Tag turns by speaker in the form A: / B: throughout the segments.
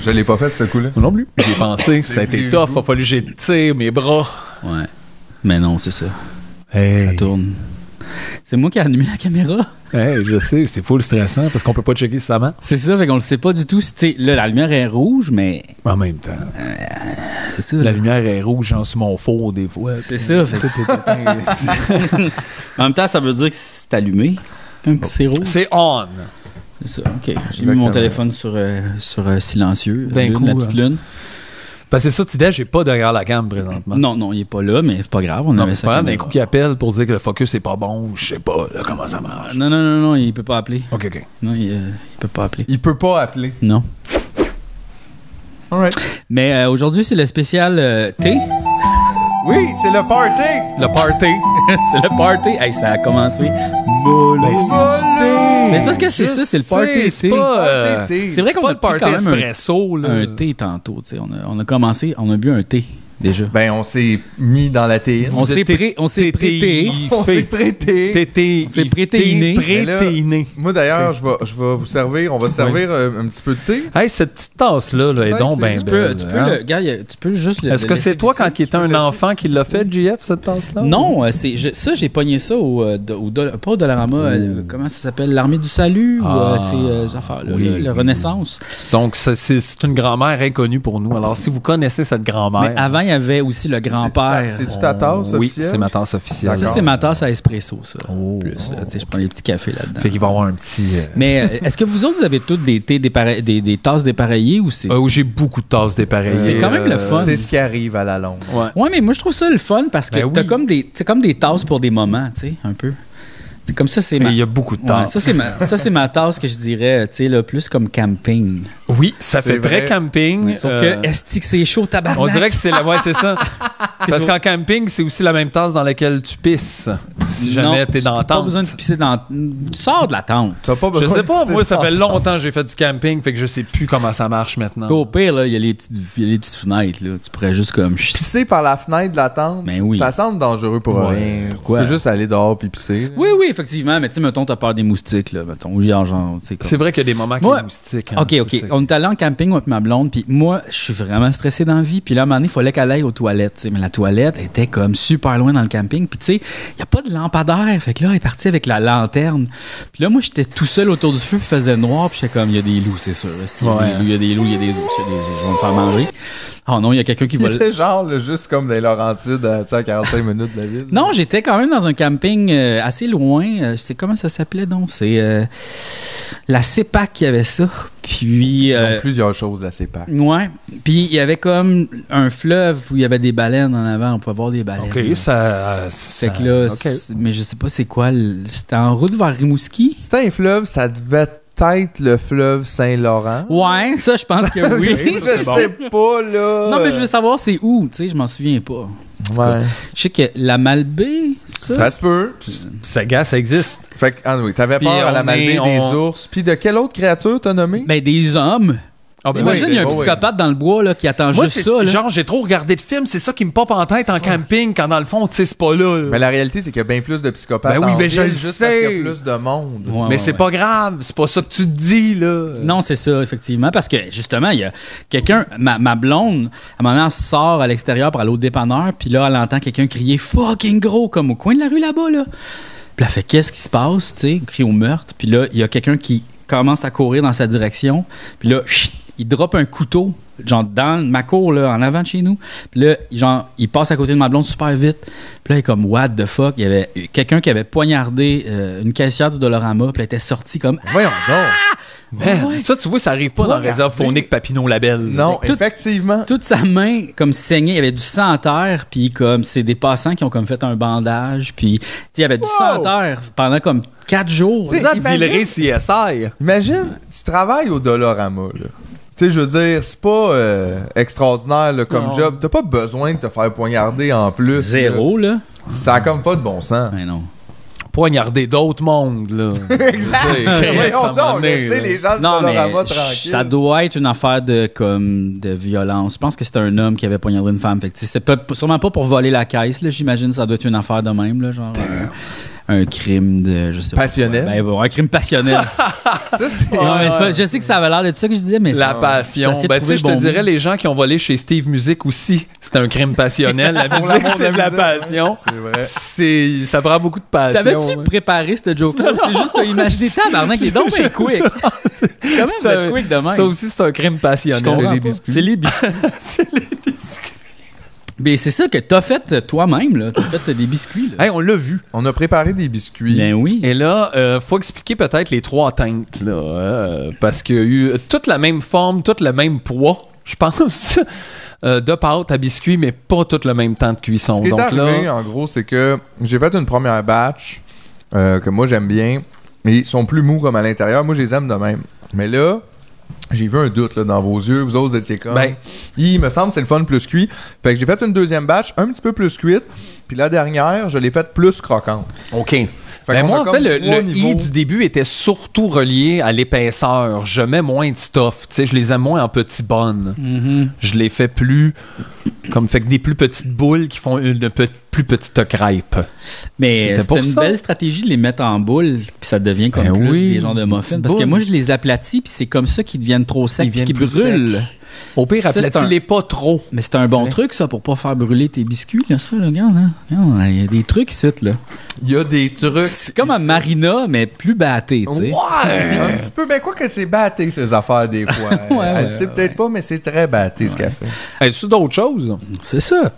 A: Je l'ai pas fait, ce coup-là.
B: Non plus.
C: J'ai pensé, ça a été
A: plus
C: tough,
A: vous.
C: il a fallu que j'étire mes bras.
B: Ouais. Mais non, c'est ça.
C: Hey.
B: Ça tourne. C'est moi qui ai allumé la caméra.
C: Hey, je sais, c'est full stressant parce qu'on peut pas checker si ça marche.
B: C'est ça, fait qu'on le sait pas du tout. C'est- tu sais, là, la lumière est rouge, mais
C: En même temps,
B: c'est ça.
C: la
B: là.
C: lumière est rouge genre sur mon four des fois.
B: C'est ça. fait- en même temps, ça veut dire que c'est allumé. Quand c'est rouge.
C: C'est on.
B: C'est ça, ok. J'ai mis
A: Exactement.
B: mon téléphone sur, euh, sur euh, silencieux.
C: D'un
B: Lune,
C: coup, euh,
B: La petite lune.
C: Parce que ça, tu dis, j'ai pas derrière la cam présentement.
B: Non, non, il est pas là, mais c'est pas grave. On
C: Non,
B: avait
C: mais c'est
B: ça.
C: pas grave, d'un
B: caméra.
C: coup qui appelle pour dire que le focus est pas bon, je sais pas là, comment ça marche.
B: Non, non, non, non, il peut pas appeler.
C: Ok, ok.
B: Non, il, euh, il peut pas appeler.
A: Il peut pas appeler.
B: Non.
A: Alright.
B: Mais euh, aujourd'hui, c'est le spécial euh, thé.
A: Oui, c'est le party!
C: Le party.
B: c'est le party. Hey, ça a commencé.
C: Ben,
B: Mais c'est parce que c'est ça, c'est le party.
C: sais,
B: C'est
C: thé.
B: pas. euh,
A: Party thé.
B: c'est vrai
C: C'est
B: qu'on
C: pas
B: a
C: le
B: pris
C: party
B: quand même un,
C: espresso, là.
B: un thé tantôt. tu sais. On a, on a commencé, on a bu un thé déjà.
A: Ben, on s'est mis dans la théine.
B: on s'est pré- on s'est prêté.
A: On s'est prêté.
C: Tété.
B: C'est prétéiné.
C: Prétéiné.
A: Moi, d'ailleurs, je vais, je vais vous servir. On va servir euh, un petit peu de thé.
C: Hey, cette petite tasse-là, là, est
A: Ouais,
C: donc ben
A: tu
B: Tu peux,
C: belle.
B: tu peux
C: hein.
B: le, gars, il y a- tu peux juste le.
C: Est-ce
B: le
C: que
B: laisser
C: c'est toi,
B: glisser.
C: quand il était un
A: laisser.
C: enfant, qui l'a fait, JF, cette tasse-là?
B: Non, euh, c'est je- ça j'ai pogné ça au, euh, do- au Dol- pas au Dollarama, euh, comment ça s'appelle l'armée du salut ou
C: Ah.
B: euh, ces euh, ces affaires-là,
C: Oui,
B: là,
C: oui,
B: la
C: oui.
B: Renaissance.
C: Donc, ça, c'est c'est une grand-mère inconnue pour nous. Alors, si vous connaissez cette grand-mère...
B: Mais avant il y avait aussi le grand-père.
A: C'est- c'est-tu ta tasse
C: Oui,
A: officielle?
C: c'est ma tasse officielle.
B: Ça c'est ma tasse à espresso ça.
C: Oh.
B: Plus, là, tu sais, je prends les petits cafés là-dedans.
C: Fait qu'il va y avoir un petit... euh,
B: Mais euh, est-ce que vous autres vous avez toutes des thés dépare- des, des tasses dépareillées ou c'est
C: euh, où j'ai beaucoup de tasses dépareillées.
B: C'est quand même le
C: euh,
B: fun.
A: C'est ce qui arrive à la longue.
C: Ouais.
B: Ouais, mais moi je trouve ça le fun parce que
C: Ben
B: t'as
C: oui.
B: comme des c'est comme des tasses pour des moments, tu sais, un peu. C'est comme ça c'est
C: Et
B: ma
C: il y a beaucoup de
B: Ouais,
C: tasses.
B: ça c'est ma ça c'est ma tasse que je dirais, tu sais là, plus comme camping.
C: Oui, ça
A: C'est
C: fait
A: vrai.
C: très camping.
B: Sauf
C: euh,
B: que esti que c'est chaud tabarnak.
C: On dirait que c'est la ouais, c'est ça. Parce qu'en camping, c'est aussi la même tasse dans laquelle tu pisses. Si jamais
B: Non,
C: t'es dans la
B: tu- Pas
C: tente.
B: besoin de pisser dans. Tu sors de la tente.
A: T'as pas
C: Je
A: besoin
C: sais
A: de
C: pas,
A: pisser
C: moi
A: dans-
C: ça fait longtemps que j'ai fait du camping, fait que je sais plus comment ça marche maintenant.
B: Au pire, là, il y a les petites, il y a les petites fenêtres. Là. Tu pourrais juste comme.
A: Pisser par la fenêtre de la tente,
B: Ben oui.
A: ça semble dangereux pour
B: Ouais,
A: rien.
B: pourquoi?
A: Tu peux juste aller dehors puis pisser.
B: Oui, oui, effectivement. Mais tu sais, mettons, t'as peur des moustiques. Là, mettons, ou genre, genre, tu sais, comme-
C: C'est vrai qu'il y a des moments qui
B: Ouais.
C: sont moustiques. hein,
B: Ok,
C: c'est
B: ok.
C: ça.
B: On est allé en camping avec ma blonde, puis moi, je suis vraiment stressé dans la vie. Puis là, à un moment donné, il fallait qu'elle aille aux toilettes. tu sais. Mais la toilette était comme super loin dans le camping. Puis tu sais, il n'y a pas de lampadaire. Fait que là, elle est partie avec la lanterne. Puis là, moi, j'étais tout seul autour du feu, puis faisait noir. Puis j'étais comme, il y a des loups, c'est sûr. esti, Il
C: Ouais.
B: y a des loups, il y a des loups, il y a des ours, il y a des- Je vais me faire manger. Oh non, il y a quelqu'un qui
A: Il
B: va...
A: était genre là, juste comme des Laurentides à, tu sais, à 45 minutes de la ville.
B: Non, j'étais quand même dans un camping euh, assez loin. Euh, je sais comment ça s'appelait, donc. C'est euh, la CEPAC qui avait ça. Puis...
A: Ils ont
B: euh,
A: plusieurs choses là, c'est pas.
B: Ouais. Puis il y avait comme un fleuve où il y avait des baleines en avant. On pouvait voir des baleines.
C: Ok, ça. ça-
B: C'est que là,
C: ok.
B: c'est- mais je sais pas c'est quoi. le- C'était en route vers Rimouski.
A: C'était un fleuve, ça devait être le fleuve Saint-Laurent.
B: Ouais, ça je pense que oui.
A: je sais pas là.
B: non mais je veux savoir c'est où. Tu sais, je m'en souviens pas.
A: Ouais.
B: Je sais que la Malbaie, ça.
A: Ça se peut.
C: Ça, gars, ça existe.
A: Fait que, ah oui, t'avais
C: Puis
A: peur à
C: on
A: la Malbaie
C: est-
A: des
C: on-
A: ours. Puis de quelle autre créature t'as nommé?
B: Ben des hommes.
C: Ah, ben
B: Imagine
C: oui.
B: il y a un
A: ben oui.
B: psychopathe dans le bois là qui attend
C: Moi,
B: juste
C: c'est
B: ça. là.
C: genre, j'ai trop regardé de films, c'est ça qui me pop en tête en camping, quand dans le fond, tu sais, c'est pas là. là.
A: Mais la réalité, c'est qu'il y a bien plus de psychopathes.
C: euh, Ben oui,
A: en
C: ben je
A: ville
C: le
A: juste parce qu'il y
C: sais.
A: a plus de monde.
B: Ouais,
C: Mais
B: ouais,
C: c'est
B: ouais.
C: pas grave, c'est pas ça que tu te dis, là.
B: Non, c'est ça, effectivement. Parce que, justement, il y a quelqu'un, ma, ma blonde, à un moment donné, elle sort à l'extérieur pour aller au dépanneur, puis là, elle entend quelqu'un crier fucking gros, comme au coin de la rue là-bas, là. Puis elle fait qu'est-ce qui se passe, tu sais, crie au meurtre, puis là, il y a quelqu'un qui commence à courir dans sa direction, puis là, chut, il drop un couteau, genre dans ma cour, là, en avant de chez nous. Puis là, genre, il passe à côté de ma blonde super vite. Puis là, il est comme, what the fuck? Il y avait quelqu'un qui avait poignardé euh, une caissière du Dolorama, puis elle était sortie comme,
A: Voyons donc.
C: Man, Ça, tu vois, ça arrive pas dans la réserve phonique Papineau Label.
A: Non,
B: Tout-
A: effectivement.
B: toute sa main comme saignait, il y avait du sang à terre, puis comme c'est des passants qui ont comme fait un bandage, puis tu sais, il y avait du sang à terre pendant comme quatre jours.
A: Tu sais,
C: Zach
A: imagine-
C: Villeray CSI.
A: Imagine, tu travailles au Dollarama, là. Tu sais, je veux dire, c'est pas euh, extraordinaire là, comme
C: Non.
A: job. T'as pas besoin de te faire poignarder en plus.
B: Zéro là.
A: là. Ça a comme pas de bon sens.
B: Ben non.
C: Poignarder d'autres mondes, là.
A: exact.
C: Ça
A: Voyons
C: m'a
A: donc,
C: donné,
A: laissez
C: là.
A: les gens du
B: Non mais
A: Dollarama
B: ch-
A: tranquille.
B: ça doit être une affaire de comme de violence. Je pense que c'était un homme qui avait poignardé une femme. Fait que, tu sais, c'est pas- sûrement pas pour voler la caisse là. J'imagine que ça doit être une affaire de même là, genre. euh, un crime de. Je sais pas.
A: Passionnel.
B: Ben, bon, un crime passionnel.
A: Ça, c'est.
B: Non, mais c'est pas- je sais que ça avait l'air de ça que je disais, mais
C: La
B: ça-
C: passion.
B: j'essaie de
C: Ben, tu
B: trouver
C: sais, je te
B: le bon
C: dirais,
B: mot.
C: les gens qui ont volé chez Steve Music aussi, c'est un crime passionnel. La
A: Pour l'amour
C: musique,
A: de
C: c'est de la
A: musique, ouais.
C: passion.
A: hein. C'est vrai.
C: C'est, ça prend beaucoup de passion.
B: T'avais-tu
C: ouais.
B: préparé ce joke-là? C'est juste t'as imaginé tabarnak, les dons, mais quick. Comment vous
C: Ça-
B: êtes quick de même?
C: Ça aussi, c'est un crime
B: Je
C: passionnel.
B: comprends
A: les
B: pas.
A: biscuits.
B: C'est les biscuits.
C: C'est les biscuits.
B: Ben, c'est ça que t'as fait euh, toi-même, là. T'as fait euh, des biscuits, là.
C: Hey, on l'a vu.
A: On a préparé des biscuits.
B: Ben oui.
C: Et là, euh, faut expliquer peut-être les trois teintes, là, euh, parce qu'il y a eu toute la même forme, tout le même poids, je pense, euh, de pâte à biscuit, mais pas tout le même temps de cuisson.
A: Ce qui est
C: Donc
A: arrivé,
C: là,
A: en gros, c'est que j'ai fait une première batch euh, que moi j'aime bien. Et ils sont plus mous comme à l'intérieur. Moi, je les aime de même. Mais là, j'ai vu un doute là, dans vos yeux. Vous autres, vous étiez comme.
C: Ben.
A: Il me semble que c'est le fun plus cuit. Fait que j'ai fait une deuxième batch, un petit peu plus cuite. Puis la dernière, je l'ai faite plus croquante.
C: OK.
A: qu'on
C: Ben
A: a
C: moi, en
A: comme
C: fait, le,
A: trois
C: le
A: niveaux.
C: i du début était surtout relié à l'épaisseur. Je mets moins de stuff. Tu sais, je les aime moins en petits bonnes.
B: Mhm.
C: Je les fais plus comme fait que des plus petites boules qui font une pe- plus petite crêpe.
B: Mais
C: C'était
B: euh,
C: pour
B: c'était une
C: ça.
B: belle stratégie de les mettre en boule, puis ça devient comme
C: Ben
B: plus
C: oui,
B: des genres de
C: une
B: muffins.
C: petite
B: Parce que
C: boule.
B: moi, je les aplatis, puis c'est comme ça qu'ils deviennent trop secs,
C: Ils
B: puis qu'ils
C: viennent plus
B: brûlent.
C: secs. Au pire,
B: Ça, c'est
C: aplatis-les pas trop.
B: Mais c'est un bon
C: C'est-
B: truc, ça, pour pas faire brûler tes biscuits, là, ça, là, regarde, hein. Regarde, Il y a des trucs ici, là.
A: Il y a des trucs.
B: C'est comme un marina, mais plus batté, tu sais.
A: Un petit peu, ben quoi que c'est batté ces affaires des fois.
B: Ouais,
A: Elle
B: ouais,
A: le sait peut-être pas, mais c'est très batté ce qu'elle fait.
C: Est-ce d'autres choses?
B: C'est ça.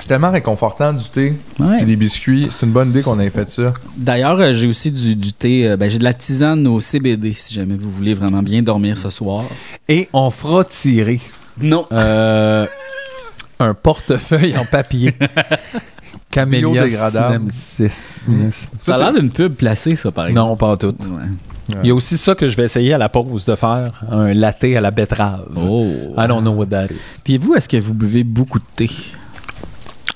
A: C'est tellement réconfortant du thé
B: Ouais.
A: et des biscuits. C'est une bonne idée qu'on ait fait ça.
B: D'ailleurs, euh, j'ai aussi du, du thé, euh, ben, j'ai de la tisane au CBD, si jamais vous voulez vraiment bien dormir ce soir.
C: Et on fera tirer
B: Non.
C: euh, un portefeuille en papier. Camélia
A: Biodégradable.
C: sinensis.
B: Ça,
A: Ça,
B: a l'air d'une pub placée, ça, par exemple.
C: Non, pas en tout.
B: Ouais.
C: Il y a aussi ça que je vais essayer à la pause de faire, un latte à la betterave.
B: Oh.
C: I don't know what that is.
B: Puis vous, est-ce que vous buvez beaucoup de thé?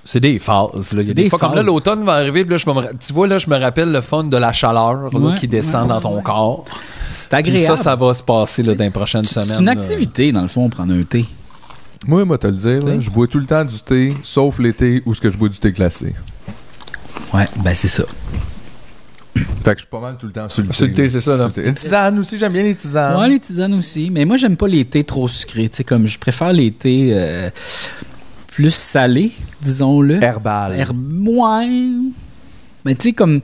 C: C'est des phases. là. Il y
B: C'est
C: a des,
B: des
C: fois, comme là,
B: phases.
C: l'automne va arriver, puis là, je vais me ra- tu vois, là, je me rappelle le fun de la chaleur là,
B: Ouais,
C: qui descend
B: ouais,
C: dans ton
B: ouais.
C: corps.
B: C'est
C: Puis
B: agréable.
C: ça, ça va se passer là, dans les prochaines
B: C'est-
C: semaines.
B: c'est une
C: là.
B: activité, dans le fond, prendre un thé.
A: Moi, moi, te le dire, là,
B: Thé?
A: je bois tout le temps du thé, sauf l'été où ce que je bois du thé glacé.
B: Ouais, ben c'est ça.
A: Fait que je suis pas mal tout le temps sur le thé.
C: Sur le thé, c'est ça,
A: Sur
C: là.
A: le thé. Une tisane aussi, j'aime bien les tisanes.
B: Ouais, les tisanes aussi. Mais moi, j'aime pas les thés trop sucrés. Tu sais, comme je préfère les thés euh, plus salés, disons-le.
A: Herbal.
B: Herb- ouais. Mais tu sais, comme.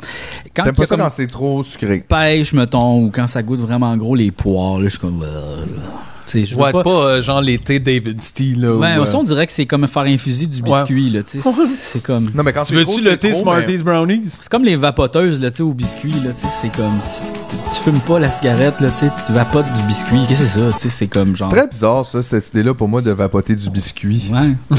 B: Quand
A: T'aimes
B: il y
A: pas
B: a
A: ça
B: comme
A: quand c'est trop sucré.
B: pêche, mettons, ou quand ça goûte vraiment gros les poires, là, je suis comme. euh, Tu sais, je
C: Je
B: veux
C: vois
B: pas.
C: pas, euh, genre l'été David Steele. là,
B: Ben,
C: où, euh,
B: on dirait que c'est comme faire infuser du
C: Ouais.
B: biscuit, là. Tu sais, c'est comme.
A: Non, mais quand
C: Tu
A: c'est trop,
C: veux-tu le
A: c'est
C: thé
A: trop, ben,
C: Smarties
A: mais-
C: Brownies?
B: C'est comme les vapoteuses là, tu sais, au biscuit là, tu sais, c'est comme si t- tu fumes pas la cigarette là, tu sais, tu vapotes du biscuit, qu'est-ce que c'est ça, tu sais, c'est comme genre.
A: C'est très bizarre, ça, cette idée-là, pour moi, de vapoter du biscuit.
B: Ouais.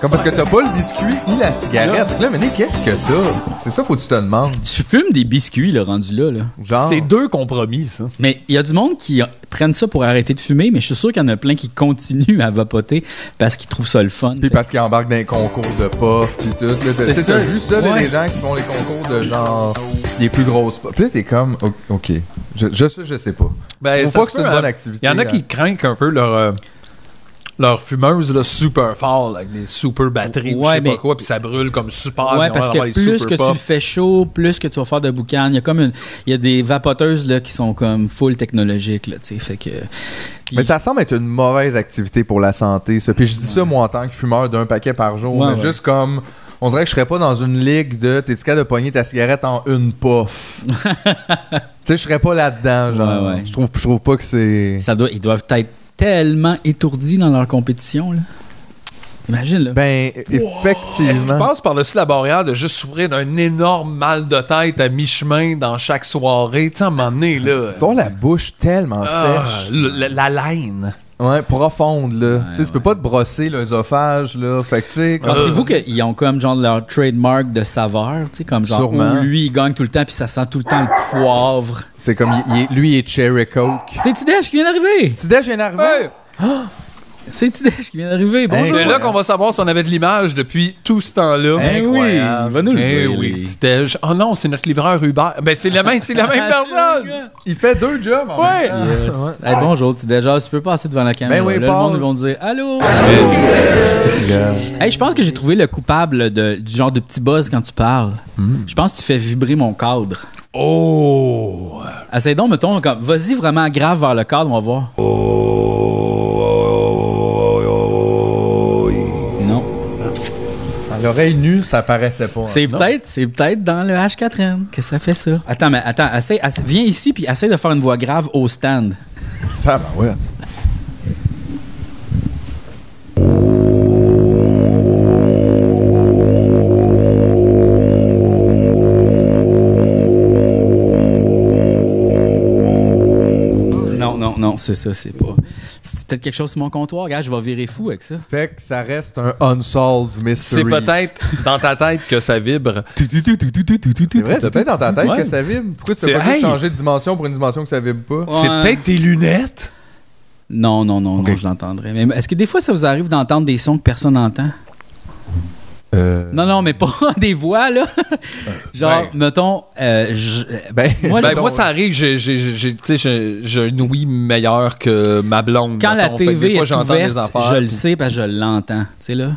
A: Comme parce que t'as pas le biscuit ni la cigarette. Fait que là, mais qu'est-ce que t'as? C'est ça, faut que tu te demandes.
B: Tu fumes des biscuits là, rendu là, là.
A: Genre.
C: C'est deux compromis, ça.
B: Mais il y a du monde qui a- prennent ça pour arrêter de fumer, mais je suis sûr qu'il y en a plein qui continuent à vapoter parce qu'ils trouvent ça le fun.
A: Puis parce qu'ils embarquent dans les concours de puff, puis tout. là, t'as-
B: C'est
A: Tu sais, t'as
B: ça.
A: vu ça, là,
B: Ouais.
A: les gens qui font les concours de genre les plus grosses puffs. Puis là, t'es comme, O- OK, je, je, sais- je sais pas. Je
C: Ben,
A: trouve
C: ça
A: pas
C: se
A: que c'est une
C: peut,
A: bonne
C: hein.
A: activité.
C: Il y en a
A: hein.
C: qui craignent un peu leur, euh, leur fumeuse là, super fort, là, avec des super batteries ou
B: Ouais,
C: je sais
B: mais-
C: pas quoi, puis ça brûle comme super. Ah, mais
B: Ouais,
C: on
B: parce
C: va
B: que
C: avoir les
B: plus
C: super
B: que tu le
C: puffs.
B: fais chaud, plus que tu vas faire de boucan. Il y a comme une, il y a des vapoteuses là qui sont comme full technologiques là, tu sais, fait que.
A: Mais ça semble être une mauvaise activité pour la santé, ça. Puis je dis ça, moi, en tant que fumeur d'un paquet par jour,
B: Ouais,
A: mais
B: ouais.
A: juste comme. On dirait que je serais pas dans une ligue de t'es-tu capable de pogner ta cigarette en une puff. tu sais, je serais pas là-dedans, genre.
B: Ouais, ouais.
A: Je trouve je trouve pas que c'est.
B: Ça doit, ils doivent être tellement étourdis dans leur compétition. Là. Imagine, là.
A: Ben,
C: Est-ce
B: hein?
C: qu'ils
A: effectivement.
C: passent par-dessus la barrière de juste souffrir d'un énorme mal de tête à mi-chemin dans chaque soirée? Tu sais, à un moment donné, là.
A: Ils ont la bouche tellement
C: Ah,
A: sèche.
C: le- la, la laine.
A: Ouais, profonde, là. tu sais, tu peux pas te brosser l'œsophage, là. Fait que, tu sais,
C: euh,
A: quand-
B: Pensez-vous qu'ils ont comme genre leur trademark de saveur, tu sais, comme genre
A: Sûrement.
B: où lui il gagne tout le temps puis ça sent tout le temps le poivre.
A: c'est comme, il- il est- lui, il est Cherry Coke.
B: C'est Tidesh qui vient d'arriver.
A: Tidej vient d'arriver.
B: C'est Tidèche qui vient d'arriver. Bonjour.
C: C'est là qu'on va savoir si on avait de l'image depuis tout ce temps-là.
B: Eh oui,
A: Incroyable.
B: il va nous le
C: Eh
B: dire.
C: oui,
B: lui.
C: petit déj. Oh non, c'est notre livreur Uber. Ben, c'est la même, c'est la même
B: Ah, c'est le
C: personne.
B: gars.
A: Il fait deux jobs en
C: Ouais.
A: même temps.
B: Yes. Hey, bonjour, tu déjà, tu peux passer devant la caméra.
A: Ben oui,
B: là, le monde
A: passe.
B: ils vont dire allô. Hey, je pense que j'ai trouvé le coupable de- du genre de petit buzz quand tu parles. Je pense que tu fais vibrer mon cadre.
C: Oh.
B: Essaye donc, mettons, comme, vas-y vraiment grave vers le cadre, on va voir. Non.
A: À l'oreille nue, ça paraissait pas. hein.
B: C'est peut-être, c'est peut-être dans le H4N que ça fait ça. Attends, mais attends, essaye- essa- viens ici puis essaye de faire une voix grave au stand.
A: Ah, ben ouais.
B: Non, non, non, c'est ça, c'est pas. C'est peut-être quelque chose sur mon comptoir, regarde, je vais virer fou avec ça.
A: Fait que ça reste un unsolved mystery.
C: C'est peut-être dans ta tête que ça vibre.
A: C'est vrai, c'est peut-être dans ta tête
C: Ouais.
A: que ça vibre. Pourquoi tu
C: C'est-
A: as pas juste
C: hey!
A: changer de dimension pour une dimension que ça vibre pas?
B: Ouais.
C: C'est peut-être tes lunettes.
B: Non, non, non,
C: Ok.
B: non, je l'entendrai. Mais est-ce que des fois ça vous arrive d'entendre des sons que personne n'entend?
A: Euh,
B: Non, non, mais pas des voix, là. Genre,
C: ouais.
B: mettons, euh, je-
A: Ben,
B: Moi,
C: Ben,
B: mettons,
C: moi, ça arrive, j'ai, j'ai, j'ai- j'ai- tu sais, j'ai- j'ai un ouïe meilleur que ma blonde.
B: quand la
C: mettons. Fait que
B: TV
C: des fois,
B: est
C: j'entends
B: ouverte,
C: des affaires.
B: je le sais parce que je l'entends. Tu sais, là.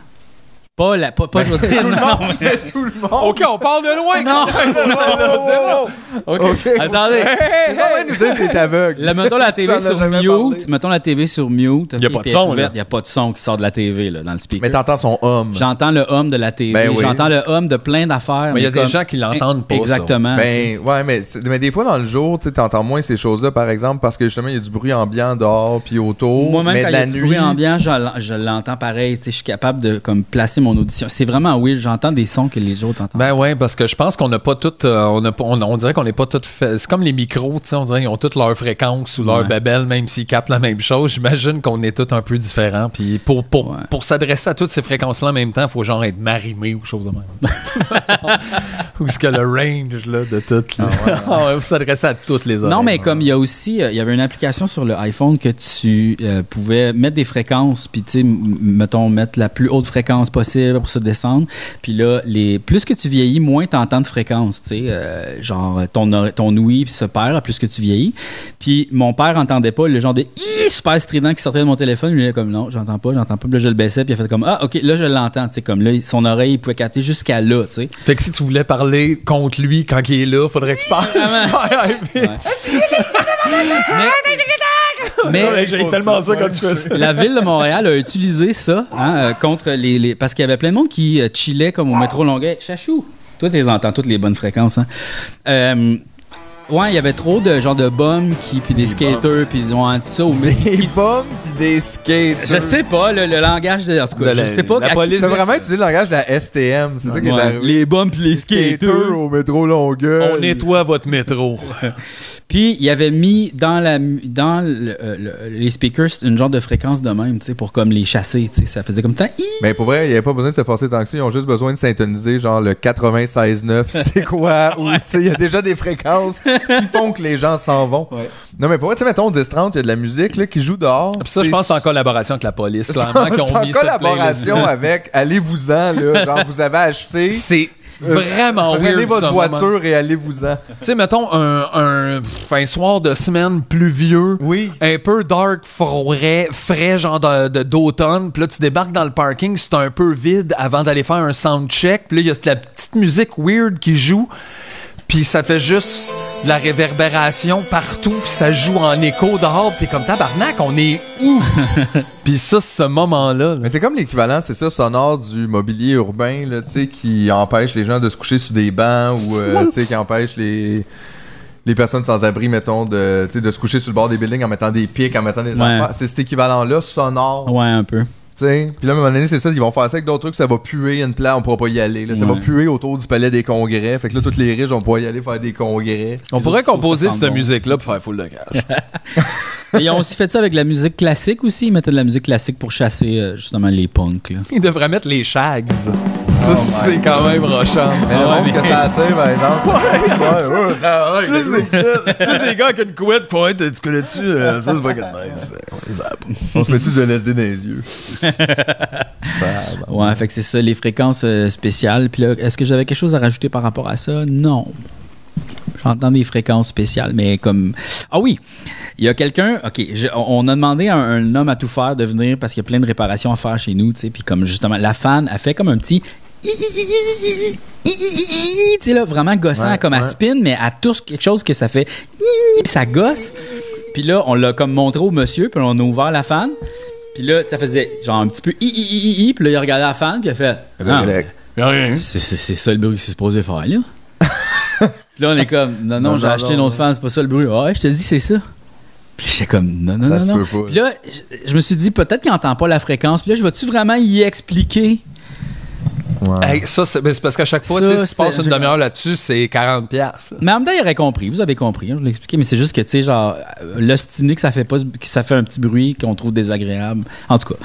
B: Pas, la, pas,
C: Ben,
B: pas je vais dire, non, non, mais-
A: tout le monde.
C: OK, on parle de loin.
B: non.
A: oh, OK.
C: Attendez.
A: T'es en train de nous dire que t'es aveugle.
B: Là, mettons la TV
A: en as
B: sur
A: jamais
B: mute.
A: parlé.
B: Mettons la TV sur mute.
C: Y a
B: ok,
C: pas
B: puis
C: de
B: elle est
C: son,
B: ouverte,
C: là.
B: Y a pas de son qui sort de la TV, là, dans le speaker.
A: Mais t'entends son hum. homme.
B: J'entends le homme de la TV.
A: Ben oui.
B: J'entends le homme de plein d'affaires.
C: Mais il y a des
B: comme-
C: gens qui l'entendent pas. ça.
B: Exactement.
A: Ben, ouais, mais, c'est- mais des fois dans le jour, tu sais, t'entends moins ces choses-là, par exemple, parce que justement, il y a du bruit ambiant dehors puis autour. mais
B: Moi-même, quand
A: de
B: il y
A: la
B: a du
A: nuit.
B: bruit ambiant, je l'en- je l'entends pareil. Tu sais, Je suis capable de comme, placer mon audition. C'est vraiment oui, j'entends des sons que les autres entendent.
C: Ben ouais, parce que je pense qu'on n'a pas toutes, euh, on, n'a pas- on, on dirait qu'on n'est pas toutes fait. C'est comme les micros, tu sais, on dirait qu'ils ont toutes leurs fréquences ou leur
B: Ouais.
C: babel, même s'ils captent la même chose. J'imagine qu'on est tous un peu différents. Puis pour pour
B: Ouais.
C: pour s'adresser à toutes ces fréquences-là en même temps, faut genre être marimé ou chose de même. ou ce que le range là de toutes. là. Ah ouais, faut s'adresser à toutes les oreilles.
B: non, mais comme il y a aussi, euh, il y avait une application sur le iPhone que tu euh, pouvais mettre des fréquences, puis tu sais, m- mettons, mettre la plus haute fréquence possible pour se descendre. Puis là, les, plus que tu vieillis, moins tu entends de fréquences. Tu sais, euh, genre, euh, ton, ore- ton ouïe se perd plus que tu vieillis. Puis mon père entendait pas le genre de Hi super strident qui sortait de mon téléphone. Il était comme non, j'entends pas, j'entends pas. Puis là, je le baissais, puis il a fait comme ah, ok, là, je l'entends. Tu sais, comme là, son oreille, il pouvait capter jusqu'à là, tu sais.
C: Fait que si tu voulais parler contre lui quand il est là, faudrait que tu parles. Ouais, ouais,
B: Ouais. Mais, mais
C: ouais, J'ai tellement ça quand tu fais ça.
B: la ville de Montréal a utilisé ça hein, euh, contre les, les- parce qu'il y avait plein de monde qui euh, chillait comme au métro Longueuil. Chachou, toi tu les entends toutes les bonnes fréquences. Hein. Euh, ouais, il y avait trop de genre de bums qui puis des skaters puis ouais, tout ça. au-
A: Des bombes pis des skates.
B: je sais pas le, le langage de, en tout cas,
C: De la-
B: je sais pas
C: la
B: à qui-
C: police.
A: T'as vraiment utilisé le langage de la STM, c'est ça qui est
B: Ouais.
A: arrivé.
B: les bums puis les skaters.
A: au métro Longueuil.
C: On nettoie votre métro.
B: Puis il avait mis dans la mu- dans le- euh, le- les speakers une genre de fréquence de même, tu sais, pour comme les chasser, tu sais, ça faisait comme tant.
A: Mais pour vrai, il n'y avait pas besoin de se forcer tant que ça. Ils ont juste besoin de syntoniser genre le 96.9, c'est quoi? Ou tu sais, il y a déjà des fréquences qui font que les gens s'en vont.
B: Ouais. Ah,
A: Non, mais pour vrai, tu sais, mettons 10-30, il y a de la musique là, qui joue dehors.
C: Puis ça, je
A: C'est-
C: pense que c'est en collaboration avec la police, clairement,
A: C'est
C: qu'ils ont
A: en
C: mis cette playlist-là.
A: collaboration avec Allez-vous-en, là. Genre, vous avez acheté.
C: C'est vraiment
A: Prenez
C: weird.
A: Euh, votre
C: ce moment.
A: voiture et allez-vous-en.
C: Tu sais, mettons un, un, un soir de semaine pluvieux.
A: Oui.
C: Un peu dark, frais, frais genre de- de- d'automne. Puis là, tu débarques dans le parking, c'est un peu vide avant d'aller faire un sound check. Puis là, il y a de la petite musique weird qui joue. Puis ça fait juste de la réverbération partout. Puis ça joue en écho dehors. Puis t'es comme tabarnak, on est où? Puis ça, ce moment-là. là.
A: Mais c'est comme l'équivalent, c'est ça, sonore du mobilier urbain, là, tu sais, qui empêche les gens de se coucher sur des bancs ou, euh, tu sais, qui empêche les, les personnes sans abri, mettons, de, tu sais, de se coucher sur le bord des buildings en mettant des pics, en mettant des
B: Ouais.
A: affaires. C'est cet équivalent-là sonore,
B: Ouais, un peu.
A: tu sais. Puis là, à un moment donné, c'est ça, ils vont faire ça avec d'autres trucs, ça va puer une place, on pourra pas y aller. là. Ça va
B: Ouais.
A: puer autour du palais des congrès. Fait que là, tous les riches, on pourra y aller faire des congrès.
C: On pourrait
B: Je trouve ça
C: composer
B: semble
C: cette
B: bon.
C: musique-là pour faire full de cash.
B: Et ils ont aussi fait ça avec la musique classique aussi. Ils mettaient de la musique classique pour chasser euh, justement les punks. là.
C: Ils devraient mettre les shags. Ça,
A: Oh
C: c'est
A: my
C: quand même rochant.
A: Mais le
B: Ah ouais,
A: monde
B: mais-
A: que ça attire, ben, par exemple. Ouais, ouais, ah ouais,
C: Plus des-
A: Tous les gars avec une couette pointe, tu connais-tu? euh, ça, c'est fucking nice. Ouais, ça, On se met-tu de LSD dans les yeux? Bah, bah.
B: Ouais, fait que c'est ça, les fréquences euh, spéciales. Puis là, est-ce que j'avais quelque chose à rajouter par rapport à ça? Non. J'entends des fréquences spéciales, mais comme. Ah oui! Il y a quelqu'un. OK, je- on on a demandé à un, un homme à tout faire de venir parce qu'il y a plein de réparations à faire chez nous, tu sais. Puis comme justement, la fan a fait comme un petit. Tu sais, là, vraiment gossant,
A: Ouais,
B: comme à
A: ouais.
B: spin, mais à tous quelque chose que ça fait. Puis ça gosse. Puis là, on l'a comme montré au monsieur, puis on a ouvert la fan. Puis là, ça faisait genre un petit peu i i i i i, puis là, il a regardé la fan, puis il a fait
A: ben,
B: Ah, c'est, c'est- c'est ça le bruit que c'est supposé faire, là. puis là, on est comme Non, non,
A: Non,
B: j'ai
A: non,
B: acheté
A: non,
B: une autre fan, c'est pas ça le bruit. Ah, ouais, je te dis, c'est ça. Puis j'étais comme Non, non,
A: Ça
B: non.
A: se
B: non.
A: peut pas.
B: Puis là, je- je me suis dit, peut-être qu'il entend pas la fréquence. Puis là, je vais-tu vraiment y expliquer
A: Ouais.
C: Hey, ça, c'est ben, c'est parce qu'à chaque fois,
B: Ça,
C: tu sais, si tu
B: c'est-
C: passes une demi-heure là-dessus, c'est 40$. piastres.
B: Mais en même temps, il aurait compris. Vous avez compris, hein, je vous l'ai expliqué. Mais c'est juste que, tu sais, genre, euh, l'ostiné que ça fait pas, que ça fait un petit bruit qu'on trouve désagréable. En tout cas.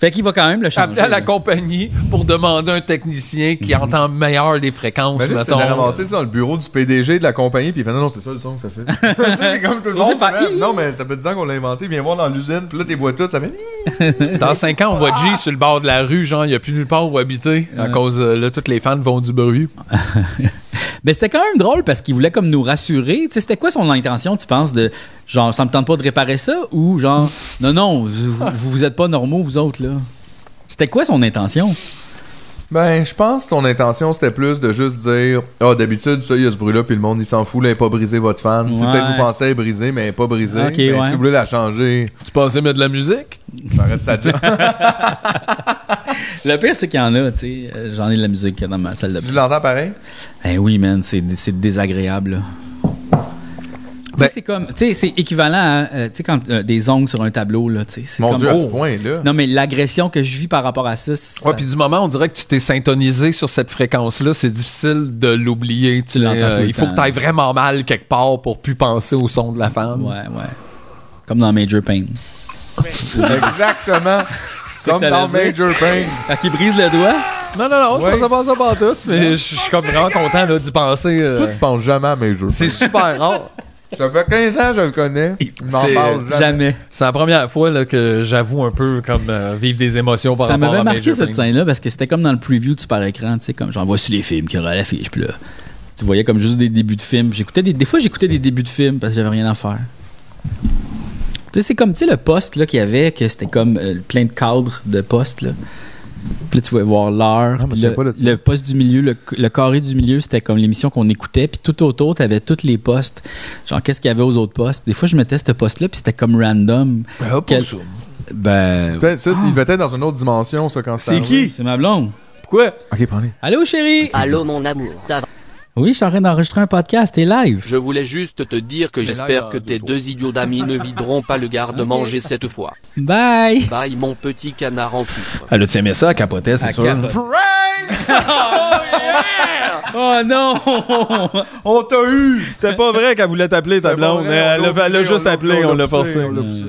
B: Fait qu'il va quand même le changer.
C: Appeler à la
B: là.
C: compagnie pour demander un technicien qui entend meilleur les fréquences,
A: Imagine, c'est de
C: mettons.
A: ramasser ça dans le bureau du PDG de la compagnie, puis il fait non, non, c'est ça le son que ça fait. C'est comme tout le monde.
B: faire
A: même.
B: hi.
A: Non, mais ça fait 10 ans qu'on l'a inventé, viens voir dans l'usine, puis là, t'es bois tout, ça fait.
C: Dans 5 ans, on voit G sur le bord de la rue, genre, il n'y a plus nulle part où habiter, à
B: Ouais.
C: cause, euh, là, toutes les fans vont du bruit.
B: Mais c'était quand même drôle parce qu'il voulait comme nous rassurer. Tu sais, c'était quoi son intention, tu penses, de genre, ça me tente pas de réparer ça ou genre, non, non, vous, vous, vous êtes pas normaux, vous autres, là. C'était quoi son intention?
A: Ben, je pense que ton intention c'était plus de juste dire Ah, d'habitude, ça, il y a ce bruit-là, puis le monde, il s'en fout, là, elle est pas brisé votre fan. Tu sais,
B: Ouais.
A: Peut-être vous pensez elle est brisée, mais elle est pas brisée.
B: Ok,
A: Ben,
B: ouais.
A: Si vous voulez la changer,
C: Tu pensais mettre de la musique?
A: ça reste sa job.
B: Le pire, c'est qu'il y en a, tu sais. Euh, J'en ai de la musique dans ma salle de
A: tu
B: bain.
A: l'entends pareil
B: Eh oui, man, c'est c'est désagréable, là. Tu
A: Ben-
B: sais, c'est comme, tu sais, c'est équivalent à, euh, tu sais, quand euh, des ongles sur un tableau, là, tu sais. c'est
A: Mon
B: comme,
A: Dieu, à ce
B: oh.
A: point-là.
B: Non, mais l'agression que je vis par rapport à ça, c'est-
C: Ouais, puis du moment, on dirait que tu t'es syntonisé sur cette fréquence-là, c'est difficile de l'oublier. tu sais, euh,
B: l'entends tout le
C: il faut
B: temps.
C: que tu ailles vraiment mal quelque part pour plus penser au son de la femme.
B: Ouais, ouais. Comme dans Major Pain.
A: Exactement. Comme
B: t'allais
A: dans
B: dire.
A: Major Pain.
B: Quand il brise le doigt.
C: Non, non, non,
A: Ouais.
C: je pensais pas à ça pas en tout, mais je je suis comme vraiment content là, d'y penser. euh.
A: Toi, tu penses jamais à Major Pain.
C: C'est super rare.
A: Ça fait 15 ans que je le connais. Je m'en
C: C'est-
A: parle jamais.
B: Jamais.
C: C'est la première fois là, que j'avoue un peu comme euh, vivre des émotions par
B: Ça
C: rapport
B: m'avait
C: à
B: marqué
C: Major
B: cette
C: Payne.
B: scène-là parce que c'était comme dans le preview du par écran, tu sais, comme genre voici les films qui auraient à l'affiche, puis là, tu voyais comme juste des débuts de films. J'écoutais des, des fois j'écoutais des débuts de films parce que j'avais rien à faire. Tu sais, c'est comme tu sais le poste là qu'il y avait, que c'était comme euh, plein de cadres de postes là. Puis là, tu pouvais voir l'heure.
A: Ah, mais
B: puis
A: je sais
B: le,
A: pas, là, tu-
B: le poste du milieu, le, le carré du milieu, c'était comme l'émission qu'on écoutait. Puis tout autour, tu avais tous les postes. Genre, qu'est-ce qu'il y avait aux autres postes? Des fois, je mettais ce poste-là, puis c'était comme random.
C: Ah, pour
B: Quel-
C: ça.
B: Ben.
A: Peut-être- Ça, il va être dans une autre dimension, ça, quand
C: Ah. C'est
A: ça
C: qui?
B: C'est ma blonde.
C: Pourquoi?
A: Ok, prenez.
B: Allô, chérie!
D: Allô mon amour, t'as-
B: Oui, je suis en train d'enregistrer un podcast et live.
E: Je voulais juste te dire que
C: Mais là, il y
E: j'espère
C: a
E: que
C: deux,
E: tes
C: trois.
E: deux idiots d'amis ne videront pas le garde-manger cette fois.
B: Bye!
E: Bye mon petit canard en sucre.
C: Elle a-tu aimé ça? Elle capotait, c'est sûr.
B: Oh non!
A: On t'a eu!
C: C'était pas vrai qu'elle voulait t'appeler, ta
A: C'était pas
C: blonde.
A: vrai,
C: Elle,
A: on l'a
C: l'a- elle l'a
A: obligé,
C: juste
A: on l'a-
C: appelé, on l'a
A: poussé,
C: forcé.
A: on l'a poussé.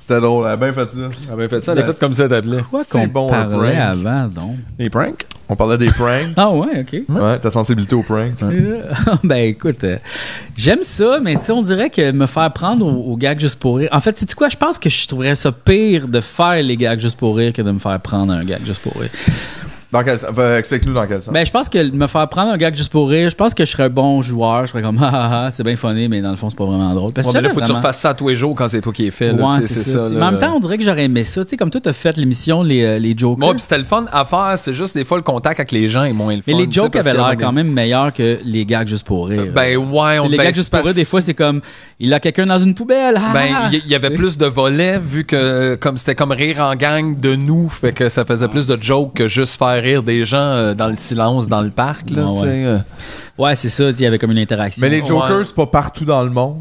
A: C'était drôle, elle a bien fait ça.
C: Elle avait fait ça, elle a fait comme ça t'appelait.
B: Quoi
A: C'est
B: qu'on
A: bon, un
B: parlait
A: prank.
B: avant, donc?
C: Les pranks?
A: On parlait des pranks.
B: Ah ouais, OK.
A: ouais, ta sensibilité aux pranks.
B: Euh, ben écoute, euh, j'aime ça, mais tu sais, on dirait que me faire prendre au, au gag juste pour rire... En fait, sais-tu quoi? Je pense que je trouverais ça pire de faire les gags juste pour rire que de me faire prendre un gag juste pour rire.
A: Dans quel sens? Enfin, Explique-nous dans quel sens.
B: Ben, je pense que me faire prendre un gag juste pour rire, je pense que je serais un bon joueur. Je serais comme, ah, ah, ah, c'est bien funny, mais dans le fond, c'est pas vraiment drôle. Parce que
C: Ouais, mais là,
B: j'avais
C: faut que tu
B: vraiment-
C: refasses ça tous les jours quand c'est toi qui es fait. là,
B: Ouais,
C: tu sais,
B: c'est ça. tu sais. mais en
C: là.
B: même temps, on dirait que j'aurais aimé ça. Tu sais, comme toi, t'as fait l'émission Les, euh, les Jokers.
C: Moi, pis c'était le fun à faire, c'est juste des fois le contact avec les gens est moins le fun.
B: mais les
C: tu sais,
B: jokes
C: parce
B: avaient
C: que-
B: l'air quand même meilleurs que les gags juste pour rire.
C: Ben ouais,
B: Tu sais,
C: on
B: les
C: ben,
B: gags juste
C: c'est
B: pour rire, des
C: parce-
B: fois, c'est comme il a quelqu'un dans une poubelle. Ah!
C: Ben, il y, il y avait plus de volets vu que comme c'était comme rire en gang de nous, fait que ça faisait plus de jokes que juste faire rire des gens euh, dans le silence dans le parc là,
B: Ouais,
C: tu sais.
B: ouais.
C: euh.
B: ah. Ouais, c'est ça. tu sais, Il y avait comme une interaction.
A: Mais les
C: Ouais.
A: Jokers, c'est pas partout dans le monde.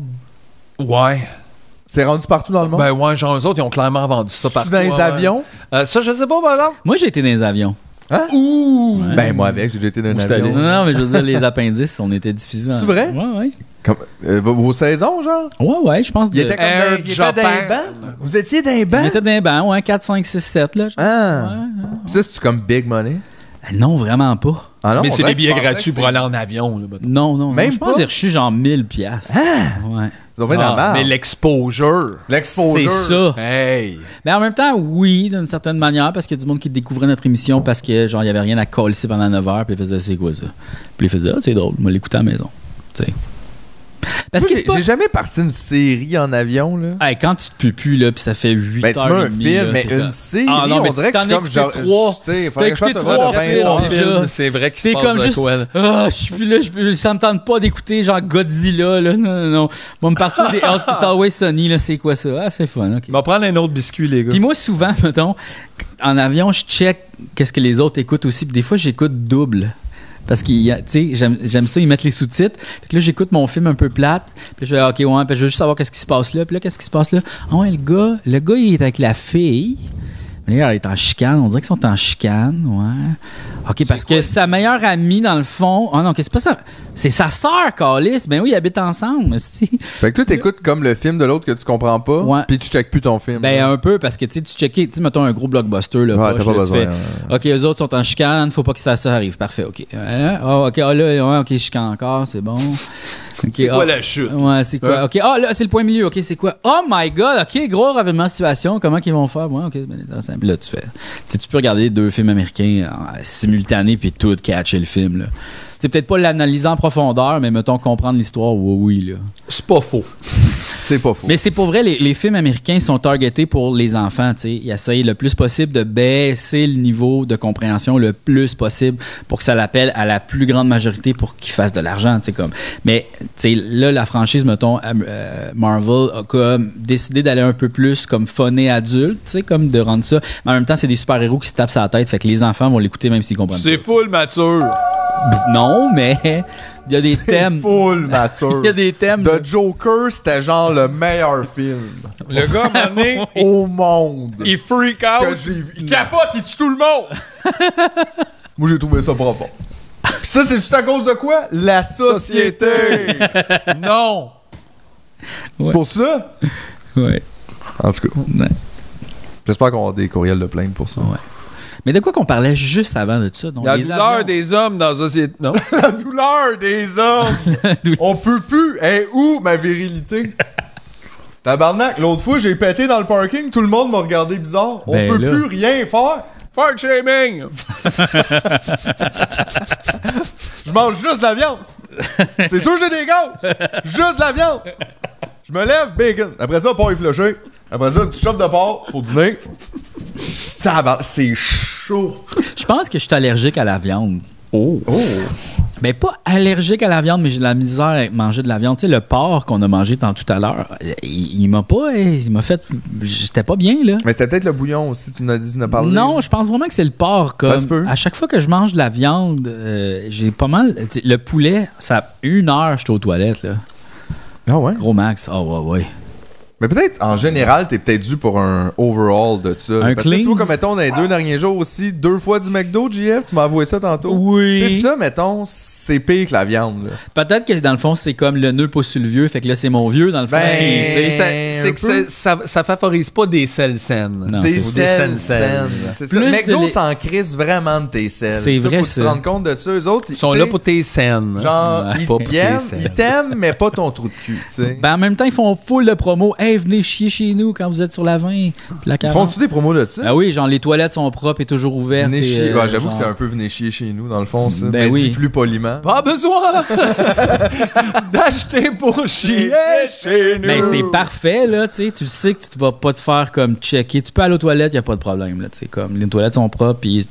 C: Ouais.
A: C'est rendu partout dans le monde?
C: Ben ouais, genre eux autres ils ont clairement vendu ça
A: C'est-tu
C: partout.
A: dans les
C: ouais.
A: avions?
C: Euh, ça je sais pas par exemple.
B: Moi, j'ai été dans les avions.
A: Hein?
B: Ouais.
A: Ben, moi avec, j'ai déjà été dans un
C: Où c'est allé?
B: Non,
A: avion.
B: non, mais je veux dire, les appendices, on était diffusés.
A: C'est
B: dans-
A: vrai?
B: Ouais, ouais.
A: Comme, euh, vos- vos saisons, genre?
B: Ouais, ouais, je pense.
A: Il
B: de-
A: était comme
C: Air
A: dans, il était dans un
C: Japan.
A: banc? Vous étiez dans un
B: Euh, Il
A: banc?
B: était dans les bancs, ouais, 4, 5, 6, 7. Là,
A: Ah!
B: Ouais,
A: Ça, c'est-tu comme Big Money?
B: ouais. Non, vraiment pas.
A: Ah non,
C: Mais
A: on
C: c'est
A: dirait
C: des
A: que
C: billets
A: je pensais que
C: gratuits pour
A: c'est-
C: aller en avion. là, mettons.
B: Non, non, non,
A: Même
B: Je pense
A: pas?
B: que j'ai reçu genre 1000 piastres.
C: Hein?
B: Ouais.
A: Ils ont fait de la
C: Ah,
A: marde.
C: mais l'exposure.
B: C'est
A: L'exposure.
B: ça.
C: Hey!
B: Mais en même temps, oui, d'une certaine manière, parce qu'il y a du monde qui découvrait notre émission parce que, genre, il n'y avait rien à coller pendant 9 heures, puis ils faisaient, c'est quoi ça? Puis ils faisaient, ah, c'est drôle, moi, l'écouter à la maison. Tu sais. Parce
A: Moi,
B: que
A: j'ai
B: c'est pas.
A: j'ai jamais parti une série en avion, là.
B: Hey, quand tu te pues plus, là, puis ça fait 8
A: Ben, tu
B: heures.
A: mets
B: et
A: un
B: demie,
A: film,
B: là,
A: mais
B: t'es
A: une
B: comme-
A: série,
B: Ah non, mais
A: on dirait que
B: t'en
A: je suis comme
B: écouté
A: genre.
B: trois.
A: Tu sais,
B: T'as
A: faudrait que je
B: écouté
A: fasse un
B: trois
A: de 20
B: films.
A: heures.
B: déjà.
C: C'est vrai qu'il
B: T'es
C: se passe
B: comme
C: de
B: juste.
C: quoi, là.
B: Ah, je suis plus là, je, je- ça me tente pas d'écouter genre Godzilla, là. Non, non, non. Bon, me partir des. Oh, c'est Always Sunny, là, c'est quoi ça? Ah, c'est fun, ok.
C: On va prendre un autre biscuit, les gars.
B: Puis moi, souvent, mettons, en avion, je check qu'est-ce que les autres écoutent aussi. Puis des fois, j'écoute double. Parce que, tu sais, j'aime j'aime ça, ils mettent les sous-titres. Fait que là, j'écoute mon film un peu plate. Puis je fais, OK, ouais, puis je veux juste savoir qu'est-ce qui se passe là. Puis là, qu'est-ce qui se passe là? Ah ouais, le gars, le gars, il est avec la fille. Mais là, il est en chicane. On dirait qu'ils sont en chicane, ouais. OK, parce que sa meilleure amie, dans le fond. Ah non, que c'est pas ça. C'est sa sœur, Calis. Ben oui, ils habitent ensemble, esti.
A: Fait que toi, t'écoutes comme le film de l'autre que tu comprends pas,
B: Ouais.
A: puis tu checkes plus ton film.
B: Ben, un peu, parce que tu sais, tu checkais, tu sais, mettons un gros blockbuster, là,
A: Ouais,
B: poche,
A: t'as pas
B: là, tu
A: besoin,
B: fais,
A: ouais.
B: OK, eux autres sont en chicane, faut pas que ça, ça arrive. Parfait, OK. Euh, ah, OK, ah, là, ouais, OK, chicane encore, c'est bon. OK,
C: C'est quoi
B: ah,
C: la chute?
B: Ouais, c'est quoi?
C: Ouais.
B: OK, ah, là, c'est le point milieu, OK, c'est quoi? Oh my God, OK, gros revirement de situation, comment qu'ils vont faire? Ouais, OK, c'est bien intéressant. Puis là, tu fais, tu sais, tu peux regarder deux films américains en simultané, puis tout catcher le film, là. Tu sais, peut-être pas l'analyser en profondeur, mais mettons comprendre l'histoire, oui, oui, là.
C: C'est pas faux.
A: C'est pas faux.
B: Mais c'est pour vrai, les, les films américains sont targetés pour les enfants. tu sais. Ils essayent le plus possible de baisser le niveau de compréhension le plus possible pour que ça l'appelle à la plus grande majorité pour qu'ils fassent de l'argent. tu sais, Comme. Mais tu sais, là, la franchise, mettons, am- euh, Marvel a comme décidé d'aller un peu plus comme phoné adulte, tu sais, comme de rendre ça. Mais en même temps, c'est des super-héros qui se tapent sur la tête. Fait que les enfants vont l'écouter même s'ils comprennent
C: C'est full mature.
B: pas. Non, mais il y a des thèmes.
A: Full mature.
B: Il y a des thèmes. là.
A: The Joker, c'était genre le meilleur film
C: Le gars, à un moment donné, il-
A: au monde.
C: il freak
A: que
C: out.
A: j'ai vu. Il capote, il tue tout le monde! Moi, j'ai trouvé ça profond. Pis ça, c'est juste à cause de quoi? La société!
C: Non!
A: c'est pour ça?
B: Ouais.
A: En tout cas,
B: Ouais.
A: j'espère qu'on aura des courriels de plainte pour ça.
B: Ouais. Mais de quoi qu'on parlait juste avant de ça? Donc
C: La
B: les
C: douleur
B: avions.
C: des hommes dans la société. Non.
A: La douleur des hommes! On peut plus! Hey, où ma virilité? Tabarnak, l'autre fois, j'ai pété dans le parking, tout le monde m'a regardé bizarre. On
B: Ben
A: peut
B: là.
A: plus rien faire!
C: Fart shaming!
A: Je mange juste de la viande. C'est sûr que j'ai des gosses. Juste de la viande. Je me lève, bacon. Après ça, pas effloché. Après ça, une petite chope de porc pour dîner. Tabarnak, c'est chaud.
B: Je pense que je suis allergique à la viande. Oh. Mais pas allergique à la viande, mais j'ai de la misère à manger de la viande. Tu sais, le porc qu'on a mangé tant tout à l'heure, il, il m'a pas, il m'a fait, j'étais pas bien là.
A: Mais c'était peut-être le bouillon aussi, tu m'as dit, tu n'as parlé.
B: Non, je pense vraiment que c'est le porc. Comme,
A: Ça se peut.
B: À chaque fois que je mange de la viande, euh, j'ai pas mal. tu sais, Le poulet, ça une heure, j'étais aux toilettes là.
A: Ah ouais.
B: Gros max. Ah ouais ouais.
A: Mais peut-être, en général, t'es peut-être dû pour un overall de ça.
B: Un
A: Parce que tu vois,
B: cleanse.
A: comme mettons, dans les deux derniers jours aussi, deux fois du McDo, JF, tu m'as avoué ça tantôt.
B: Oui.
A: C'est ça, mettons, c'est pire que la viande. là.
B: Peut-être que dans le fond, c'est comme le nœud pousse sur le vieux, fait que là c'est mon vieux dans le fond.
A: Ben,
B: qui, tu sais,
A: Eh,
C: C'est- ça-
A: un
C: C'est que
A: peu.
C: c'est- ça, ça favorise pas des selles saines.
B: Non, c'est-
A: Tes selles
C: Des selles saines.
A: saines. C'est ça.
B: Plus de
A: McDo
B: les-
A: s'en crisse vraiment de tes selles.
B: C'est vrai,
A: faut que
B: ça.
A: Tu te rends compte de ça. Eux autres,
C: Ils sont là pour tes saines.
A: Genre,
B: Ouais,
A: ils
B: pas pour tes
A: t'aiment,
C: selles.
A: ils t'aiment, mais pas ton trou de cul, tu sais.
B: Ben, en même temps, ils font full de promos. Hey, venez chier chez nous quand vous êtes sur la 20. puis La
A: Ils
B: 40.
A: Font-tu des promos de ça?
B: Ah oui, genre les toilettes sont propres et toujours ouvertes.
A: Venez
B: et,
A: chier.
B: euh,
A: Ouais, J'avoue que
B: genre-
A: c'est un peu venez chier chez nous, dans le fond, ça.
B: Ben
A: mais
B: oui.
A: dis plus poliment.
C: Pas besoin d'acheter pour chier chez nous.
B: Mais Ben, c'est parfait, là, tu sais. Tu le sais que tu te vas pas te faire comme checker. Tu peux aller aux toilettes, y a pas de problème, là, tu sais. Comme les toilettes sont propres, puis,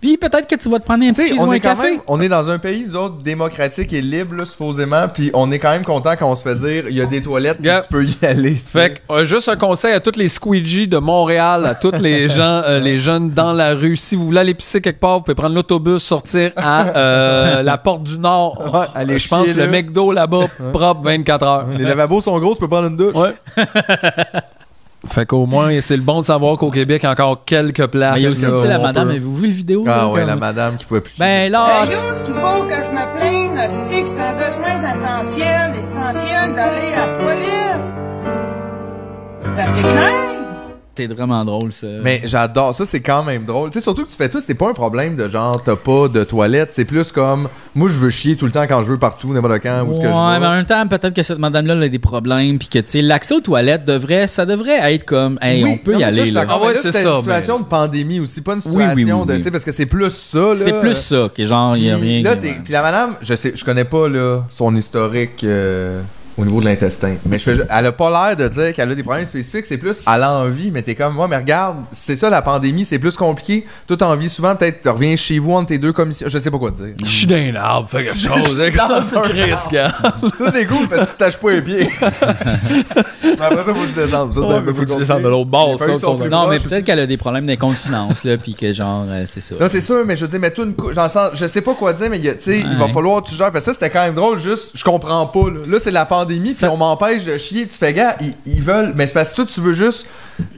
B: puis peut-être que tu vas te prendre un
A: Tu
B: petit
A: sais,
B: cheese ou
A: on
B: un
A: est quand
B: café.
A: même, on est dans un pays, nous autres, démocratique et libre, là, supposément, puis on est quand même content quand on se fait dire, il y a des toilettes, puis
C: Yep.
A: tu peux y aller. tu sais.
C: Fait que, euh, juste un conseil à tous les squeegees de Montréal, à tous les gens, euh, les jeunes dans la rue. Si vous voulez aller pisser quelque part, vous pouvez prendre l'autobus, sortir à euh, la porte du Nord.
A: Ouais, allez
C: je pense
A: chier, là.
C: le McDo là-bas, propre 24 heures.
A: Les lavabos sont gros, tu peux prendre une douche.
C: Ouais. Fait qu'au moins, c'est le bon de savoir qu'au Québec, il y a encore quelques places.
B: Mais il y a aussi,
C: là,
B: tu sais, la
C: où on
B: madame,
C: peut-
B: avez-vous vu le vidéo?
A: Ah
B: là,
A: ouais,
B: comme-
A: la madame qui pouvait plus.
B: Ben
D: Ah,
B: là,
D: yo, ce qu'il faut que je me plaigne, c'est que c'est un besoin essentiel, essentiel d'aller à la toilette. C'est assez clair.
B: t'es vraiment drôle, ça.
A: Mais j'adore ça, c'est quand même drôle. Tu sais, surtout que tu fais tout, c'est pas un problème de genre t'as pas de toilette, c'est plus comme moi je veux chier tout le temps quand je veux partout, n'importe quand, où ce
B: Ouais,
A: que je veux.
B: mais en même temps, peut-être que cette madame-là elle a des problèmes, puis que, tu sais, l'accès aux toilettes devrait, ça devrait être comme, hey,
A: Oui,
B: on peut
A: non,
B: y
A: mais ça, ben.
B: aller,
A: je suis
B: là.
A: d'accord.
C: Ah ouais,
A: Mais là,
C: c'est
A: c'était
C: ça,
A: une situation de pandémie aussi, pas une
B: Oui, oui,
A: situation
B: oui,
A: de,
B: oui.
A: tu sais, parce que c'est plus ça
C: ben,
A: là.
B: C'est plus ça, que genre, il y a
A: Puis
B: rien.
A: Là,
B: qui-
A: t'es- puis la madame, je sais, je connais pas là, son historique euh, au niveau de l'intestin. Mais je fais, ju- elle a pas l'air de dire qu'elle a des problèmes spécifiques. C'est plus à l'envie. Mais t'es comme moi, mais regarde, c'est ça la pandémie, c'est plus compliqué. Toi, t'as envie souvent, peut-être, tu reviens chez vous entre tes deux commissions. Je sais pas quoi te dire.
C: Je suis dans un arbre, fais quelque chose. hein,
A: dans
C: comme
A: un
C: Chris,
A: arbre.
C: gars.
A: ça c'est cool, parce que tu tâches pas les pieds. mais après ça, faut que tu descendes. Ça, c'est
C: Ouais,
A: un peu
C: mais faut que tu
A: compliqué.
C: descendes de l'autre bord,
A: Les feuilles
C: sinon,
A: sont
C: tu
A: plus
B: Non, mais
A: proches
B: peut-être qu'elle a des problèmes d'incontinence, là, puis que genre, euh, c'est ça.
A: Non, c'est sûr, mais je dis, mais tout une couche. Dans le sens, je sais pas quoi dire, mais il y a- tu sais, il va
B: Ouais.
A: falloir que tu gères. Parce que ça, c'était quand même drôle, juste, je comprends pas. Là, Là, c'est la pandémie,
B: Ça-
A: puis on m'empêche de chier. Tu fais, gars, ils, ils veulent. Mais c'est parce que toi, tu veux juste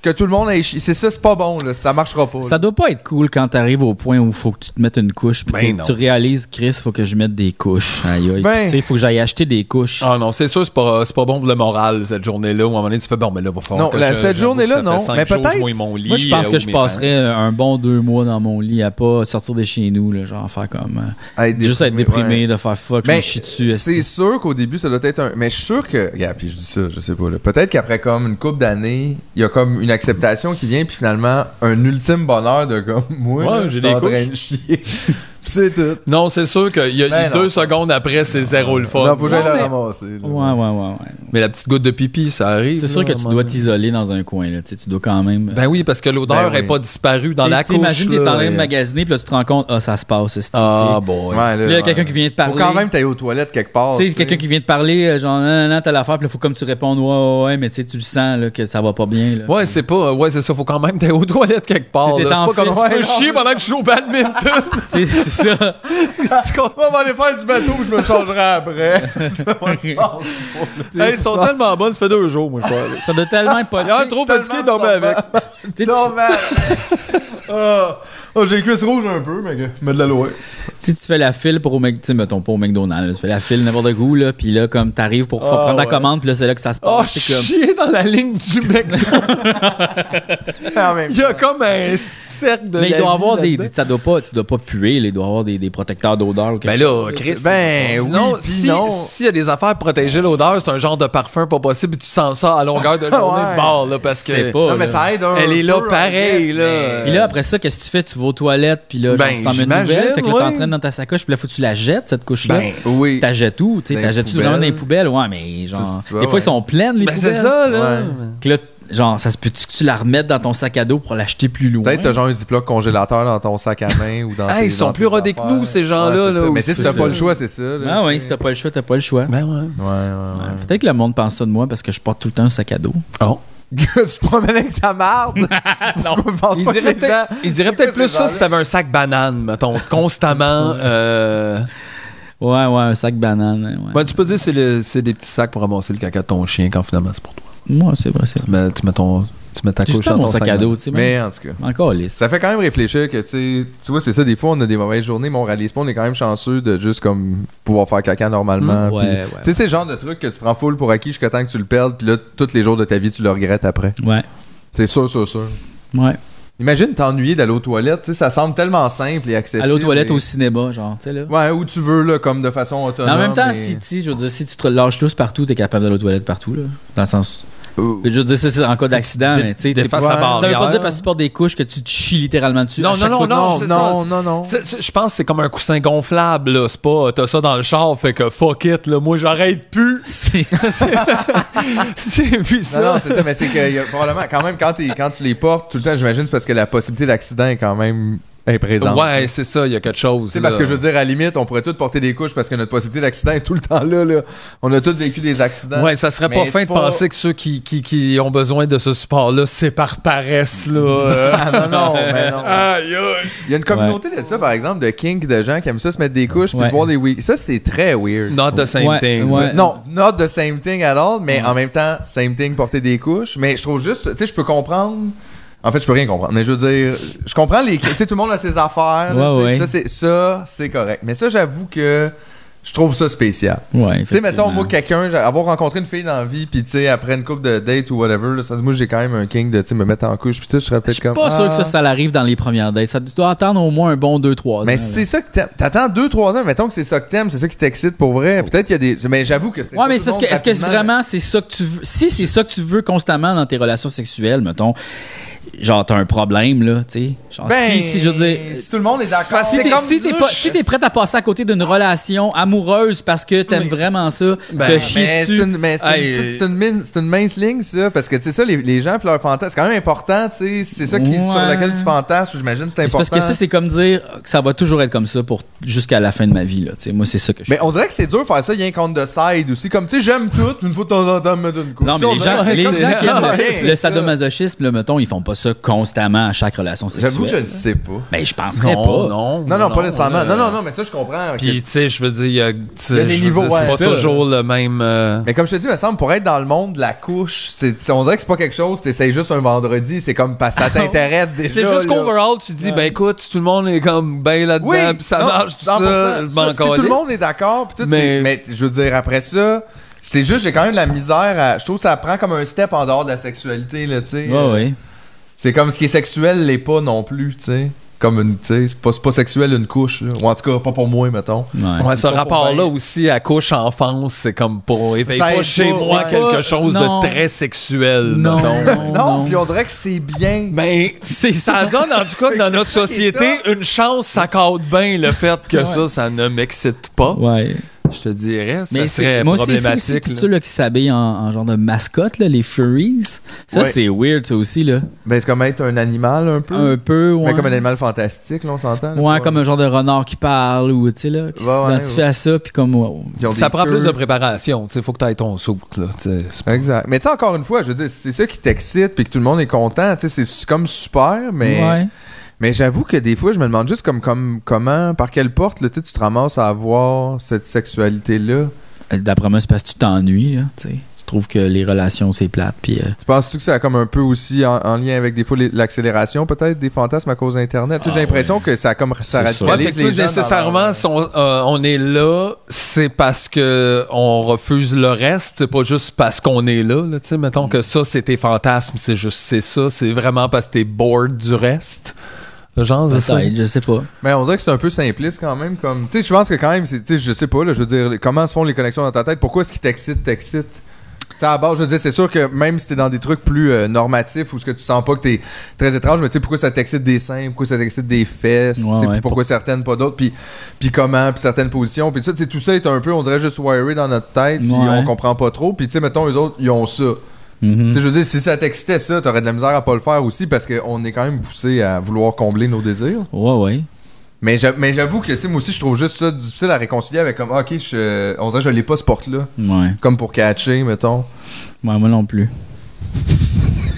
A: que tout le monde aille chier. C'est ça, c'est pas bon, là. Ça marchera pas. là.
B: Ça doit pas être cool quand t'arrives au point où faut que tu te mettes une couche, puis
C: Ben
B: que
C: non.
B: tu réalises, Chris, faut que je mette des couches. Aïe, aïe.
A: Ben.
B: Tu sais, faut que j'aille acheter des couches.
C: Ah non, c'est sûr, c'est pas, c'est pas bon pour le moral, cette journée-là, où à un moment donné, tu fais bon, mais là, pour faire.
A: Non,
C: que
A: la-
C: je-
A: cette
C: j'avoue
A: journée-là,
C: que ça
A: non,
C: fait cinq
A: mais
C: jours,
A: peut-être-
C: moi et mon lit,
B: Moi, je pense
C: euh,
B: que
C: ou
B: je
C: mes
B: passerais un bon deux mois dans mon lit à pas sortir de chez nous, là, genre faire comme. euh,
A: Être
B: juste être déprimé,
A: ouais.
B: de faire fuck, je
A: Ben,
B: me chie dessus.
A: C'est
B: esti.
A: sûr qu'au début, ça doit être un. Mais je suis sûr que. Regarde, puis je dis ça, je sais pas. là. Peut-être qu'après comme une couple d'années, il y a comme une acceptation qui vient, puis finalement, un ultime bonheur de comme. Moi,
C: Ouais,
A: là, je
C: j'ai
A: suis
C: des
A: en train
C: couches.
A: de chier. Puis c'est tout.
C: Non, c'est sûr qu'il y a
A: Ben non.
C: deux secondes après, c'est zéro le fun.
A: Non, faut que j'aille
B: Ouais,
A: la
B: mais-
A: ramasser. là.
B: Ouais, ouais, ouais, ouais.
C: Mais la petite goutte de pipi, ça arrive.
B: C'est sûr
C: là,
B: que
C: à un
B: tu
C: moment
B: dois
C: donné.
B: t'isoler dans un coin, là. Tu sais, tu dois quand même.
C: Ben oui, parce que l'odeur
A: Ben oui.
C: est pas disparue dans
B: Tu sais,
C: la
B: tu sais,
C: couche.
B: Imagine, t'es en
C: là,
B: train de
C: et-
B: magasiner, puis là, tu te rends compte, ah, ça se passe, esti, tu
C: Ah,
B: sais.
A: Ouais,
C: bon.
B: Puis Là, il y a
A: ouais.
B: quelqu'un qui vient te
A: Faut
B: parler.
A: quand même t'ailles aux toilettes quelque
B: Tu
A: part.
B: sais,
A: t'sais.
B: quelqu'un qui vient te parler, euh, genre, non, non, non, t'as l'affaire, puis là, faut comme tu répondes, ouais, ouais, ouais, mais tu sais, tu le sens, là, que ça va pas bien, là.
C: Ouais, c'est pas. Ouais, c'est ça. Faut quand même t'es aux toilettes quelque part.
B: T'es
C: là. C'est
B: en
C: pas
B: file,
C: comme tu
A: ouais,
C: peux
A: non,
C: chier pendant que je joue au badminton.
B: Tu sais, c'est ça.
A: On va aller faire du bateau, puis je me changerai après.
C: Hey, ils sont tellement bonnes, ça fait deux jours, moi, je parle.
B: Ça doit tellement pas
C: Il y a un trop fatigué de dormir avec.
B: Tu sais, tu-
A: Normal. oh, oh, j'ai les cuisses rouges un peu, mais, mais de l'aloès.
B: si tu fais la file pour au Mc- tu sais, mettons pas au McDonald's, mais tu fais la file n'importe où, là, puis là, comme t'arrives pour faire
C: Ah,
B: prendre ta
C: ouais.
B: commande, puis là, c'est là que ça se
A: Ah,
C: Oh,
B: passe. c'est comme.
C: chier dans la ligne du mec.
A: Quand même.
C: Il y a comme un cercle de.
B: Mais il
C: la
B: doit
C: vie
B: avoir des,
C: là-dedans.
B: des- ça doit pas, tu dois pas puer, là, il doit avoir des, des protecteurs d'odeur ou quelque
C: Ben
B: chose.
C: là, Chris.
A: Ben oui,
C: sinon,
A: puis
C: si-
A: non.
C: S'il y a des affaires à protéger l'odeur, c'est un genre de parfum pas possible, et tu sens ça à longueur de journée
A: Ouais.
C: de bar, là, parce
B: C'est
C: que.
B: pas.
A: Non, mais
B: là.
A: ça aide un
C: Elle est là
A: peu, I
C: pareil,
A: guess,
C: là.
A: mais-
B: Puis là, après ça, qu'est-ce que tu fais? Tu vas aux toilettes, puis là,
C: Ben,
B: genre, tu t'en mets une
C: j'imagine,
B: nouvelle. Fait que là,
C: ouais.
B: t'entraînes dans ta sacoche, puis là, faut que tu la jettes, cette couche-là.
C: Ben,
A: Oui.
B: T'as jettes où? tu sais,
A: Dans
B: T'as
A: les
B: jettes-tu vraiment dans les poubelles? Ouais, mais genre.
A: C'est ça,
B: Des fois,
A: ouais.
B: ils sont pleines, les
C: Ben,
B: poubelles.
C: c'est ça, là.
A: Ouais.
B: Fait que là, genre, ça se peut-tu que tu la remettes dans ton sac à dos pour l'acheter plus loin?
A: Peut-être t'as genre un ziploc congélateur dans ton sac à main ou dans
C: Ah,
A: tes-
C: ils sont
A: dans
C: plus
A: tes
C: rodés que
A: affaires.
C: nous, ces gens-là,
A: Ouais, c'est
C: là,
A: ça. Mais
C: aussi.
A: si t'as
B: C'est
A: pas
B: ça.
A: le choix, c'est ça. là,
B: Ah
A: tu
B: ouais,
A: sais.
B: si t'as pas le choix, t'as pas le choix.
C: Ben ouais.
A: Ouais, ouais, ouais.
B: Peut-être que le monde pense ça de moi parce que je porte tout le temps un sac à dos.
C: Oh.
A: tu te promènes avec ta marde.
B: non.
A: Je pense
C: Il
A: pas que
C: dirait
A: les
C: peut-être
A: gens-
C: il dirait
A: C'est
C: peut-être
A: quoi
C: plus
A: ces
C: ça
A: gens-là?
C: si t'avais un sac banane, mettons, constamment. euh,
B: Ouais, ouais, un sac banane. hein, Ouais,
C: ben, tu peux dire c'est le- c'est des petits sacs pour ramasser le caca de ton chien quand finalement c'est pour toi.
B: Moi, c'est vrai, c'est vrai.
C: Tu mets, tu mets ton, tu mets ta
B: J'ai
C: couche
B: pas
C: dans
B: mon
C: ton
B: sac à dos, tu sais. Mais...
A: Mais en tout cas.
B: Encore lisse.
A: Ça fait quand même réfléchir que, tu sais, tu vois, c'est ça, des fois, on a des mauvaises journées, mais on réalise pas, on est quand même chanceux de juste, comme, pouvoir faire caca normalement.
B: Mm, ouais,
A: puis-
B: ouais,
A: Tu sais, c'est le genre de truc que tu prends full pour acquis jusqu'à temps que tu le perdes, puis là, tous les jours de ta vie, tu le regrettes après.
B: Ouais,
A: C'est sûr, sûr, sûr.
B: ouais.
A: Imagine t'ennuyer d'aller aux toilettes, tu sais, ça semble tellement simple et accessible.
B: Aller aux toilettes
A: et-
B: au cinéma, genre, tu sais, là.
A: Ouais, où tu veux, là, comme de façon autonome.
B: Mais en même temps,
A: et-
B: si, si, je veux dire, si tu te lâches tous partout, t'es capable d'aller aux toilettes partout, là. Dans le sens.
A: Oh.
B: Je veux dire, ça, c'est en cas d'accident, mais tu sais, t'es
C: Défasse
A: Ouais.
C: la barrière.
B: Ça veut pas dire parce que tu portes des couches que tu te chies littéralement dessus.
C: Non,
B: à
C: non,
B: chaque
C: non,
B: fois que tu-
A: Non,
C: c'est
A: non,
C: ça.
A: non, non.
C: C'est- c'est- Je pense que c'est comme un coussin gonflable, là. C'est pas, euh, t'as ça dans le char, fait que fuck it, là. Moi, j'arrête plus.
B: C'est-
C: J'ai vu
A: Non,
C: ça.
A: non, c'est ça, mais c'est que y a probablement, quand même, quand, t'es- quand tu les portes tout le temps, j'imagine, c'est parce que la possibilité d'accident est quand même est présente.
C: Ouais, c'est ça, il y a quelque chose.
A: C'est parce
C: là.
A: que je veux dire, à la limite, on pourrait tous porter des couches parce que notre possibilité d'accident est tout le temps là. là. On a tous vécu des accidents.
C: Ouais, ça serait
A: Mais
C: pas fin
A: c'est
C: de
A: pas-
C: penser que ceux qui, qui, qui ont besoin de ce support-là, c'est par paresse, là. euh.
A: Ah non, non, mais non.
C: Aïe, aïe.
A: Il y a une communauté de ça, par exemple, de kink, de gens qui aiment ça se mettre des couches puis
B: Ouais.
A: se voir des week Ça, c'est très weird.
C: Not the same
B: Ouais,
C: thing.
B: ouais.
A: Non, not the same thing at all, mais en même temps, same thing, porter des couches. Mais je trouve juste, tu sais, je peux comprendre. En fait, je peux rien comprendre, mais je veux dire, je comprends les. Tu sais, tout le monde a ses affaires. là,
B: Ouais,
A: tu sais,
B: ouais.
A: Ça, c'est ça, c'est correct. Mais ça, j'avoue que je trouve ça spécial.
B: Ouais,
A: Tu sais, mettons,
B: effectivement.
A: moi, quelqu'un, j'a- avoir rencontré une fille dans la vie, puis tu sais, après une couple de date ou whatever, là, ça, se- moi, j'ai quand même un king de, tu sais, me mettre en couche, puis tout, je serais
B: Je
A: peut-être
B: suis
A: comme.
B: pas sûr que ça,
A: ah.
B: ça l'arrive dans les premières dates. Ça doit attendre au moins un bon 2-3 ans.
A: Mais
B: là.
A: c'est ça que t'a- t'attends 2-3 ans, mettons que c'est ça que t'aimes, c'est ça qui t'excite pour vrai. Peut-être qu'il y a des. Mais j'avoue que.
B: Ouais, mais c'est parce que est-ce que c'est vraiment c'est ça que tu veux Si c'est ça que tu veux constamment dans tes relations sexuelles, mettons, genre t'as un problème là, tu sais. Genre, si, si je veux dire.
A: Ben, Si tout le monde est d'accord,
B: Si t'es
A: comme
B: si t'es pas- si t'es prête à passer à côté d'une relation amoureuse parce que t'aimes vraiment ça,
C: Ben,
B: te
C: mais
B: chier
A: Mais c'est
B: dessus.
A: une, mais c'est une-
C: Hey,
A: c'est une min- c'est une mince ligne, ça, parce que, tu sais, ça, les, les gens, puis leur fantasme, c'est quand même important, tu sais, c'est ça qui, sur
B: Ouais.
A: lequel tu fantasmes, j'imagine, c'est
B: Mais C'est parce
A: important.
B: que ça, c'est comme dire que ça va toujours être comme ça pour jusqu'à la fin de ma vie. Là. Tu sais, Moi, c'est ça que je
A: Mais on dirait que c'est dur de faire ça, il y a un compte de side aussi. Comme, tu sais, j'aime tout, une fois de temps en temps, me donne une couche.
B: Non, mais les gens, les gens qui aiment
A: Ouais,
B: le, le
A: c'est ça.
B: sadomasochisme, là, mettons, ils font pas ça constamment à chaque relation sexuelle.
A: J'avoue que je le sais pas.
B: Ben, je penserais pas.
C: non,
A: Non, non, pas nécessairement.
C: euh,
A: Non, non, non, mais ça, je comprends.
C: Puis, tu sais, je veux dire, il y a, tu sais,
A: Il y a des
C: je veux
A: niveaux,
C: dire,
A: ouais,
C: c'est pas
A: c'est ça.
C: toujours le même. euh,
A: Mais comme je te dis, il me semble, pour être dans le monde de la couche, c'est, c'est- on dirait que c'est pas quelque chose, t'essayes juste un vendredi, c'est comme, parce que ça t'intéresse déjà.
C: Ah, C'est juste
A: là.
C: qu'overall, tu dis, ben écoute, si tout le monde est comme ben là-dedans,
A: Oui,
C: puis ça
A: non,
C: marche, tout
A: 100%,
C: ça, je m'en
A: ça, Si tout le
C: calisse.
A: monde est d'accord, puis tout,
C: Mais-
A: c'est- mais je veux dire, après ça, c'est juste, j'ai quand même de la misère à, je trouve que ça prend comme un step en dehors de la sexualité, là, tu sais.
B: Ouais, ouais.
A: C'est comme ce qui est sexuel l'est pas non plus, tu sais. Comme une, tu sais, c'est pas, c'est pas sexuel une couche, là. Ou en tout cas, pas pour moi, mettons.
B: ouais.
C: Ouais, ce
A: Pas pour
C: rapport-là
A: ben-
C: aussi à couche-enfance, c'est comme pour éveiller
A: Ça aide
C: pas chez
A: pas,
C: moi
A: ouais.
C: quelque chose
B: Non.
C: de très sexuel.
B: Non,
C: mettons.
B: non,
A: non,
B: non.
A: puis on dirait que c'est bien.
C: Mais
B: C'est
C: Ben, ça donne, en tout cas, dans notre
A: C'est ça qui est
C: société, une chance, ça cadre bien le fait que
B: Ouais.
C: ça, ça ne m'excite pas.
B: Ouais.
C: Je te dirais, ça
B: Mais c'est
C: serait
B: moi aussi, c'est aussi
C: problématique.
B: tous
C: là.
B: ceux là, qui s'habillent en, en genre de mascotte, là, les furries. Ça,
A: Ouais.
B: c'est weird, ça aussi. Là.
A: Ben, c'est comme être un animal, un peu.
B: Un peu, Euh, ouais.
A: Mais comme un animal fantastique, là, on s'entend. là,
B: Ouais,
A: pas-
B: comme un genre de renard qui parle ou, tu sais, là, qui
A: Ouais, ouais,
B: s'identifie
A: ouais.
B: à ça, puis comme. ouais, ouais.
A: Ils ont
C: Ça
A: des
C: prend plus
A: queues.
C: de préparation. Il faut que tu ailles ton soute. Là, tu sais. C'est pas-
A: Exact. Mais tu sais, encore une fois, je veux dire, c'est ça qui t'excite puis que tout le monde est content. Tu sais, c'est comme super, mais,
B: Ouais.
A: mais j'avoue que des fois, je me demande juste comme, comme comment, par quelle porte, là, tu sais, tu te ramasses à avoir cette sexualité-là.
B: D'après moi, c'est parce que tu t'ennuies, là, tu sais. Tu trouves que les relations, c'est plate, puis. euh,
A: Tu penses-tu que ça a comme un peu aussi en, en lien avec des fois les- l'accélération, peut-être, des fantasmes à cause d'Internet? Tu sais,
B: Ah
A: j'ai l'impression que ça a comme ça
B: C'est
C: Ouais, fait
A: radicalise
C: que nous,
A: les gens. dans
C: nécessairement,
A: leur-
C: si on, euh, on est là, c'est parce que on refuse le reste, c'est pas juste parce qu'on est là. là, tu sais, mettons que ça, c'est tes fantasmes, c'est juste c'est ça, c'est vraiment parce que t'es bored du reste. Genre, c'est ça.
B: peut-être, je sais pas.
A: Mais on dirait que c'est un peu simpliste quand même. Comme, tu sais, je pense que quand même, c'est- tu sais, je sais pas, là, je veux dire, comment se font les connexions dans ta tête? Pourquoi est-ce qui t'excite, t'excite? Tu sais, à la base, je veux dire, c'est sûr que même si t'es dans des trucs plus euh, normatifs ou ce que tu sens pas que t'es très étrange, mais tu sais, pourquoi ça t'excite des seins, pourquoi ça t'excite des fesses, tu sais,
B: Ouais,
A: puis
B: ouais,
A: pourquoi certaines, pas d'autres, puis puis comment, puis certaines positions, puis ça, tu sais, tout ça est un peu, on dirait, juste wiré dans notre tête, puis
B: Ouais.
A: on comprend pas trop, puis tu sais, mettons, eux autres, ils ont ça.
B: Mhm.
A: Tu sais, je veux dire, si ça t'excitait ça, t'aurais de la misère à pas le faire aussi, parce qu'on est quand même poussé à vouloir combler nos désirs.
B: Ouais, ouais.
A: Mais j'a- mais j'avoue que, tu sais, moi aussi, je trouve juste ça difficile à réconcilier avec comme, ah, ok, je, on dirait que je l'ai pas ce porte-là.
B: Ouais.
A: Comme pour catcher, mettons.
B: Ouais, moi non plus.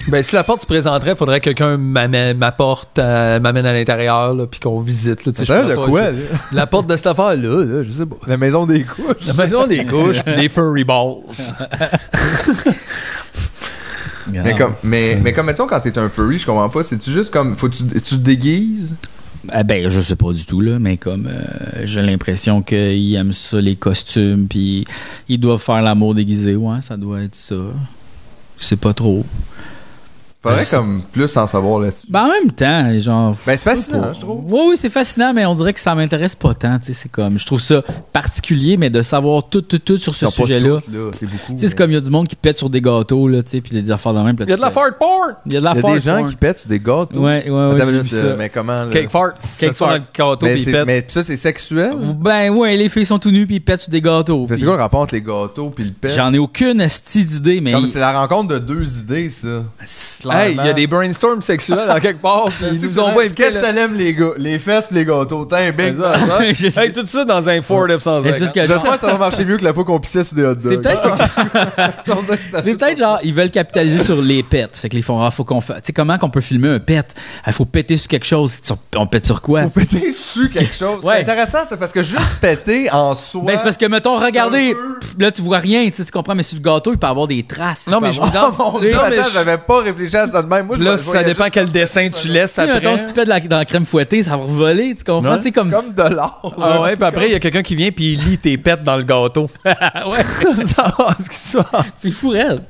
C: Ben, si la porte se présenterait, faudrait que quelqu'un m'amène- m'apporte, euh, m'amène à l'intérieur, là, puis qu'on visite. Là, tu sais, je
A: Ça
C: pourrais
A: de
C: pas-
A: quoi, là?
C: je- La porte de cette affaire-là, là, je sais pas.
A: La maison des couches.
C: La maison des couches, puis des furry balls.
A: Mais comme, mais, mais comme, mettons, quand t'es un furry, je comprends pas, c'est-tu juste comme, faut tu, tu te déguises?
B: Ah ben, je sais pas du tout, là, mais comme euh, j'ai l'impression qu'ils aiment ça, les costumes, puis ils doivent faire l'amour déguisé, ouais, ça doit être ça. Je sais pas trop.
A: Faudrait
B: Je-
A: comme plus en savoir là-dessus.
B: Ben, en même temps, genre.
A: Ben, c'est fascinant,
B: pas.
A: je trouve.
B: Oui, oui, c'est fascinant, mais on dirait que ça m'intéresse pas tant, tu sais, c'est comme. Je trouve ça particulier, mais de savoir tout, tout, tout sur ce
A: Non, pas
B: sujet-là.
A: toutes, là, c'est beaucoup.
B: Tu sais, c'est
A: mais-
B: comme il y a du monde qui pète sur des gâteaux, là, tu sais, puis il y a des affaires dans même. puis là,
C: Il y a
B: tu
C: de la
B: fais-
C: fart porn!
B: Il y a de la
A: Il y a des
B: fart
A: gens
B: porn.
A: qui pètent sur des gâteaux.
B: Ouais, ouais, ouais.
A: Attends
B: j'ai
A: une minute,
B: vu
A: euh,
B: ça.
A: mais comment, là?
C: Cake fart.
B: Cake
C: Cake fart. Gâteau,
A: mais,
C: puis
A: c'est-
C: pète.
A: mais ça, c'est sexuel?
B: Ben ouais, les filles sont tout nues puis ils pètent sur des gâteaux.
A: Fait, C'est
B: puis-
A: quoi le rapport entre les gâteaux puis le pet?
B: J'en ai aucune esti d'idée, mais
A: Comme
B: il-
A: c'est la rencontre de deux idées, ça.
B: c'est
C: Hey, il
A: clairement.
C: y a des brainstorms sexuels en quelque part, puis ils nous ont pas
A: Qu'est-ce que
C: invité.
A: ça l'aime, les gars? Les fesses pis les gâteaux. T'es un big.
B: Je sais.
C: Hey, tout ça dans un Ford
B: C'est parce
C: F-150.
B: que genre-
A: J'espère que ça va marcher mieux que la fois qu'on pissait sur des hot dogs.
B: C'est peut-être
A: On dirait que ça-
B: c'est peut-être genre ils veulent capitaliser sur les pets. Fait que les font ah, faut qu'on fa- tu sais comment qu'on peut filmer un pet Il faut péter sur quelque chose. Sur- On pète sur quoi
A: Faut péter su quelque chose.
B: Ouais.
A: C'est intéressant, c'est parce que juste péter en soi.
B: Ben c'est parce que mettons regardez
A: un peu-
B: pff, là tu vois rien, tu sais, tu comprends mais sur le gâteau il peut avoir des traces.
C: Non,
B: Il peut
C: mais je
B: avoir-
C: me
A: Oh mon
C: demande.
A: dieu,
C: Non, mais
A: attends,
C: je-
A: j'avais pas réfléchi à ça de même. Moi, je
C: Là,
A: vois- je
C: ça
A: voyais
C: dépend
A: juste-
C: quel dessin tu laisses
B: Tu sais, mettons,
C: après.
B: si tu pètes la- dans la crème fouettée, ça va voler, tu comprends?
C: Ouais.
B: Tu sais, comme,
A: Comme de l'or.
C: Ah ouais, puis après, il y a quelqu'un qui vient puis il lit tes pets dans le gâteau.
B: ouais,
C: ça va, ce qui se passe.
B: c'est fou, raide.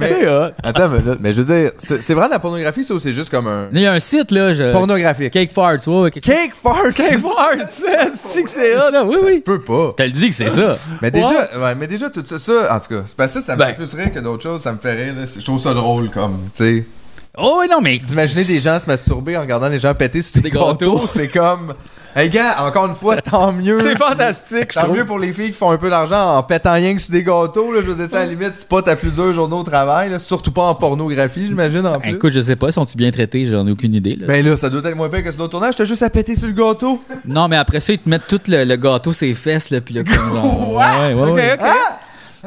A: Mais-
C: C'est hot.
A: Attends, mais, là- mais je veux dire, c'est c'est vraiment de la pornographie, ça, ou c'est juste comme un.
B: Là, Il y a un site, là, je...
A: Pornographique.
B: Cake Farts, tu vois. Euh, Cake
A: Cake fart! Cake fart!
C: Fart, tu sais, c'est que c'est hot.
B: ça, oui,
A: Ça se
B: oui.
A: peut pas.
B: Je te le dis que c'est ça.
A: Mais déjà, ouais, mais déjà, tout ça, ça, en tout cas, c'est parce que ça, ça me
C: Ben.
A: fait plus rire que d'autres choses, ça me fait rire, là. C'est- Je trouve ça drôle, comme, tu sais.
B: Oh, oui, non, mais...
A: D'imaginer des gens se masturber en regardant les gens péter sur des,
B: Des gâteaux.
A: gâteaux, c'est comme. Hey, gars, encore une fois, tant mieux.
C: C'est fantastique, je
A: Tant
C: trouve.
A: mieux pour les filles qui font un peu d'argent en pétant rien que sur des gâteaux, là. Je veux dire, tu sais, à la limite, c'est pas ta plus dure journée au travail, là. Surtout pas en pornographie, j'imagine, en plus.
B: Ben, Écoute, je sais pas, sont-ils bien traités? J'en ai aucune idée, là.
A: Ben là, ça doit être moins pire que sur d'autres tournages, t'as juste à péter sur le gâteau.
B: Non, mais après ça, ils te mettent tout le, le gâteau, ses fesses, là, puis le... ouais, ouais, ouais.
C: Ok, ok.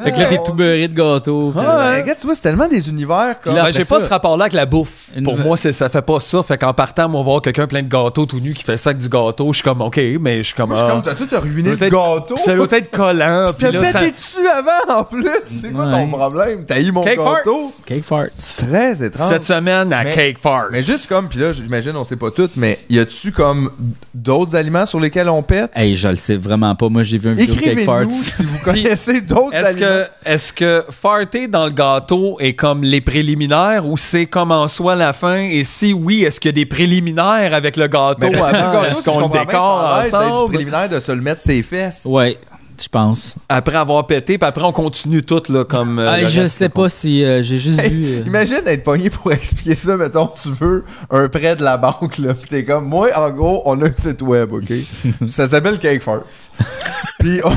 B: Fait que là, t'es tout beurré de gâteau. puis-
A: Ah, ouais. Regarde, tu vois, c'est tellement des univers, comme.
B: Là,
C: Ben, j'ai
B: après
C: pas
B: ça-
C: ce rapport-là avec la bouffe.
B: Une
C: Pour
B: vraie-
C: moi, c'est, ça fait pas ça. Fait qu'en partant, moi, voir quelqu'un plein de gâteaux tout nu qui fait ça avec du gâteau, je suis comme, OK, mais je suis comme.
A: Moi, je suis comme,
C: ah,
A: t'as tout ruiné le
C: peut-être-
A: gâteau.
C: Ça doit être collant.
A: T'as
C: Puis là,
A: pété
C: ça...
A: dessus avant, en plus. C'est quoi ton
B: Ouais.
A: problème? T'as eu mon
C: Cake
A: gâteau.
C: farts.
B: Cake Farts.
A: Très étrange.
C: Cette semaine à
A: Mais-
C: Cake Fart.
A: Mais juste comme, puis là, j'imagine, on sait pas tout, mais y a-tu comme d'autres aliments sur lesquels on pète?
B: Hey, je le sais vraiment pas. Moi, j'ai vu un vidéo de Cake
A: Écrivez-nous
B: Farts.
A: si vous connaissez d'autres
C: Est-ce
A: aliments.
C: que, est-ce que farter dans le gâteau est comme les préliminaires ou c'est comme en soi la fin? Et si oui, est-ce qu'il y a des préliminaires avec le gâteau
A: Mais parce que
C: avant?
A: gâteau,
C: Est-ce
A: si je
C: qu'on le
A: comprends bien, ça
C: décore
A: a l'air d'être du
C: ensemble?
A: préliminaire de se le mettre ses fesses.
B: Ouais, je pense.
C: Après avoir pété, puis après on continue tout là, comme. euh,
B: Ah,
C: le
B: je
C: reste.
B: sais pas si... euh, j'ai juste
A: Hey,
B: vu... euh,
A: Imagine être pogné pour expliquer ça, mettons, tu veux un prêt de la banque, là, pis t'es comme, moi, en gros, on a un site web, ok? ça s'appelle Cake First. Puis on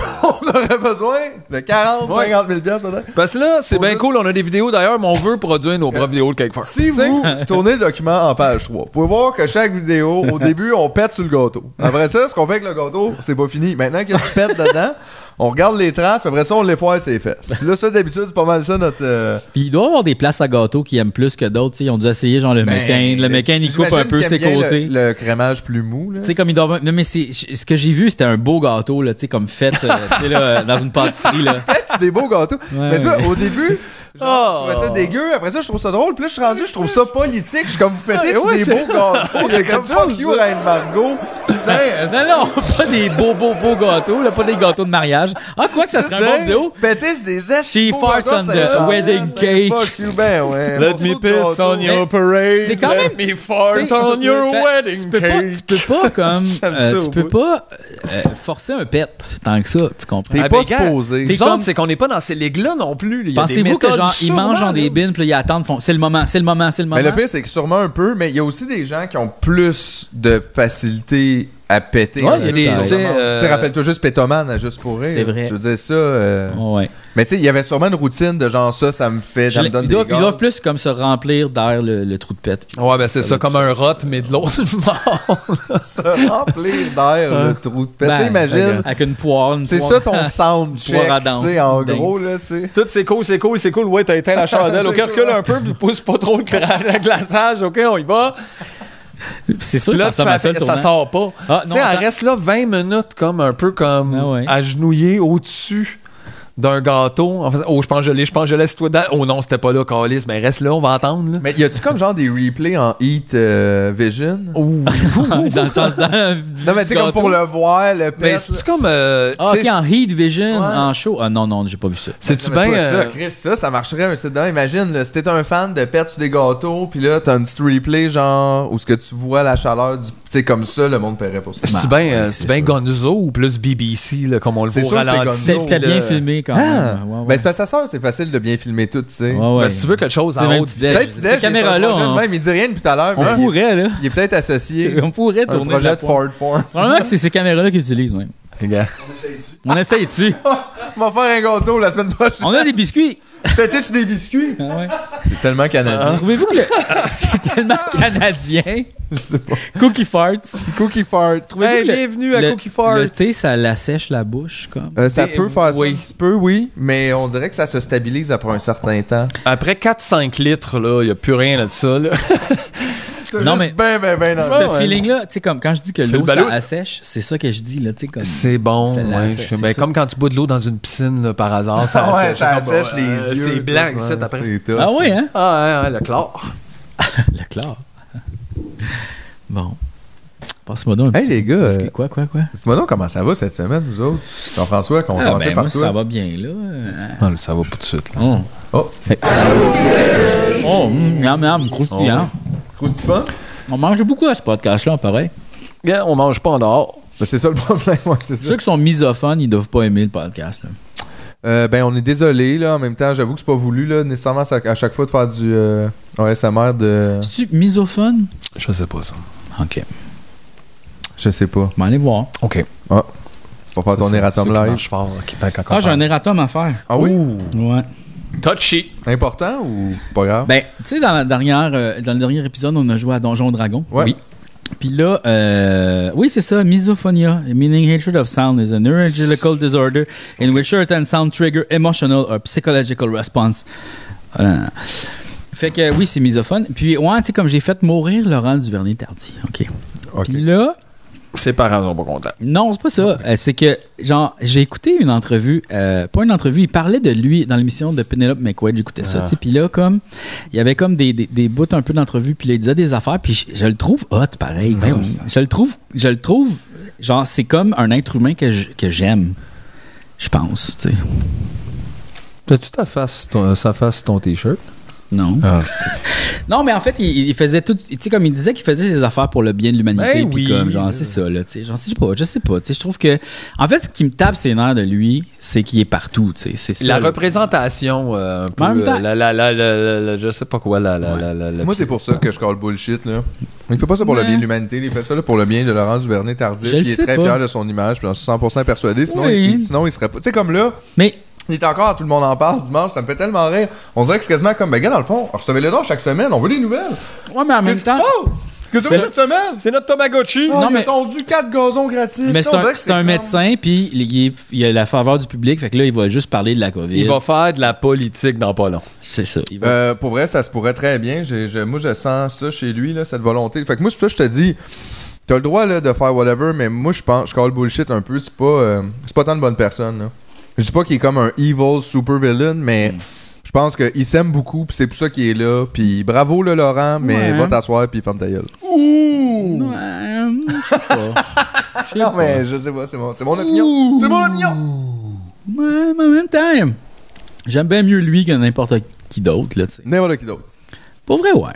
A: aurait besoin de 40,
C: Ouais.
A: 50 000 piastres, peut-être.
C: Parce que là, c'est
A: Faut
C: bien
A: juste-
C: cool, on a des vidéos d'ailleurs, mais on veut produire nos propres vidéos de Cake Fart.
A: Si
C: Tu sais,
A: vous tournez le document en page 3, vous pouvez voir que chaque vidéo, au début, on pète sur le gâteau. Après ça, ce qu'on fait avec le gâteau, c'est pas fini. Maintenant que tu pètes dedans, on regarde les traces, puis après ça, on les foire ses fesses. Puis là, ça, d'habitude, c'est pas mal ça, notre... euh,
B: Puis il doit y avoir des places à gâteau qui aiment plus que d'autres. tu sais, Ils ont dû essayer genre le
A: ben,
B: McCain. Le McCain, il coupe un
A: j'imagine
B: peu
A: qu'il
B: ses
A: aime bien le-
B: côtés.
A: Le, crémage plus mou, là.
B: Tu sais, comme il doit. Non, mais c'est, je- ce que j'ai vu, c'était un beau gâteau, là, tu sais, comme fait, euh, tu sais, là, dans une pâtisserie, là.
A: Hey, c'est des beaux gâteaux. mais tu vois,
B: ouais.
A: au début, genre, je trouvais ça dégueu. Après ça, je trouve ça drôle. Puis là, je suis rendu, je trouve ça politique. Je suis comme, vous pétez sur
C: ouais,
A: des
C: c'est-
A: beaux gâteaux. C'est comme,
C: quelque chose,
A: fuck you, Reine Margot. Putain, est-ce-
B: Non, non, pas des beaux, beaux, beaux gâteaux, là, pas des gâteaux de mariage. Ah, quoi que ça serait un bon vidéo?
A: péter sur des estes.
B: She
A: beaux
B: farts
A: gâteaux,
B: on
A: ça
B: the
A: ressemble,
B: wedding
A: hein,
B: cake.
A: Fuck you, ben ouais.
C: Let
A: morceau
C: me
A: de
C: piss
A: gâteau.
C: on your parade.
B: c'est quand
C: Let
B: même-
C: me
B: Tu
C: fart
B: sais,
C: on your
B: t'as-
C: wedding
B: tu peux pas, tu
C: cake.
B: peux pas comme,
C: J'aime
B: euh,
C: ça,
B: tu
C: au
B: peux
C: bout.
B: pas euh, forcer un pet tant que ça, tu comprends?
A: T'es
C: Ah,
A: pas
C: ben, gars,
A: supposé.
B: t'es
C: Nous autres,
B: comme-
C: c'est qu'on n'est pas dans ces ligues-là non plus. Il y a des
B: Pensez-vous que
C: méthodes
B: genre, ils
C: sûrement,
B: mangent dans
C: là.
B: des bins, puis là, ils attendent, font, c'est le moment, c'est le moment, c'est le moment.
A: Mais le pire, c'est que sûrement un peu, mais il y a aussi des gens qui ont plus de facilité à péter.
C: Ouais,
A: un
C: il y a
A: peu
C: des-
A: dans le
C: tu sais,
A: monde.
C: euh,
A: Tu sais, rappelle-toi juste Pétoman, à juste pour rire.
B: C'est vrai.
A: Je veux dire ça. euh,
B: Ouais.
A: Mais tu sais, il y avait sûrement une routine de genre ça, ça me fait, ça
B: Je-
A: me donne
B: ils,
A: des
B: doivent, ils
A: gaz.
B: doivent plus comme se remplir d'air le, le trou de pète.
C: Ouais, ben c'est ça, comme un rot, mais de l'autre bord.
A: se remplir d'air le trou de pète.
B: Ben,
A: Tu sais, imagine,
B: Avec une poire, une
A: c'est
B: poire-
A: ça ton sound check,
B: Poire à dents.
A: tu sais, en
B: Dingue.
A: gros là, tu sais.
C: Tout c'est cool, c'est cool, c'est cool. Ouais, t'as éteint la chandelle. Ok,
A: C'est
C: recule
A: cool.
C: un peu, puis pousse pas trop le gla- le glaçage. Ok, on y va.
B: C'est sûr
C: Puis
B: que ça
C: là, tu
B: ressemble à ça,
C: fais,
B: le
C: ça
B: tournant.
C: sort pas.
B: Ah,
C: tu
B: non,
C: sais, elle
B: attends.
C: reste là 20 minutes, comme un peu comme
B: Ah ouais.
C: agenouillée au-dessus d'un gâteau. En faisant, oh, je pense que je l'ai, je pense que je l'ai, c'est toi dedans. Oh non, c'était pas là, Calis, mais reste là, on va attendre. Là.
A: Mais y a-tu comme genre des replays en Heat euh, Vision
C: Ouh.
B: dans le sens d'un-
A: Non mais tu sais comme
B: gâteau.
A: pour le voir, le
C: mais
A: pète.
C: c'est-tu comme. euh,
B: Ah,
C: tu
B: ok,
C: sais,
B: en Heat Vision,
A: Ouais.
B: en show. Ah non, non, j'ai pas vu ça.
C: C'est-tu
A: Non, mais tu
C: bien.
A: vois ça,
C: euh,
A: Chris, ça, ça marcherait un site dedans. Imagine, là, si t'es un fan de pète sur des gâteaux, puis là, t'as un petit replay, genre, où ce que tu vois la chaleur du. Tu sais, comme ça, le monde paierait pour ça.
C: C'est-tu
B: Bah,
C: bien euh,
B: ouais,
C: c'est-tu
B: c'est
C: bien
B: sûr.
C: Gonzo ou plus BBC, là, comme on le
A: C'est
C: voit
A: sûr que
C: au
A: c'est
C: ralenti?
A: Gonzo.
B: C'était c'était
C: là.
B: bien filmé quand
A: Ah!
B: même. Ouais, ouais.
A: Ben, c'est parce que ça sort, c'est facile de bien filmer tout, tu sais.
B: Ouais, ouais.
C: Ben, si tu veux quelque chose
B: C'est
C: en
B: même
C: haut,
B: petit
C: tu-
B: déj.
A: Peut-être,
B: Ces
A: Dej, j'ai sur le
B: caméras-là,
A: projet de
B: on-
A: même, il dit rien depuis tout à l'heure,
B: On
A: mais
B: pourrait, là.
A: il est peut-être associé
B: On pourrait
A: à un
B: tourner. de
A: projet
B: la
A: de
B: poire.
A: Ford Porn.
B: Probablement que c'est ces caméras-là qu'ils utilisent, même.
C: Regarde.
B: On essaye dessus.
A: On va faire un gâteau la semaine prochaine.
B: On a des biscuits.
A: Pété sur des biscuits. Ah.
B: Ah ouais.
A: C'est tellement canadien.
B: Trouvez-vous que le- c'est tellement canadien?
A: Je sais pas.
B: Cookie farts.
A: Cookie fart.
B: Trouvez-vous
C: Hey,
B: que le-
C: bienvenue à
B: le-
C: Cookie Farts.
B: Le thé, ça la sèche la bouche, comme.
A: Euh, ça
C: Ben,
A: peut faire ça
C: oui.
A: un petit peu, oui, mais on dirait que ça se stabilise après un certain temps.
C: Après 4-5 litres, là, il n'y a plus rien là-dessus. Là.
B: Non, mais-
A: Ben, ben, ben, non.
B: Ce
C: ouais.
B: feeling-là, tu sais, comme quand je dis que
C: Fait
B: l'eau,
C: le
B: ça
C: ballon.
B: la sèche, c'est ça que je dis, là, tu sais, comme.
C: C'est bon.
B: Ça
C: ouais,
B: l'assèche,
C: je-
B: c'est
C: ben,
B: ça.
C: comme quand tu bois de l'eau dans une piscine là, par hasard. Ça
A: Ah ouais,
C: assèche,
A: ça
C: là, comme,
A: sèche les
C: euh,
A: yeux.
C: C'est
A: tout,
C: blanc,
A: ouais,
C: ça, après.
A: c'est tough.
B: Ah ouais, hein?
C: Ah ouais, ouais, le chlore.
B: Le chlore. Bon. Passe-moi donc un
A: Hey,
B: petit-
A: les gars,
B: parce que-
A: euh,
B: Quoi, quoi, quoi?
A: Dis-moi donc comment ça va cette semaine, vous autres? Jean-François, qu'on va
B: Ah,
A: commencer
B: ben,
A: par
B: moi,
A: toi.
B: ça va bien, là. Euh,
C: Non, Ah, ça va pas tout de suite.
B: Oh.
A: Oh.
B: Oh, mm, miam, miam,
A: Oh,
B: croustillant.
A: Croustillant?
B: On mange beaucoup à ce podcast-là, pareil.
C: on mange pas en dehors.
A: Ben, c'est ça le problème, ouais, c'est ça.
B: Ceux qui sont misophones, ils doivent pas aimer le podcast, là.
A: Euh, ben, on est désolé, là. En même temps, j'avoue que c'est pas voulu, là, nécessairement, ça- à chaque fois, de faire du euh, ASMR de.
B: Es-tu misophone?
C: Je sais pas ça.
B: Ok.
A: Je sais pas.
B: Je vais aller voir.
C: OK.
A: Pour faire ton erratum live.
B: Ah, j'ai un erratum à faire.
A: Ah oui?
B: Ouais.
C: Touchy.
A: Important ou pas grave?
B: Ben, tu sais, dans, la dernière, euh, dans le dernier épisode, on a joué à Donjon Dragon.
A: Ouais.
B: Oui. Puis là, euh, oui, c'est ça, misophonia, meaning hatred of sound is a neurological disorder in which certain sound trigger emotional or psychological response. Ah, non, non. Fait que oui, c'est misophone. Puis, ouais, tu sais, comme j'ai fait mourir Laurent Duvernay-Tardy. OK.
A: Ok.
B: Puis là,
C: Ses parents sont pas contents.
B: non, c'est pas ça. Euh, C'est que, genre, j'ai écouté une entrevue, euh, pas une entrevue, il parlait de lui dans l'émission de Penelope McQuaid, j'écoutais ça,
C: Ah.
B: tu sais. Puis là, comme, il y avait comme des, des, des bouts un peu d'entrevue, puis là, il disait des affaires, puis je, je le trouve hot, pareil.
C: Ben oui.
B: Je le trouve, je le trouve, genre, c'est comme un être humain que je- que j'aime, je pense, tu sais.
C: T'as-tu ta face, ton, euh, sa face sur ton t-shirt?
B: Non.
C: Ah.
B: Non, mais en fait, il, il faisait tout. Tu sais, comme il disait qu'il faisait ses affaires pour le bien de l'humanité.
C: Ben
B: puis
C: oui.
B: comme, genre, c'est ça, là. Tu sais, genre, je sais pas, je sais pas. Tu sais, je trouve que. En fait, ce qui me tape ses nerfs de lui, c'est qu'il est partout, tu sais. C'est ça.
C: La
B: là.
C: représentation, euh, un peu.
B: même
C: euh,
B: temps-
C: la, la, la, la, la- la- je sais pas quoi, la, la,
B: Ouais.
C: la, la, la-
A: Moi, c'est pour ça que je call bullshit, là. Il fait pas ça pour
B: Ouais.
A: le bien de l'humanité, il fait ça là, pour le bien de Laurent Duvernay Tardif.
B: Je le
A: Il est
B: sais
A: très
B: pas.
A: fier de son image, puis j'en suis 100% persuadé. Sinon,
B: Oui.
A: il, sinon, il serait pas. Tu sais, comme là,
B: Mais.
A: il est encore, tout le monde en parle dimanche, ça me fait tellement rire. On dirait que c'est quasiment comme, ben, gars, dans le fond, recevez-le donc chaque semaine, on veut des nouvelles.
B: Ouais, mais en même
A: Qu'est-ce qui se
B: temps.
A: passe? Que tu
B: C'est-
A: fais cette semaine?
C: C'est notre Tamagotchi!
A: Oh,
B: Non,
A: il a
B: mais-
A: tondu 4 gazons gratuits.
B: Mais
A: Ça,
B: c'est
A: on dirait
B: un,
A: que
B: c'est un
A: comme-
B: médecin, puis il, est- il a la faveur du public, fait que là, il va juste parler de la COVID.
C: Il va faire de la politique dans pas long.
B: C'est ça. Il va-
A: Euh, pour vrai, ça se pourrait très bien. J'ai- j'ai- moi, je sens ça chez lui, là, cette volonté. Fait que moi, c'est pour ça que je te dis, t'as le droit là, de faire whatever, mais moi, je pense, je call bullshit un peu. C'est pas, euh, c'est pas tant de bonnes personnes. là. Je dis pas qu'il est comme un evil super villain, mais je pense qu'il s'aime beaucoup, puis c'est pour ça qu'il est là. Puis bravo, le Laurent, mais
B: Ouais.
A: va t'asseoir, puis ferme ta gueule.
B: Ouais, euh, je sais pas. Je sais
A: Ah Non,
B: pas.
A: mais je sais pas, c'est mon, c'est mon opinion. C'est mon opinion!
B: Ouais, mais en même temps, j'aime bien mieux lui que n'importe qui d'autre, là, tu sais.
A: N'importe qui d'autre.
B: Pour vrai, ouais.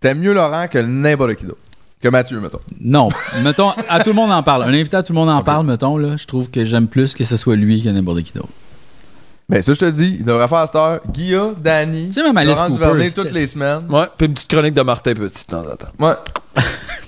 A: T'aimes mieux Laurent que n'importe qui d'autre. Que Mathieu, mettons.
B: Non. Mettons, à tout le monde en parle. Un invité à tout le monde en parle, mettons, là. Je trouve que j'aime plus que ce soit lui que n'importe qui d'autre.
A: Ben, ça, je te dis, il devrait faire à cette heure. Guilla, Danny,
B: Tu sais, même Alice
A: Laurent
B: Cooper,
A: Duvernay
B: c'était-
A: toutes les semaines.
C: Ouais, puis une petite chronique de Martin Petit de temps en temps.
A: Ouais.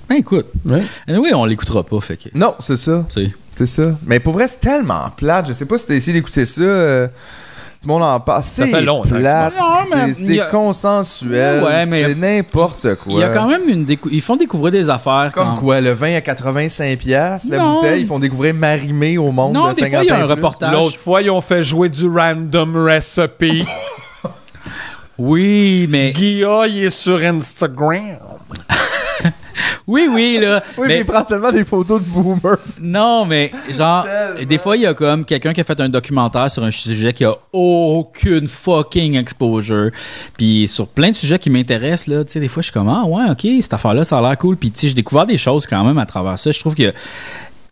B: Ben écoute.
C: Ouais.
B: oui, on l'écoutera pas, fait que. Tu
A: Non, c'est ça.
B: sais.
A: C'est ça. Mais pour vrai, c'est tellement plate. Je sais pas si t'as essayé d'écouter ça. euh, Tout le monde en parle. C'est
C: fait longtemps que
A: plate.
B: ça marche. Non, mais
A: c'est-
B: il y
A: C'est
B: a-
A: consensuel.
B: Ouais, mais-
A: c'est n'importe quoi.
B: Il y a quand même une décou- Ils font découvrir des affaires.
A: Comme
B: quand-
A: quoi, le vin à 85$, piastres, la
B: Non.
A: bouteille, ils font découvrir Marimé au monde
B: Non,
A: de
B: des
A: 50
B: fois, il y a un
A: plus.
B: reportage.
C: L'autre fois, ils ont fait jouer du random recipe.
B: Oui, mais.
C: Guilla, il est sur Instagram.
B: Oui, oui, là.
A: Oui, mais...
B: mais
A: il prend tellement des photos de boomer.
B: non, mais genre,
A: Tellement.
B: des fois, il y a comme quelqu'un qui a fait un documentaire sur un sujet qui a aucune fucking exposure. Puis sur plein de sujets qui m'intéressent, là, tu sais, des fois, je suis comme, ah ouais, ok, cette affaire-là, ça a l'air cool. Puis tu sais, j'ai découvert des choses quand même à travers ça. Je trouve que.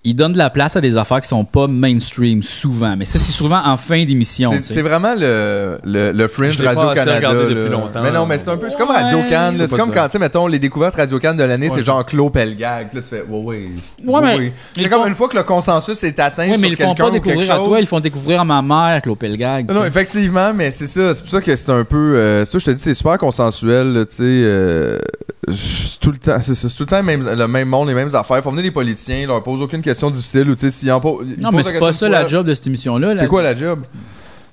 B: Il donne de la place à des affaires qui sont pas mainstream souvent, mais ça c'est souvent en fin d'émission.
A: C'est
B: tu sais.
A: c'est vraiment le, le, le fringe
C: Je l'ai pas assez
A: Radio-Canada.
C: regardé
A: là.
C: depuis longtemps.
A: Mais non, mais c'est un peu. C'est comme
B: Ouais.
A: Radio-Can. là.
C: Faut
A: C'est
C: pas
A: comme
C: te-
A: quand, tu sais, mettons, les découvertes Radio-Can de l'année,
C: Ouais.
A: c'est genre Claude Pelgag. Puis Là, tu fais, ouais, ouais. c'est-
B: Ouais, mais-
A: C'est
B: ils
A: comme
B: font-
A: une fois que le consensus est atteint
B: Oui, mais ils
A: sur
B: le font
A: quelqu'un
B: pas
A: ou quelque
B: découvrir à toi,
A: chose.
B: ils le font découvrir à ma mère, Clopelgag.
A: Non, non, effectivement, mais c'est ça. C'est pour ça que c'est un peu. euh, c'est ça, que je te dis, c'est super consensuel, là, tu sais. euh, c'est tout le temps, c'est ça, c'est tout le temps le même, le même monde, les mêmes affaires. Ils font venir des politiciens, ils leur posent aucune question difficile ou tu sais, s'il en pose. il
B: Non,
A: pose
B: mais c'est
A: question,
B: pas ça la job de cette émission-là.
A: C'est quoi la job?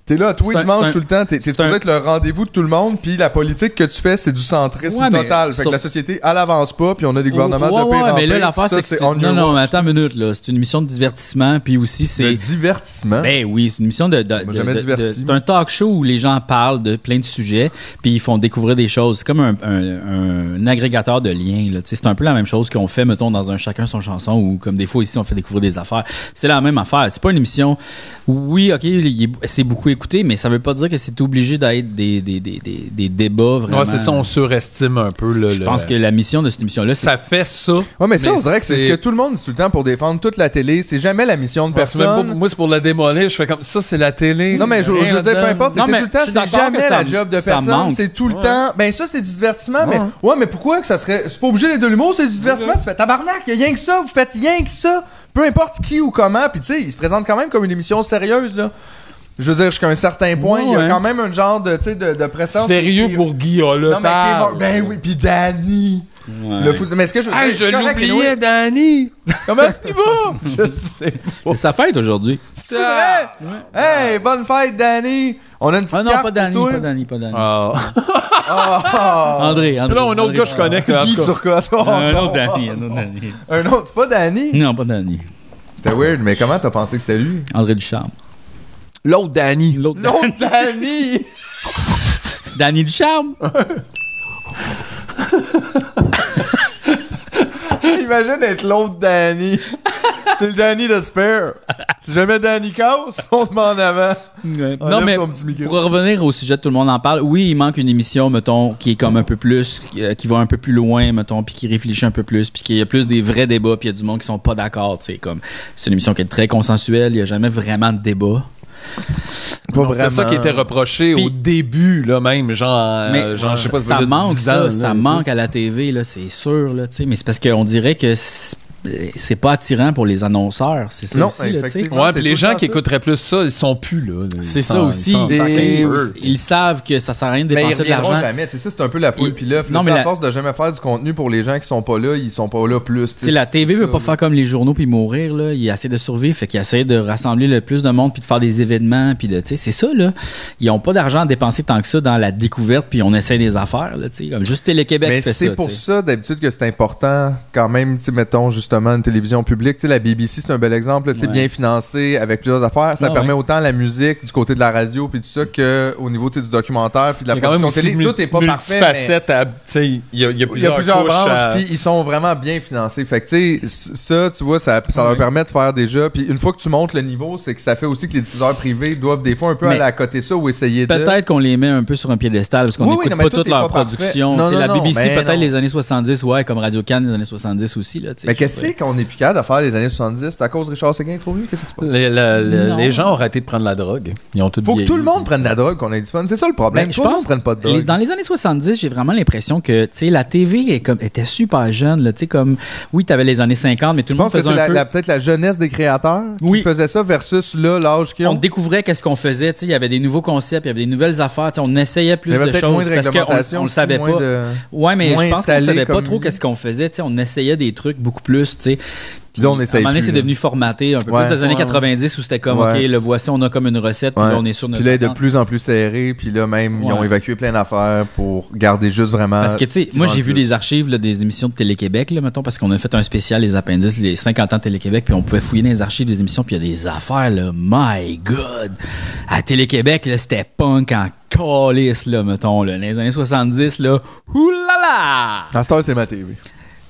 A: T'es là, tous
B: C'est
A: les
B: un- c'est
A: dimanches
B: un-
A: tout le temps, t'es t'es
B: c'est
A: supposé
B: un-
A: être le rendez-vous de tout le monde, puis la politique que tu fais, c'est du centrisme
B: Ouais, mais
A: total. Fait
B: sur-
A: que la société, elle avance pas, puis on a des gouvernements
B: Ouais,
A: de pire
B: ouais,
A: en
B: mais là,
A: pire,
B: l'affaire,
A: puis ça,
B: c'est que. c'est- Non, non, mais attends une minute, là. C'est une émission de divertissement, puis aussi,
A: Le
B: c'est.
A: divertissement.
B: Ben oui, c'est une émission de. de-
A: m'a
B: de-
A: jamais
B: de-
A: diverti,
B: de- c'est un talk show où les gens parlent de plein de sujets, puis ils font découvrir des choses. C'est comme un, un- un agrégateur de liens. là. Tu sais, C'est un peu la même chose qu'on fait, mettons, dans un chacun son chanson, ou comme des fois ici, on fait découvrir des affaires. C'est la même affaire. C'est pas une émission. Oui, OK, il est- c'est beaucoup écouté, mais ça veut pas dire que c'est obligé d'être des, des, des, des- des débats vraiment.
C: Ouais, c'est ça, on surestime un peu le.
B: Je
C: le-
B: pense que la mission de cette émission-là, c'est
C: ça fait ça.
A: Ouais, mais ça, on dirait que c'est ce que tout le monde dit tout le temps pour défendre toute la télé. C'est jamais la mission de
C: Ouais, c'est même pas-
A: personne.
C: moi, c'est pour la démolir. Je fais comme ça, c'est la télé.
A: Non, mais je, je
C: Rien
A: veux dire, peu
C: là-dedans.
A: importe, c'est
B: Non,
A: c'est
B: mais
A: tout le temps,
B: je suis
A: c'est
B: d'accord
A: jamais
B: que ça
A: la
B: me-
A: job de
B: ça me
A: personne,
B: manque.
A: c'est tout le
B: Ouais.
A: temps. Ben ça, c'est du divertissement, mais
B: Ouais.
A: ouais, mais pourquoi que ça serait. C'est pas obligé d'être de l'humour, c'est du divertissement. Tu fais tabarnak, y a rien que ça, vous faites rien que ça, peu importe qui ou comment, puis tu sais, il se présente quand même comme une émission sérieuse, là. Je veux dire, jusqu'à un certain point, il y
B: Ouais.
A: a quand même un genre de, tu sais, de, de prestance.
C: Sérieux
A: qui-
C: pour Guy Hall,
A: Non, mais qui est- ben oui, puis Danny. Le foot- Mais est-ce que je veux
C: Hey,
A: dire,
C: je
A: c'est correct,
C: l'oubliais,
A: anyway,
C: Danny! Comment tu vas?
A: Je sais pas.
B: c'est sa fête aujourd'hui.
A: C'est vrai? Hey, bonne fête, Danny! On a une petite
B: Ah non,
A: carte
B: pas
A: pour
B: Danny,
A: toi.
B: pas Danny, pas Danny.
C: Ah.
A: Ah.
B: André, André.
C: Là, un autre
B: André
C: gars, je
B: Pardon.
C: connais. en
A: Guy
C: tout cas.
A: Turcotte. Oh,
B: Un
A: non.
B: autre Danny, un autre Danny.
A: Un autre, c'est pas Danny.
B: Non, pas Danny.
A: C'était weird, mais comment t'as pensé que c'était lui?
B: André Ducharme.
C: L'autre Danny.
B: L'autre Dan-
A: L'autre Danny!
B: Danny Ducharme.
A: Ah. Imagine être l'autre Danny. C'est le Danny de Spare. Si jamais Danny casse, on te met en avant.
B: non,
A: Enlève
B: mais
A: ton petit micro.
B: pour revenir au sujet, tout le monde en parle. Oui, il manque une émission, mettons, qui est comme un peu plus, euh, qui va un peu plus loin, mettons, puis qui réfléchit un peu plus, puis qu'il y a plus des vrais débats, puis il y a du monde qui sont pas d'accord, tu sais, comme. C'est une émission qui est très consensuelle, il y a jamais vraiment de débat.
A: Pas
C: Non, C'est ça qui était reproché
B: Puis-
C: au début, là, même. Genre,
B: Mais
C: euh, genre je sais pas,
B: ça
C: veut dire
B: manque,
C: 10 ans,
B: ça,
C: là,
B: ça
C: et
B: manque à la TV, là, c'est sûr, là, tu sais. Mais c'est parce qu'on dirait que c'est c'est pas attirant pour les annonceurs, c'est ça
A: Non,
B: aussi, là, tu sais.
A: effectivement.
C: tout. Ouais,
A: C'est
C: puis
A: tout
C: les
A: le
C: gens
A: temps
C: qui
A: ça.
C: écouteraient plus ça, ils sont plus, là. Ils
B: C'est
C: sont-
B: ça aussi.
C: ils sont-
A: ils
B: ils,
A: s'en
B: ils-
A: sacrent.
B: ils savent que ça sert à rien de
A: Mais Ben, ils
B: dépenser de
A: reviendront
B: l'argent.
A: jamais. Tu sais, ça, c'est un peu la poule
B: Ils-
A: puis l'œuf.
B: Non,
A: Non,
B: mais
A: mais à
B: la-
A: force de jamais faire du contenu pour les gens qui sont pas là, ils sont pas là plus.
B: Tu sais, la TV veut pas
A: faire
B: faire comme les journaux puis mourir là, ils essaient de survivre, fait qu'ils essaient de rassembler le plus de monde puis de faire des événements puis de tu sais, c'est ça là. Ils ont pas d'argent à dépenser tant que ça dans la découverte puis on essaie des affaires là, tu sais, comme juste Télé-Québec
A: Mais
B: fait
A: c'est
B: ça.
A: pour
B: tu sais.
A: ça d'habitude que c'est important quand même, tu sais, mettons justement une télévision publique, tu sais, la BBC c'est un bel exemple, là, tu sais,
B: Ouais.
A: bien financé avec plusieurs affaires, ça
B: Ah
A: permet autant la musique du côté de la radio puis tout ça que au niveau tu sais, du documentaire puis de la
C: Il y a quand même
A: production
C: aussi
A: télé,
C: mul-
A: tout est pas parfait. mais
C: multifacettes à- tu sais, Il y a, il
A: Il y
C: y a
A: a
C: plusieurs,
A: plusieurs
C: couches
A: branches,
C: à-
A: puis ils sont vraiment bien financés. Fait que, tu sais, c- ça, tu vois, ça, ça leur
B: Ouais.
A: permet de faire déjà. Puis une fois que tu montes le niveau, c'est que ça fait aussi que les diffuseurs privés doivent des fois un peu
B: Mais
A: aller à côté ça ou essayer de.
B: Peut-être qu'on les met un peu sur un piédestal parce qu'on
A: Oui, oui,
B: n'écoute
A: non, mais
B: pas
A: tout
B: toute
A: est
B: leur
A: pas parfait.
B: production.
A: Non,
B: tu sais, la
A: non, non,
B: BBC,
A: mais
B: peut-être
A: non.
B: les années 70, ouais, comme Radio Cannes les années 70 aussi. Là, tu sais,
A: Mais
B: je
A: qu'est-ce
B: sais
A: que
B: pas.
A: c'est qu'on est plus capable de faire les années 70? C'est à cause de Richard Seguin trop vieux? Qu'est-ce qui se passe?
C: Les, la- la-
B: Non.
C: les gens ont raté de prendre la drogue. Ils ont tout
A: Faut que
C: vieilli.
A: tout le monde prenne de la drogue qu'on ait du fun. C'est ça le problème.
B: Ben,
A: Tout le monde prenne pas de drogue.
B: les- dans les années 70, j'ai vraiment l'impression que tu sais, la TV est comme, était super jeune. Là, tu sais, comme, oui, tu avais les années 50, mais tout
A: Je
B: le monde
A: pense que
B: faisait
A: c'est
B: un
A: la-
B: peu...
A: la- peut-être la jeunesse des créateurs
B: Oui.
A: qui faisait ça versus là, l'âge qu'ils
B: On
A: ont.
B: découvrait qu'est-ce qu'on faisait. tu sais, Il y avait des nouveaux concepts, il y avait des nouvelles affaires. tu sais, On essayait plus
A: Il y avait
B: de
A: peut-être moins
B: choses
A: de
B: parce qu'on
A: réglementation.
B: on le
A: aussi,
B: savait
A: moins
B: pas.
A: de-
B: Ouais, mais
A: moins
B: je pense qu'on
A: installé
B: savait pas
A: comme-
B: trop qu'est-ce qu'on faisait. tu sais, On essayait des trucs beaucoup plus. tu sais.
A: Puis là, on
B: à un
A: essaye
B: moment donné,
A: plus,
B: c'est
A: là.
B: devenu formaté un peu
A: Ouais.
B: plus des années
A: Ouais, ouais.
B: 90 où c'était comme,
A: Ouais.
B: OK, le voici, on a comme une recette, puis
A: Ouais.
B: là, on est sur notre.
A: Puis là, il est de
B: patente.
A: plus en plus serré. Puis là, même, ils ont
B: Ouais.
A: évacué plein d'affaires pour garder juste vraiment.
B: Parce que, tu
A: ce
B: sais,
A: qui
B: moi,
A: vend
B: j'ai
A: le
B: vu
A: plus.
B: les archives là, des émissions de Télé-Québec, là, mettons, parce qu'on a fait un spécial, les appendices, les 50 ans de Télé-Québec, puis on pouvait fouiller dans les archives des émissions, puis il y a des affaires, là. My God! À Télé-Québec, là, c'était punk en calice, là, mettons, là. Dans les années 70, là, oulala!
A: À cette heure, c'est ma TV.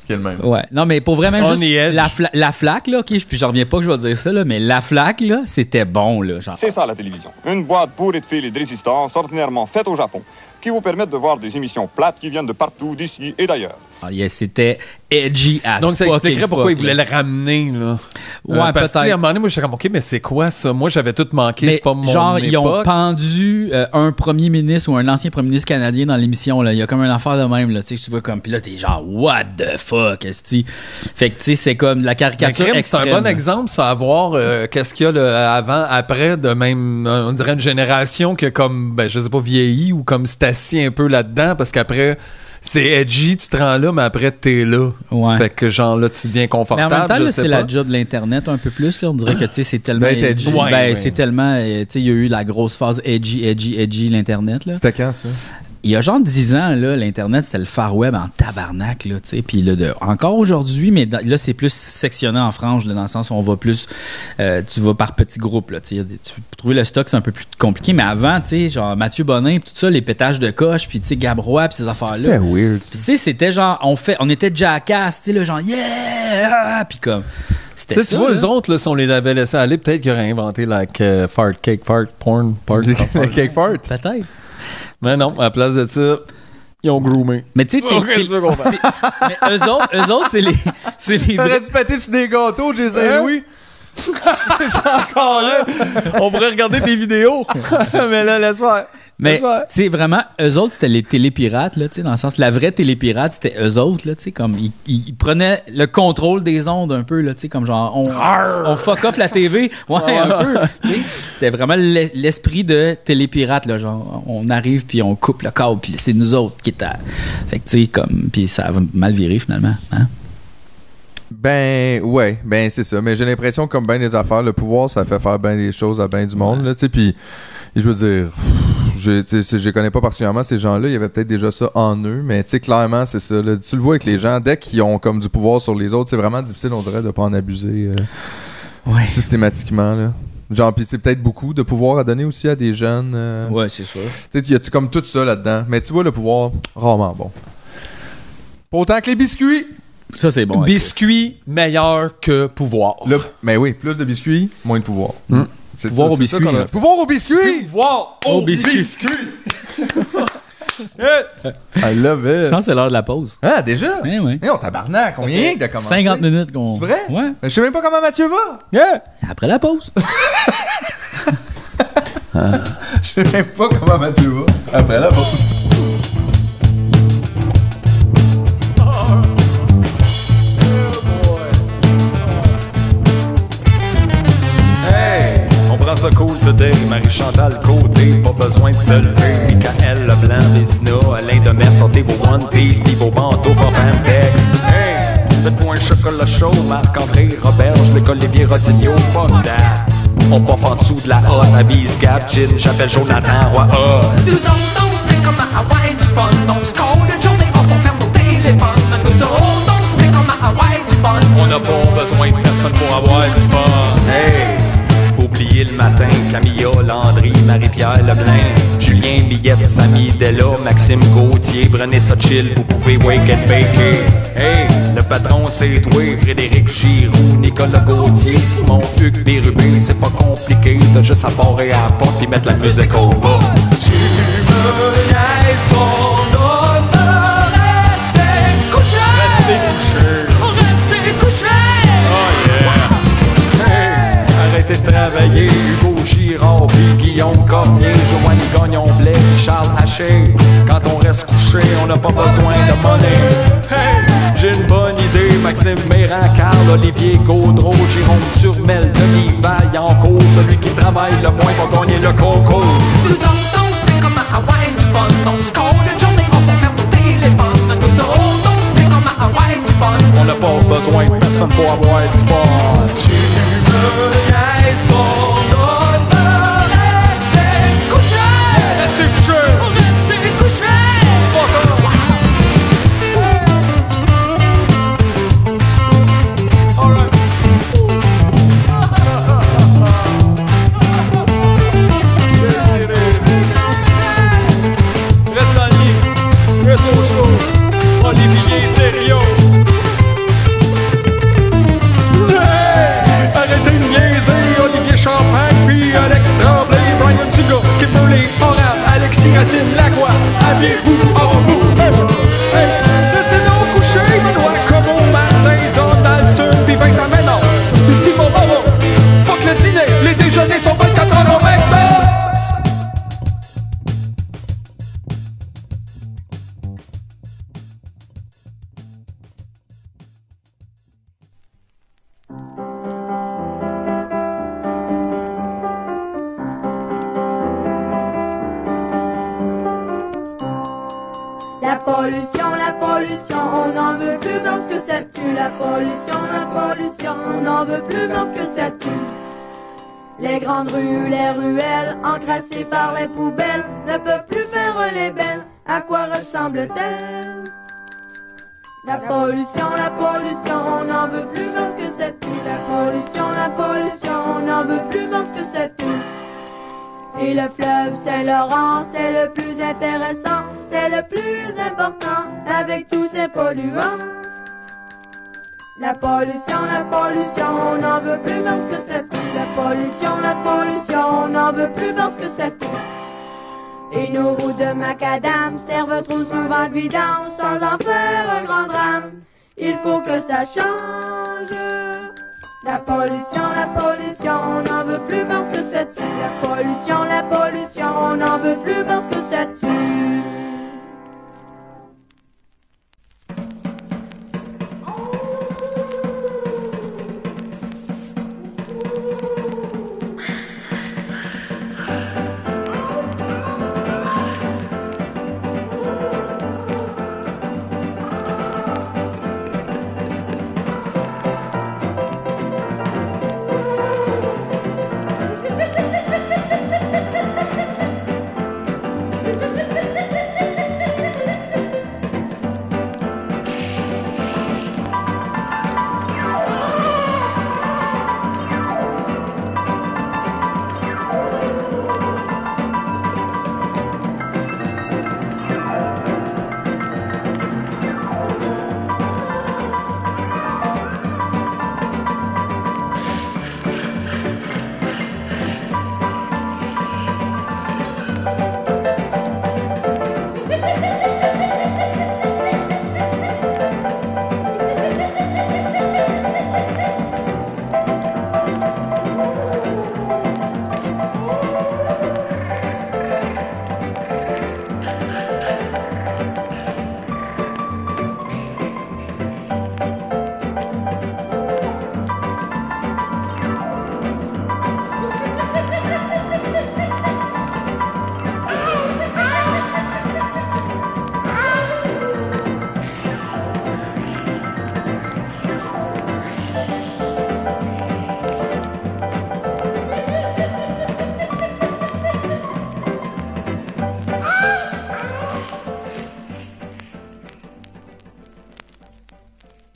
A: Qui est le même.
B: Ouais. Non, mais pour vraiment
C: On
B: juste
C: y est.
B: la, fla- la flaque, là, OK, je- puis je reviens pas que je vais dire ça, là, mais la flaque, là, c'était bon, là. Genre,
F: C'est ça la télévision. Une boîte bourrée de fils et de résistance ordinairement faite au Japon qui vous permettent de voir des émissions plates qui viennent de partout, d'ici et d'ailleurs.
B: ah, yeah, c'était edgy as
C: Donc, ça
B: fucking
C: expliquerait
B: fuck,
C: pourquoi ils
B: là.
C: voulaient le ramener, là. Euh,
B: Ouais,
C: parce que, tu sais,
B: peut-être.
C: à un moment donné, moi, j'étais comme, OK, mais c'est quoi ça? Moi, j'avais tout manqué, c'est pas mon
B: genre, ils ont
C: époque.
B: pendu euh, un premier ministre ou un ancien premier ministre canadien dans l'émission. là. Il y a comme un affaire de même. Là, tu sais, que tu vois comme. Puis là, t'es genre, what the fuck, esti. Fait que, tu sais, c'est comme de la
C: Mais
B: caricature.
C: crème, c'est un
B: extrême.
C: bon exemple, ça, à voir euh, qu'est-ce qu'il y a le avant, après, de même, euh, on dirait une génération qui a comme, ben, je sais pas, vieilli ou comme s'est assis un peu là-dedans, parce qu'après, c'est edgy, tu te rends là, mais après, t'es là.
B: Ouais.
C: Fait que, genre, là, tu deviens
B: Mais en
C: confortable.
B: même temps,
C: je
B: là,
C: sais
B: c'est
C: pas.
B: la job de l'Internet un peu plus. Là. On dirait que tu sais, c'est tellement.
A: D'être edgy.
B: Ben,
A: Ouais,
B: C'est tellement. euh, Tu sais, il y a eu la grosse phase edgy, edgy, edgy, l'Internet. là.
A: C'était quand ça?
B: Il y a genre 10 ans, là, l'Internet, c'était le Far Web en tabarnak, là, tu sais. Puis là, de- encore aujourd'hui, mais dans- là, c'est plus sectionné en franges, là, dans le sens où on va plus. euh, tu vas par petits groupes, là, tu sais. Il y a des- tu- Trouver le stock, c'est un peu plus compliqué, mais avant, tu sais, genre Mathieu Bonin, puis tout ça, les pétages de coche, puis tu sais, Gabrois, puis ces
A: C'était
B: affaires-là.
A: weird.
B: Puis tu sais, c'était genre, on, fait, on était jackass, tu sais, là, genre, yeah! ah! Puis comme. C'était
C: Tu sais,
B: ça.
C: tu vois,
B: là.
C: eux autres, là, si on les avait laissés aller, peut-être qu'ils auraient inventé, like, euh, fart cake, fart porn, part.
B: Ah,
A: Le cake fart.
B: Peut-être.
C: mais non, à la place de ça, ils ont groomé.
B: Mais tu sais, t'es- t'es- c'est- c'est- mais eux autres, eux autres, c'est les, c'est les vrais-
A: T'aurais dû péter sur des gâteaux, Jay Saint-Louis.
C: Encore là, on pourrait regarder des vidéos. mais là, laisse faire.
B: Mais
C: Laisse faire.
B: c'est vraiment eux autres c'était les télépirates là, tu sais dans le sens la vraie télépirate c'était eux autres là, tu sais comme ils, ils- ils prenaient le contrôle des ondes un peu là, tu sais comme genre on, on fuck off la TV, ouais un peu, tu sais c'était vraiment l'es- l'esprit de télépirate là, genre on arrive puis on coupe le câble puis c'est nous autres qui t'a fait que tu sais comme puis ça va mal virer finalement, hein?
A: Ben ouais, ben c'est ça. Mais j'ai l'impression que comme ben des affaires, le pouvoir, ça fait faire ben des choses à ben du monde. Là, tu sais, puis je veux dire, pff, je tu sais, c'est- je les connais pas particulièrement ces gens-là. Il y avait peut-être déjà ça en eux, mais tu sais clairement c'est ça. là. tu le vois avec les gens, dès qu'ils ont comme du pouvoir sur les autres, c'est vraiment difficile, on dirait, de pas en abuser euh,
B: Ouais.
A: systématiquement là. Genre, puis c'est peut-être beaucoup de pouvoir à donner aussi à des jeunes. euh,
B: Ouais, c'est sûr.
A: tu sais, il y a t- comme tout ça là-dedans. Mais tu vois, le pouvoir, rarement bon. Pas autant que les biscuits.
B: Ça c'est bon. hein, Chris.
C: Biscuit meilleur que pouvoir.
A: Le- Mais oui, plus de biscuits, moins de pouvoir. C'est
B: Pouvoir
A: ça-
B: au
A: c'est ça
B: biscuit,
A: qu'on a-
B: là.
A: Hmm. Pouvoir au biscuit!
C: pouvoir
B: Au biscuit.
C: yes!
A: I love
B: Je
A: it.
B: pense que c'est l'heure de la pause.
A: Ah, déjà?
B: Ouais, ouais.
A: Eh, on tabarnak, on vient de commencer.
B: 50 minutes qu'on
A: C'est vrai?
B: Ouais.
A: Mais Je sais même pas comment Mathieu va.
C: Yeah!
B: Après la pause.
A: Je sais même pas comment Mathieu va. Après la pause.
G: Hey, on prend ça cool today. Marie-Chantal Côté, pas besoin de te lever. Michael Leblanc, Vézina, Alain Demers, sortez vos One Piece pis vos bandeaux for Fantex. Hey, faites-vous un chocolat chaud. Marc-André, Roberge, le Olivier Rodigno, fuck that. On bof en dessous de la hotte, avise Gab, Gin, j'appelle Jonathan, Roy, ah.
H: Nous autres, c'est comme à Hawaï du bon. On se colle une journée, on va faire nos téléphones. Nous autres, c'est comme à Hawaï du bon.
G: On n'a pas besoin de personne pour avoir du fun. Hey! Oubliez le matin, Camilla, Landry, Marie-Pierre Leblanc, Julien Billette, Samy Della, Maxime Gauthier, prenez ça chill, vous pouvez wake and bake it. Hey! Le patron c'est toi, Frédéric Giroux, Nicolas Gauthier, Simon Hugues Bérubé, c'est pas compliqué, t'as juste à barrer à la porte et mettre la musique au bas. Tu me laisses ton honneur,
H: Restez
G: restez
H: couchés,
G: couché.
H: restez
G: Oh
H: couchés.
G: yeah! Hey, Arrêtez de travailler, Hugo Girard, puis Guillaume Cormier, Joanny Gagnon Blais, puis Charles Haché. Quand on reste couché, on n'a pas besoin de monnaie. Hey, j'ai une bonne idée, Maxime Méran, Carl, Olivier Gaudreau, Jérôme Turmel, Denis Vaillancourt, celui qui travaille le moins va gagner le concours.
H: Nous autres, c'est comme à Hawaï du bon. On se colle une journée, on va faire nos téléphones. Nous autres, c'est comme à Hawaï du bon.
G: On n'a pas besoin de personne pour avoir du sport. Tu me laisses ton honneur,
H: Restez couchés,
G: restez couché.
H: restez couchés.
G: Olivier Thériault. pollution, la pollution, on n'en veut plus parce que ça tue. La pollution, la pollution, on n'en veut plus parce que ça tue. Les grandes rues, les ruelles, encrassées par les poubelles, ne peuvent plus faire les belles. À quoi ressemble-t-elle La pollution, la pollution, on n'en veut plus parce que ça tue. La pollution, la pollution, on n'en veut plus parce que ça tue. Et le fleuve Saint-Laurent, c'est le plus intéressant, c'est le plus important, avec tous ses polluants. La pollution, la pollution, on n'en veut plus parce que c'est tout. La pollution, la pollution, on n'en veut plus parce que c'est tout. Et nos routes de macadam servent trop souvent de vidange, sans en faire un grand drame. Il faut que ça change. La pollution, la pollution, on n'en veut plus parce que ça tue. La pollution, la pollution, on n'en veut plus parce que ça tue.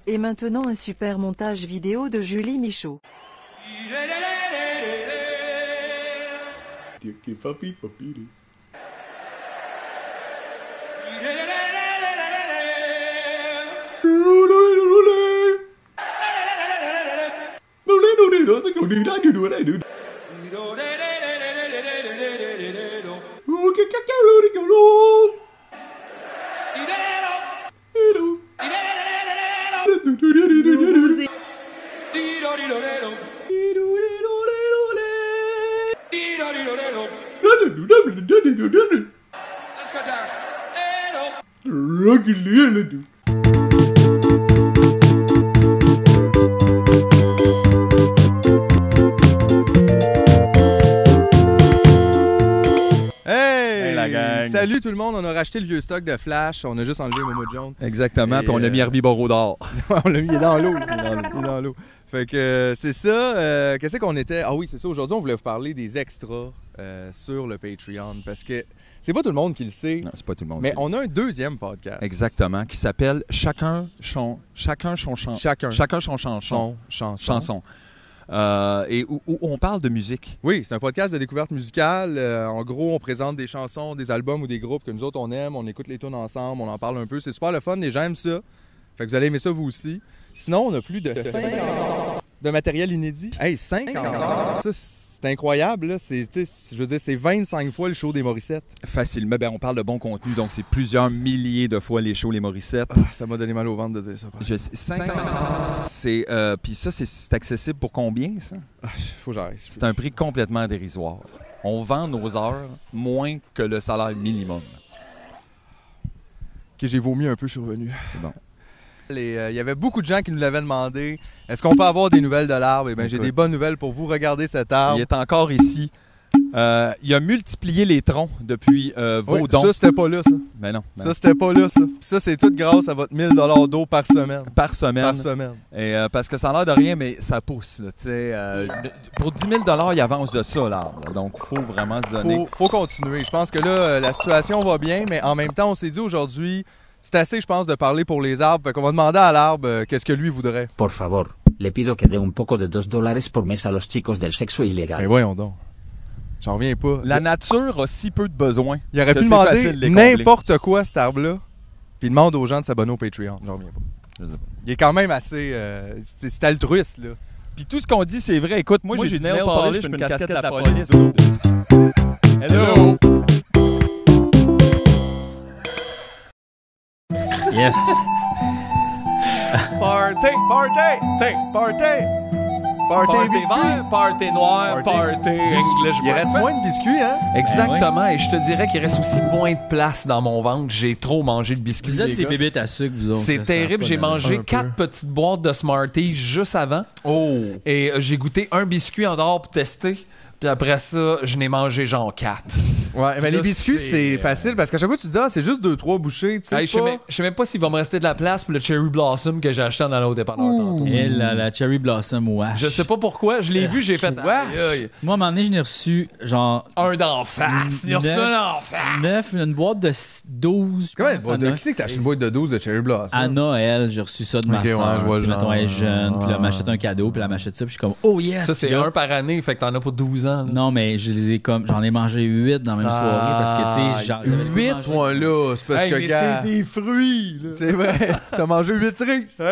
D: Et maintenant un super montage vidéo de Julie Michaud.
A: Hey!
C: Hey, la gang.
A: Salut tout le monde, on a racheté le vieux stock de Flash, on a juste enlevé Momo Jones.
C: Et,
A: Exactement,
C: puis on a mis euh,
A: Herbie Borrodor. on l'a mis il est dans l'eau. il est dans l'eau, il est dans l'eau. Fait que euh, c'est ça. euh, Qu'est-ce qu'on était. Ah oui, c'est ça. Aujourd'hui, on voulait vous parler des extras euh, sur le Patreon parce que c'est pas tout le monde qui le sait,
C: Non, c'est pas tout le monde.
A: mais
C: qui le
A: on
C: sait.
A: a un deuxième podcast.
C: Exactement, qui s'appelle Chacun son chacun son chan-
A: Chacun.
C: chacun son chanson
A: Son, chanson.
C: chanson. Euh, et où, où on parle de musique.
A: Oui, c'est un podcast de découverte musicale. Euh, en gros, on présente des chansons, des albums ou des groupes que nous autres on aime. On écoute les tunes ensemble, on en parle un peu. C'est super le fun, les gens aiment ça. Fait que vous allez aimer ça vous aussi. Sinon, on a plus de 50 heures de matériel inédit. Hey, 50 heures! Ça, c'est incroyable. là. C'est, tu sais, je veux dire, c'est 25 fois le show des Morissettes.
C: Facilement, ben, on parle de bon contenu, donc c'est plusieurs milliers de fois les shows, les Morissettes.
A: Ah, ça m'a donné mal au ventre de dire ça. par
C: Je sais- 500. C'est euh, puis ça c'est- c'est accessible pour combien ça
A: Ah, faut que j'arrête.
C: C'est un prix complètement dérisoire. On vend nos heures moins que le salaire minimum.
A: que j'ai vomi un peu, je suis revenu.
C: C'est bon.
A: Les, euh, Il y avait beaucoup de gens qui nous l'avaient demandé. Est-ce qu'on peut avoir des nouvelles de l'arbre? Eh bien, j'ai
C: Écoute.
A: des bonnes nouvelles pour vous. Regardez cet arbre.
C: Il est encore ici.
I: Euh, il a multiplié les troncs depuis euh, vos
A: Oui,
I: dons.
A: ça, c'était pas là, ça.
I: Mais non. mais
A: Ça, c'était pas là, ça. Puis ça, c'est tout grâce à votre 1000 d'eau par semaine.
I: Par semaine.
A: Par semaine.
I: Et, euh, parce que ça a l'air de rien, mais ça pousse. Là, tu sais, euh, pour 10 000 il avance de ça, l'arbre. là. Donc, faut vraiment se donner.
A: Faut, faut continuer. Je pense que là, euh, la situation va bien, mais en même temps, on s'est dit aujourd'hui, c'est assez, je pense, de parler pour les arbres. Fait qu'on va demander à l'arbre euh, qu'est-ce que lui voudrait.
J: Por favor, le pido que dé un poco de 2 dólares por mes a los chicos del sexo ilegal.
A: Mais Ben, voyons donc. J'en reviens pas.
I: La nature a si peu de besoins.
A: Il aurait
I: que
A: pu
I: c'est
A: demander
I: facile de les combler.
A: n'importe quoi, cet arbre-là, puis il demande aux gens de s'abonner au Patreon. J'en reviens pas. Il est quand même assez. euh, c'est c'est altruiste, là.
I: Puis tout ce qu'on dit, c'est vrai. Écoute, moi,
A: Moi,
I: j'ai
A: j'ai
I: du
A: du
I: nail
A: nail
I: polish,
A: polish, puis
I: puis une
A: une
I: casquette de la
A: casquette
I: police.
A: de la
I: Hello!
B: Yes.
C: Party!
A: Party!
C: Party!
A: Party,
C: Party
A: biscuit.
C: vert, party noir, party, English
A: Il reste
C: breakfast.
A: moins de biscuits, hein?
C: Exactement, et je te dirais qu'il reste aussi moins de place dans mon ventre. J'ai trop mangé de biscuits.
B: Vous êtes
C: les
B: des
C: gars.
B: bébites à sucre, vous autres. là,
C: C'est
B: ça
C: terrible,
B: a pas
C: j'ai
B: d'allure.
C: mangé
B: Un
C: quatre petites boîtes de Smarties juste avant. Et euh, j'ai goûté un biscuit en dehors pour tester. Puis après ça, je n'ai mangé genre quatre.
A: Ouais, mais les
C: Là,
A: biscuits,
C: c'est,
I: euh,
A: c'est facile parce qu'à chaque fois, tu te dis, ah, c'est juste deux, trois bouchées, tu sais.
C: Hey,
A: c'est
C: je sais
A: pas-
C: même- je sais même pas s'il va me rester de la place pour le Cherry Blossom que j'ai acheté dans l'autre dépanneur tantôt.
B: Et la, la Eh Cherry Blossom Wash.
C: Je sais pas pourquoi, je l'ai vu, j'ai fait Aïe, aïe.
B: Moi, à un moment donné, je n'ai reçu genre.
C: un d'en
A: Mm,
C: face. Il a reçu
B: neuf-
C: un d'en face.
B: Neuf, une boîte de s- 12.
A: Comment
B: je
A: une
B: pense,
A: boîte
B: à
A: de...
B: Noël.
A: Qui c'est que t'achètes une boîte de 12 de Cherry Blossom?
B: À Noël, j'ai reçu ça de ma
A: Ok, ouais,
B: soeur.
A: je vois le genre.
B: elle est jeune, puis là, elle m'achète un cadeau, puis là, elle m'achète ça, puis je suis comme, oh yes!
C: Ça, c'est
B: Puis là,
C: un par année, fait que t'en as pour 12 ans. là.
B: Non, mais je les ai comme, j'en ai mangé 8 dans la même soirée, parce que, tu sais, j'en- j'avais le goût de
A: 8
B: manger.
A: points là, c'est parce
C: Hey,
A: que,
C: mais
A: gars.
C: c'est
A: des fruits, là. C'est vrai. T'as mangé 8 cerises.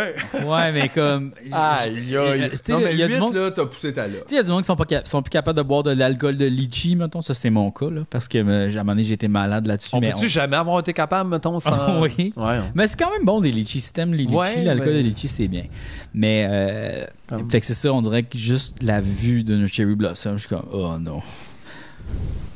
B: Ouais, mais comme. j-
C: Aïe,
B: Euh,
C: aïe.
B: tu sais,
A: Non, mais
B: il y a du
A: 8,
B: monde.
A: là, t'as poussé ta là.
B: Tu sais, il y a du monde qui sont, pas cap- sont plus capables de boire de l'alcool de litchi, mettons. Ça, c'est mon cas, là, parce que euh, à un moment donné, j'étais malade là-dessus.
C: On
B: mais
C: peut-tu
B: on-
C: jamais avoir été capable, mettons, sans.
B: Ah oui.
C: Ouais, on-
B: Mais c'est quand même bon des litchis. Si t'aimes les litchis,
C: Ah Ouais, ben
B: l'alcool
C: mais-
B: de litchi, c'est bien. Mais, euh,
A: Ah
B: fait que c'est ça, on dirait que juste la vue d'une cherry blossom, je suis comme, oh non.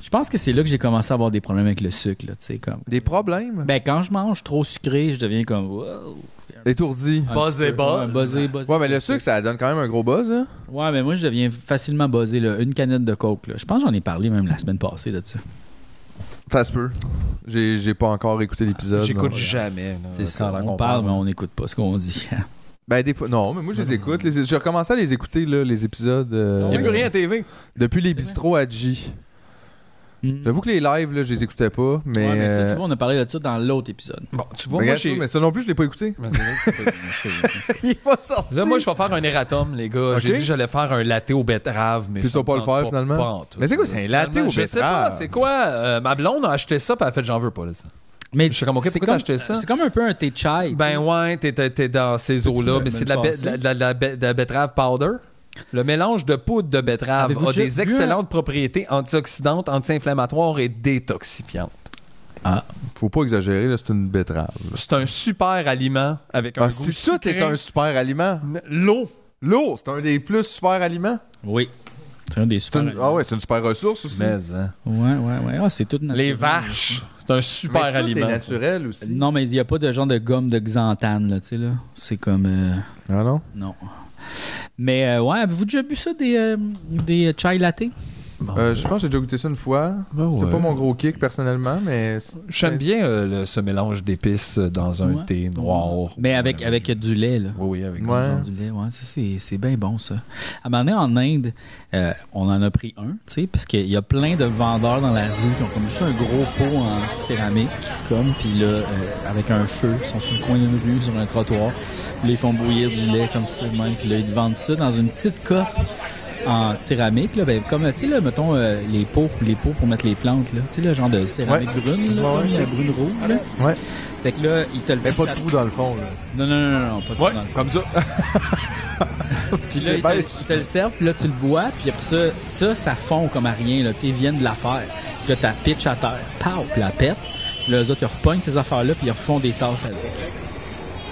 B: Je pense que c'est là que j'ai commencé à avoir des problèmes avec le sucre, là, tu sais, comme.
A: Des problèmes?
B: Ben, quand je mange trop sucré, je deviens comme, wow.
A: Étourdi.
B: Un
C: Buzz
B: petit
C: et
B: peu.
C: buzz.
B: Ouais, buzzé, buzzé.
A: Ouais, mais le sucre, Ah, ça donne quand même un gros buzz, hein?
B: Ouais, mais moi, je deviens facilement buzzé, là. Une canette de coke, là. Je pense que j'en ai parlé même la semaine passée, là, dessus
A: Ah, Ça se peut. J'ai j'ai pas encore écouté l'épisode. non.
C: J'écoute jamais. là,
B: C'est
C: quand
B: ça.
C: là
B: On
C: qu'on
B: parle, mais on n'écoute pas ce qu'on dit.
A: Ben, des fois. Non, mais moi, je les écoute. Les... J'ai recommencé à les écouter, là, les épisodes. euh,
C: Il n'y a plus rien à TV.
A: Depuis les bistrots à J.
B: Mm.
A: J'avoue que les lives, là, je les écoutais pas, mais.
B: Ouais, mais ça,
A: euh,
B: tu vois, on a parlé de ça dans l'autre épisode.
C: Bon, tu vois,
A: mais
C: moi,
A: regarde,
C: j'ai.
A: mais ça non plus, je l'ai pas écouté. Il est pas sorti.
C: Là, moi, je vais faire un erratum, les gars. J'ai
A: Ok.
C: dit que j'allais faire un latte aux betteraves, mais.
A: Puis tu
C: ça
A: vas pas
C: me
A: le
C: tente
A: faire, finalement?
C: pas en tout.
A: Mais c'est quoi, c'est un latte
C: Finalement,
A: aux
C: Je sais pas,
A: betteraves?
C: c'est quoi? Euh, ma blonde a acheté ça, puis elle a fait j'en veux pas, là, ça.
B: Mais
C: Je suis comme, OK,
B: c'est
C: pourquoi t'as acheté ça?
B: C'est comme un peu un thé de chai.
C: Ben ouais, t'es, t'es- t'es dans ces
B: Peux-tu
C: eaux-là,
B: me-
C: mais
B: me
C: c'est de
B: le
C: la, be-
B: passer?
C: de la- de la- de la be- de la betterave powder. Le mélange de poudre de betterave
B: Avez-vous
C: a
B: déjà
C: des
B: bu un-
C: excellentes propriétés antioxydantes, anti-inflammatoires et détoxifiantes.
A: Faut pas exagérer, là, c'est une betterave.
C: C'est un super aliment avec un
A: Ah,
C: goût
A: si tout
C: sucré.
A: est un super aliment.
C: L'eau.
A: L'eau, c'est un des plus super aliments.
B: Oui. C'est un des
A: C'est
B: super.
A: une- Ah ouais, c'est une super ressource aussi.
C: Mais, hein.
B: Ouais, ouais, ouais. Ah, c'est tout naturel.
C: Les vaches. C'est un super
A: Mais tout
C: aliment.
A: est naturel aussi.
B: Non, mais il n'y a pas de genre de gomme de xanthane, là, tu sais, là. C'est comme. euh,
A: Ah non?
B: non. Mais euh, ouais, avez-vous déjà bu ça, des, euh, des chai latte?
A: Euh, je pense que j'ai déjà goûté ça une fois.
C: Oh,
A: C'était pas mon gros kick personnellement, mais c'est-
C: J'aime bien euh, le- ce mélange d'épices euh, dans un
B: Ouais.
C: thé noir.
B: Mais avec,
C: Ouais.
B: avec du lait, là.
C: Oui, oui, avec
A: Ouais.
B: Genre du lait, ouais, ça, c'est, c'est bien bon, ça. À un moment donné, en Inde, euh, on en a pris un, tu sais, parce qu'il y a plein de vendeurs dans la rue qui ont comme juste un gros pot en céramique, comme, puis là, euh, avec un feu, ils sont sur le coin d'une rue, sur un trottoir, puis là, ils font bouillir du lait comme ça, de même, puis là, ils te vendent ça dans une petite coupe en céramique, là, ben, comme, tu sais, là, mettons, euh, les pots, les pots pour mettre les plantes, là, tu sais, le genre de céramique
A: Ouais.
B: brune, là,
A: Ouais,
B: comme
A: ouais.
B: la brune rouge, là.
A: Ouais.
B: Fait que là, ils te le
A: Mais pas de
B: passent-
A: trou dans le fond. Là.
B: Non, non, non, non, non, pas de trou dans le
C: Comme ça.
B: puis là, ils te,
A: dépêches.
B: ils te le servent, puis là, tu le bois, puis après ça, ça, ça fond comme à rien, là, tu sais, ils viennent de l'affaire. Puis là, t'as pitch à terre, pow, puis la pète. Puis là, eux autres, ils repognent ces affaires-là, puis ils refont des tasses avec.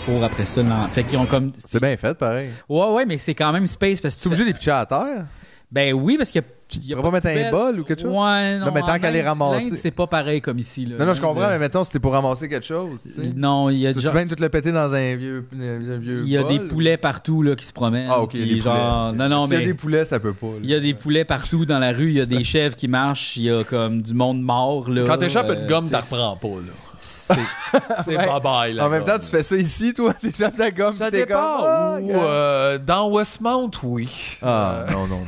B: Pour après ça, l'en- Fait qu'ils ont comme.
A: C'est bien fait, pareil.
B: Ouais, ouais, mais c'est quand même space parce que
A: Tu es
B: tu fais-
A: obligé de les pitcher à terre?
B: Ben oui, parce que y a
A: On va pas mettre un
B: poubelle.
A: bol ou quelque chose?
B: Ouais, non.
A: Non, mais tant
B: en
A: qu'elle est
B: Inde-
A: ramassée.
B: l'Inde, c'est pas pareil comme ici. là.
A: Non, non, je comprends, mais
B: L'Inde,
A: mettons, c'était pour ramasser quelque chose. Tu sais.
B: Non, Euh, il y a
A: Tu
B: déjà-
A: viens de tout le péter dans un vieux. un vieux
B: Il y a
A: bol?
B: des poulets partout là, qui se promènent.
A: Ah, ok, il y a
B: puis
A: des
B: genre-
A: poulets.
B: Non, non,
A: S'il y a
B: mais.
A: des poulets, ça peut pas. là.
B: Il y a des poulets partout dans la rue, il y a des chèvres qui marchent, il y a comme du monde mort. Là,
C: Quand t'échappes
B: Euh,
C: une gomme,
B: tu
C: t'en
B: sais,
C: reprends pas, là.
B: C'est
C: C'est
A: Ouais.
C: bye-bye, là.
A: En même temps, tu fais ça ici, toi, déjà de la gomme.
C: Ça
A: t'es
C: dépend.
A: comme, ah,
C: Ou,
A: gars.
C: euh, dans Westmount, oui.
A: Ah, non, non, non.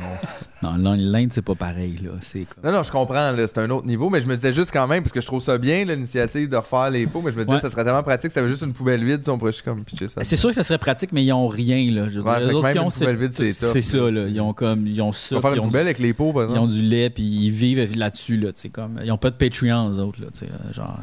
B: Non, l'Inde- l'Inde, c'est pas pareil, là. C'est comme-
A: Non, non, je comprends, là, c'est un autre niveau, mais je me disais juste quand même, parce que je trouve ça bien, là, l'initiative de refaire les pots, mais je me disais,
B: Ouais.
A: ça serait tellement pratique si t'avais juste une poubelle vide, tu sais, on pourrait juste comme pitcher ça.
B: C'est sûr que ça serait pratique, mais ils ont rien, là. Je veux dire,
A: Ouais, fait
B: eux
A: que
B: autres,
A: même
B: ils ont,
A: une poubelle vide, c'est top,
B: C'est ça,
A: là,
B: là. Ils ont comme, ils ont ça.
A: On va faire
B: puis
A: une
B: ils ont
A: poubelle hein?
B: du-
A: avec les pots, par
B: Ils ont
A: exemple.
B: du lait, puis ils vivent là-dessus, là, tu sais, comme. Ils ont pas de Patreon, eux autres, là, tu sais, là, genre.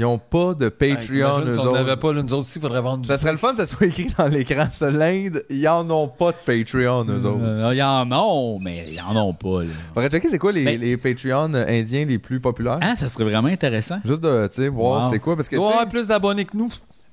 A: Ils ont pas de Patreon,
C: Imagine,
A: eux
C: si on n'avait
A: autres.
C: pas, là, nous autres aussi, il faudrait vendre du.
A: Ça serait le fun que ça soit écrit dans l'écran, ça, l'Inde, ils en ont pas de Patreon, eux autres.
B: Euh, ils en ont, mais ils en ont pas, là.
A: Faudrait checker c'est quoi les,
B: Ben-
A: les Patreon indiens les plus populaires.
B: Ah, ça serait vraiment intéressant.
A: Juste de, tu sais, voir
B: Wow.
A: c'est quoi, parce que,
C: Il
A: tu
C: doit
A: sais,
C: avoir plus d'abonnés que nous.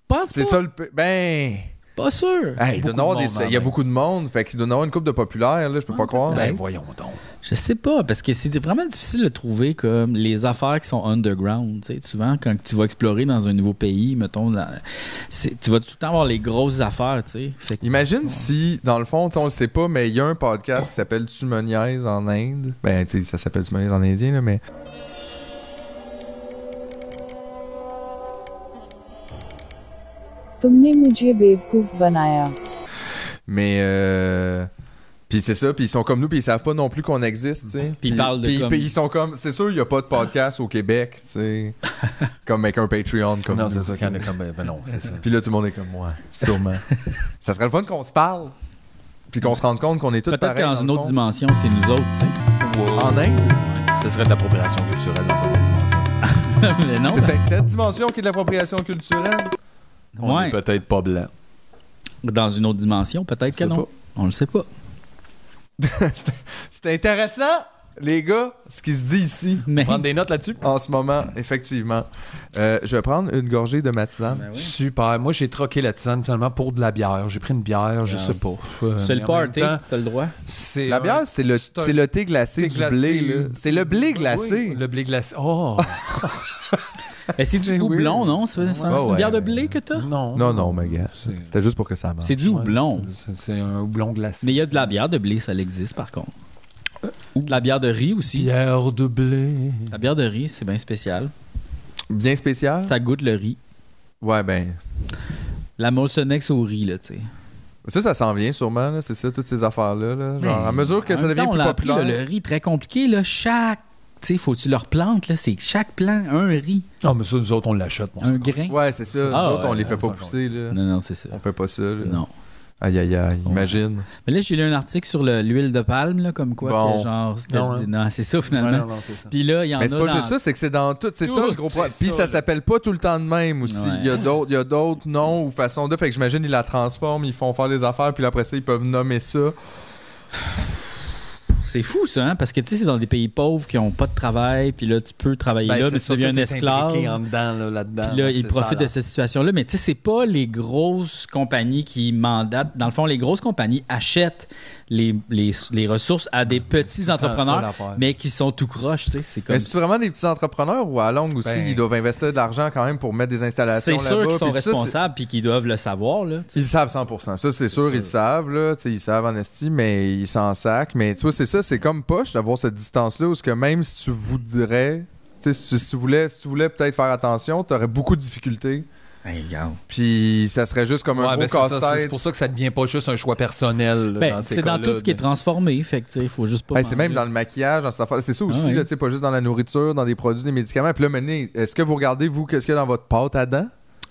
B: Pense
A: c'est
B: pas.
A: ça le... p- Ben...
B: Pas sûr.
A: Hey, il doit y
C: Beaucoup
A: avoir
C: de
A: des-
C: monde,
A: il y a
C: hein,
A: beaucoup de monde, fait qu'il doit y en avoir une coupe de populaires, là, je peux pas croire.
B: Ben,
C: Ben, voyons donc.
B: Je sais pas, parce que c'est vraiment difficile de trouver comme les affaires qui sont underground. tu sais. Souvent, quand tu vas explorer dans un nouveau pays, mettons, la- c'est- tu vas tout le temps avoir les grosses affaires. tu sais. Fait que-
A: Imagine si, dans le fond, tu sais, on le sait pas, mais il y a un podcast qui s'appelle Tu me niaises en Inde. Ben, tu sais, ça s'appelle Tu me niaises en indien, là, mais.
K: तुमने मुझे बेवकूफ बनाया
A: Mais. Euh... Puis c'est ça, puis ils sont comme nous, puis ils savent pas non plus qu'on existe, tu sais.
B: Puis ils parlent de
A: puis-
B: comme-
A: puis ils sont comme. C'est sûr, il y a pas de podcast au Québec, tu sais. comme avec un Patreon, comme.
C: Non,
A: nous,
C: c'est ça,
A: tu sais.
C: quand on est comme. Ben, ben non, c'est ça.
A: Puis là, tout le monde est comme moi, sûrement. ça serait le fun qu'on se parle, puis qu'on se rende compte qu'on est tous
B: Peut-être que
A: pareils.
B: dans
A: dans
B: une
A: le
B: autre
A: fond.
B: dimension, c'est nous autres. tu sais.
A: En Inde,
C: Ce serait de l'appropriation culturelle dans cette dimension.
B: Mais non,
A: c'est
B: ben,
A: peut-être cette dimension qui est de l'appropriation culturelle.
C: On
B: ouais.
C: est peut-être pas blanc.
B: dans une autre dimension, peut-être que
A: sais
B: non.
A: pas.
B: On le sait pas.
A: C'est intéressant, les gars, ce qui se dit ici
B: Mais
C: Prendre des notes là-dessus.
A: en ce moment, effectivement. Euh, je vais prendre une gorgée de ma tisane.
B: Ben oui.
C: Super. Moi, j'ai troqué la tisane finalement pour de la bière. J'ai pris une bière, je
B: Ah.
C: sais pas.
B: c'est le party, c'est le droit.
C: c'est
A: La bière, c'est le,
C: c'est un-
A: c'est le thé glacé
C: c'est
A: du blé.
C: glacé.
A: là. C'est le blé glacé.
C: le blé glacé. Oh!
B: Mais c'est
C: C'est
B: du houblon,
C: weird.
B: non? C'est c'est
A: Ouais,
B: une
A: ouais,
B: bière de
A: mais-
B: blé que t'as?
C: non.
A: Non, non, mais gars,
C: C'est-
A: c'était juste pour que ça marche.
B: C'est du
C: Ouais,
B: houblon.
C: c'est- C'est un houblon glacé.
B: Mais il y a de la bière de blé, ça existe par contre.
A: Euh,
B: De la bière de riz aussi.
C: Bière de blé.
B: La bière de riz, c'est bien spécial.
A: Bien spécial.
B: Ça goûte le riz.
A: Ouais, ben.
B: La Molsonex au riz, là, tu sais.
A: Ça, ça s'en vient sûrement, là, c'est ça, toutes ces affaires-là. là. Genre, à mesure que
B: En
A: ça
B: même
A: devient
B: temps, on
A: plus
B: l'a appris,
A: populaire.
B: là, le riz, très compliqué, là. Chaque. Tu sais, faut que tu leur plantes, là. C'est chaque plant, un riz,
C: Non, mais ça, nous autres, on l'achète. mon
B: un
C: sang.
B: grain.
A: Ouais, c'est ça.
B: Ah,
A: Nous autres, on
B: ouais,
A: les fait
C: on
A: pas
C: s'en
A: pousser. Là.
B: Non, non, c'est ça.
A: On fait pas ça. là.
B: Non.
A: Aïe, aïe, aïe.
B: Ouais.
A: Imagine.
B: Mais là, j'ai lu un article sur le- l'huile de palme, là, comme quoi,
A: Bon.
B: que, genre. c'était-
C: Non, hein.
B: Non, c'est ça, finalement.
C: Ouais, non, non, c'est ça.
B: Puis là, il y en
A: Mais
B: a.
A: c'est pas
B: dans-
A: juste ça, c'est que c'est dans tout. C'est ça
C: Tout,
A: le gros
C: c'est
A: problème. Puis
C: ça,
A: ça
C: là.
A: s'appelle pas tout le temps de même aussi.
B: Ouais.
A: Il y a d'autres, il y a d'autres noms ou façons de. Fait que j'imagine ils la transforment, ils font faire les affaires, puis après ça ils peuvent nommer ça.
B: C'est fou, ça, hein? Parce que, tu sais, c'est dans des pays pauvres qui ont pas de travail, puis là, tu peux travailler
C: Ben,
B: là,
C: c'est
B: mais tu
C: ça,
B: deviens un
C: tout est
B: esclave.
C: imbriqué en dedans, là,
A: Ah,
C: là-dedans.
B: Puis là,
A: ben,
C: C'est
B: ils
C: ça,
B: profitent
C: là.
B: de cette situation-là. Mais tu sais, c'est pas les grosses compagnies qui mandatent. Dans le fond, les grosses compagnies achètent les, les, les ressources à
A: Ah, ben,
B: des petits
C: tant ça,
B: entrepreneurs,
C: l'affaire.
B: mais qui sont tout croches. tu sais. C'est comme
A: Mais c'est vraiment des petits entrepreneurs ou à la longue aussi,
C: Ben.
A: ils doivent investir de l'argent quand même pour mettre des installations
B: C'est sûr
A: là-bas,
B: qu'ils sont
A: puis tout ça, c'est-
B: responsables puis qu'ils doivent le savoir. Là, tu sais.
A: Ils le savent 100%. Ça, c'est sûr, ils le savent, là. Tu sais, ils savent en esti, mais ils s'en sacrent. Mais tu vois, c'est ça, c'est comme poche d'avoir cette distance-là où ce que même si tu voudrais, tu sais, si tu, si tu voulais, si tu voulais peut-être faire attention, t'aurais beaucoup de difficultés. Puis ça serait juste comme
C: Ouais,
A: un
C: ben,
A: gros
C: c'est ça, c'est
A: casse-tête.
C: pour ça que ça devient pas juste un choix personnel. là,
B: Ben,
C: dans ces
B: c'est dans
C: cas-là,
B: tout ce qui est
C: de-
B: transformé. Fait que, tu sais, il faut juste pas.
A: Hey, c'est même dans le maquillage, dans cette affaire. C'est ça aussi,
B: Ah ouais.
A: là, tu sais, pas juste dans la nourriture, dans des produits, des médicaments. Puis là, maintenant, est-ce que vous regardez, vous, qu'est-ce qu'il y a dans votre pâte à dents?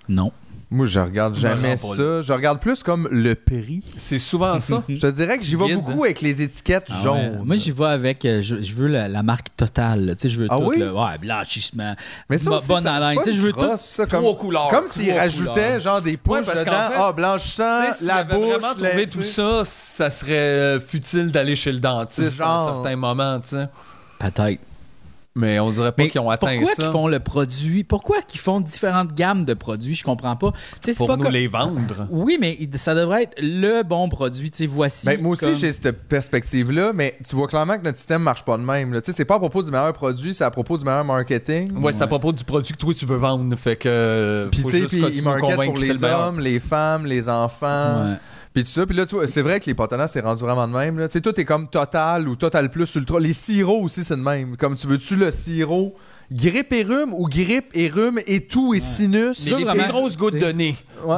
B: Non.
A: Moi, je regarde jamais
C: j'en parle.
A: ça. Je regarde plus comme le prix.
C: C'est souvent ça.
B: Mhm.
A: Je te dirais que j'y vais
C: Vide. hein.
A: beaucoup avec les étiquettes
B: Ah ouais.
A: jaunes.
B: Moi, j'y vais avec. euh, je, je veux la, la marque totale. là. Tu sais, je veux
A: Ah
B: tout.
A: oui?
B: Le, ouais, blanchissement.
A: Mais ça
B: bo-
A: aussi,
B: bonne
A: ça- c'est
B: haleine.
A: pas
B: Tu sais, je veux tout.
A: grosse, ça, comme,
C: trois couleurs,
A: Comme s'ils
C: trois
A: rajoutaient
C: couleurs.
A: genre des pouches
C: parce
A: dedans.
C: qu'en fait,
A: Ah,
C: Tu
A: blanchissant,
C: sais, si
A: la
C: j'avais
A: bouche.
C: vraiment trouvé
A: la-
C: tout ça, ça serait euh, futile d'aller chez le dentiste
A: Genre.
C: à un certain moment, tu sais.
B: Peut-être.
C: Mais on dirait pas qu'ils ont atteint
B: pourquoi
C: ça.
B: qu'ils font le produit Pourquoi qu'ils font différentes gammes de produits Je comprends pas. Tu sais, c'est
C: Pour
B: pas
C: nous
B: que-
C: les vendre.
B: Oui, mais il- ça devrait être le bon produit. Tu sais, voici.
A: Ben, moi aussi,
B: comme-
A: j'ai cette perspective-là, mais tu vois clairement que notre système marche pas de même. là. Tu sais, c'est pas à propos du meilleur produit, c'est à propit du meilleur marketing.
C: Ouais, c'est à propos du produit que toi tu veux vendre. Fait que. euh,
A: Puis
C: faut
A: tu sais,
C: juste
A: puis
C: que tu
A: ils
C: nous
A: marketent
C: convainques
A: pour
C: que c'est
A: les
C: le meilleur.
A: hommes, les femmes, les enfants.
B: Ouais.
A: Puis tout ça. Puis là, tu vois, c'est vrai que les potanas, c'est rendu vraiment de même. là. Tu sais, tout est comme Total ou Total Plus, Ultra. Les sirops aussi, c'est de même. Comme tu veux-tu le sirop grippe et rhume ou grippe et rhume et tout et sinus?
C: Mais les plus grosses gouttes de nez.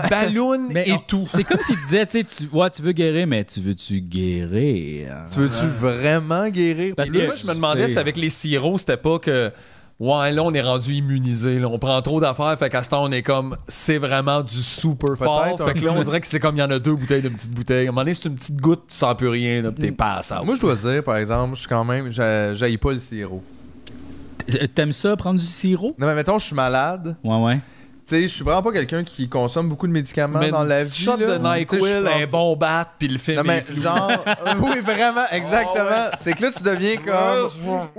C: Ballon
B: Mais
C: et
B: on-
C: tout.
B: C'est comme s'il disait, tu sais, tu- ouais, tu veux guérir, mais tu veux-tu guérir?
A: Tu veux-tu vraiment guérir?
B: Parce
C: Puis là,
B: que-
C: moi, je me demandais
B: t'sais-
C: si avec les sirops, c'était pas que. Ouais, là, on est rendu immunisé. là. On prend trop d'affaires. Fait qu'à ce temps, on est comme. C'est vraiment du super fort.
A: Peut-être
B: hein.
A: un
C: Fait que là,
A: peu.
C: on dirait que c'est comme il y en a deux bouteilles d'une petite bouteille. À un moment donné, c'est une petite goutte, tu sens plus rien. Là, pis t'es pas à ça.
A: Moi, je dois dire, par exemple, je suis quand même. j'a- J'haïs pas le sirop.
B: Euh, T'aimes ça, prendre du sirop?
A: Non, mais mettons, je suis malade.
B: Ouais, ouais.
A: Tu sais, je suis vraiment pas quelqu'un qui consomme beaucoup de médicaments
C: Mais
A: dans
C: une
A: la
C: petite
A: vie. là.
C: shot de
A: Tu sais, je
C: NyQuil,
A: prends-
C: un bon bat, puis le film
A: Non, mais
C: est flou.
A: genre, euh, oui, vraiment,
B: Ah
A: exactement. C'est que là, tu deviens comme.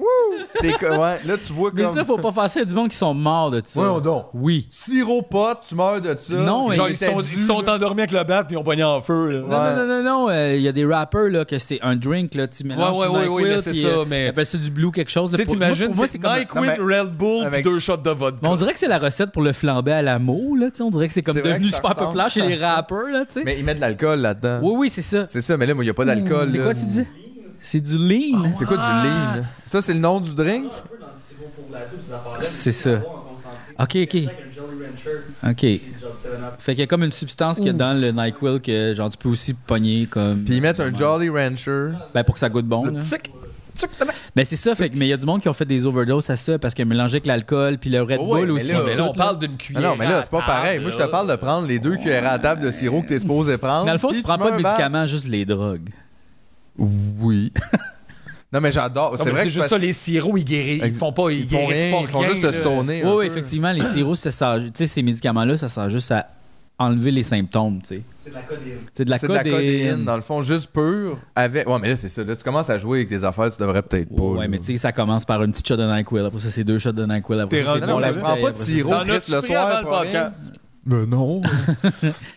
A: T'es co- ouais, là, tu vois
B: Mais
A: comme.
B: ça, faut pas faire ça. Il y a du monde qui sont morts de ça.
A: Voyons donc.
B: Oui.
A: Sirop pote, tu meurs de ça.
B: Non,
A: Genre,
C: Ils
A: il
C: se sont,
A: t'a
C: ils
A: dit,
C: se sont
A: là.
C: endormis avec le bat, puis ils ont poigné en feu. là.
B: Non, non, non, non, non. euh, Il y a des rappers là, que c'est un drink, là, tu mélanges
C: Ouais, ouais,
B: du
C: ouais, ouais,
B: NyQuil,
C: mais c'est
B: puis,
C: ça,
B: euh,
C: mais-
B: ils appellent ça du blue quelque chose. là,
C: Tu sais,
B: pour-
C: t'imagines,
B: moi, pour moi,
C: c'est
B: comme-
C: NyQuil,
A: Non,
C: Red Bull, puis
A: Avec-
C: deux shots de vodka.
B: Mais on dirait que c'est la recette pour le flambé à l'amour, là, tu sais, on dirait que c'est comme
A: C'est vrai
B: devenu
A: que ça
B: super
A: ressemble
B: populaire chez
A: à
B: les
A: ça.
B: rappeurs, là, tu sais.
A: Mais ils mettent de l'alcool là-dedans.
B: Oui, oui, c'est ça.
A: C'est ça, mais là, moi, il n'y a pas d'alcool.
B: C'est
A: là.
B: quoi tu dis? Ah. C'est du lean.
A: C'est quoi du lean? Ça, c'est le nom du drink?
B: C'est ça. Ok, ok. Ok. Fait qu'il y a comme une substance qu'il y a dans le NyQuil que, genre, tu peux aussi pogner comme.
A: Puis ils mettent un Jolly Rancher.
B: Ben, pour que ça goûte bon, là.
C: Tic, tic, Ah,
B: Ben, c'est ça, fait que, mais il y a du monde qui ont fait des overdoses à ça parce que mélangé avec l'alcool, puis le Red
A: Oh, ouais,
B: Bull
A: mais
B: aussi.
A: là-
B: puis
A: mais
C: là, on
B: tout, là.
C: parle d'une
A: Non,
C: cuillère.
A: Ah non, mais là, c'est pas
C: à table,
A: pareil. Moi, je te
C: là.
A: parle de prendre les deux cuillères à table de sirop que t'es supposé prendre.
B: Dans le fond,
A: puis
B: tu prends pas
A: mets
B: de
A: un verre.
B: médicaments, juste les drogues.
A: Oui. non, mais j'adore.
C: Non,
A: C'est
C: mais
A: vrai que
C: juste
A: parce-
C: ça, les sirops, ils guérissent. Ils font pas, ils,
A: Ils font
C: guérissent
A: rien,
C: pas
A: ils font juste
C: là.
A: se stoner.
B: Oui,
A: un
B: oui,
A: peu.
B: effectivement, les sirops, ça sert, tu sais, ces médicaments-là, ça sert juste à enlever les symptômes, tu sais. C'est de la
A: C'est de la
B: codéine.
A: codéine, dans le fond, juste pure. Avec... Ouais, mais là, c'est ça. Là, tu commences à jouer avec des affaires, tu devrais peut-être pas.
B: Ouais,
A: là.
B: mais tu sais, ça commence par une petite shot de NyQuil, après ça, c'est deux shots de NyQuil, après
C: T'es
B: ça,
C: rendu-
B: c'est
A: Non,
B: trois
A: non, mais je
B: bouteilles,
A: prends pas de
B: après ça,
A: sirop,
C: T'en
A: Chris,
C: as-tu
A: le
C: pris
A: soir.
C: avant
A: pour
C: le
A: rien.
C: podcast?
A: Mais non. non, non,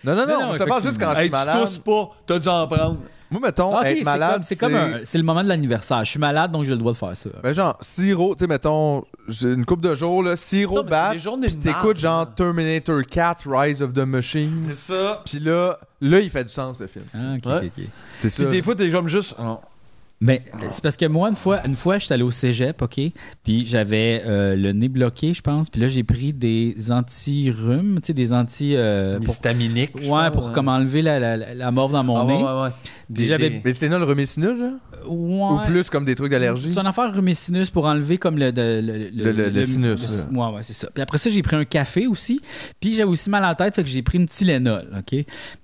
B: Mais
A: non,
B: non,
A: je te parle juste quand je
C: Hey,
A: suis
C: tu
A: malade.
C: tousses pas, t'as dû en prendre.
A: Moi, mettons,
B: Ok,
A: être
B: c'est
A: malade.
B: comme- c'est comme, un- c'est le moment de l'anniversaire. Je suis malade, donc j'ai le droit de faire ça.
A: Ben, genre, sirop, tu sais, mettons, j'ai une coupe de jours, là, sirop
C: Non, mais c'est
A: bat.
C: des journées
A: Puis
C: de
A: t'écoutes,
C: marde,
A: genre, Terminator 4, Rise of the Machines.
C: C'est ça.
A: Puis là, là, il fait du sens, le film.
B: Ah, ok,
C: Ouais.
B: ok, ok.
A: C'est ça.
C: Puis des fois, t'es comme juste. ah, Non.
B: Mais c'est parce que moi, une fois, une fois, j'étais allé au cégep, OK? Puis j'avais euh, le nez bloqué, je pense. Puis là, j'ai pris des anti-rhumes, tu sais, des anti... euh, pour-
C: Histaminique. je
B: Ouais,
C: pense,
A: hein.
C: hein.
B: pour comme enlever la, la, la- la mort dans mon
C: Ah, ouais,
B: nez.
C: ouais, ouais.
B: Puis j'avais-
A: Mais c'est non le remessina, genre?
B: Ouais.
A: Ou plus comme des trucs d'allergie?
B: C'est une affaire rhumécinus pour enlever comme le... de- Le,
A: Le- le- le sinus,
B: le- ouais, ouais, c'est ça. Puis après ça, j'ai pris un café aussi. Puis j'avais aussi mal à la tête, fait que j'ai pris une Tylenol, OK?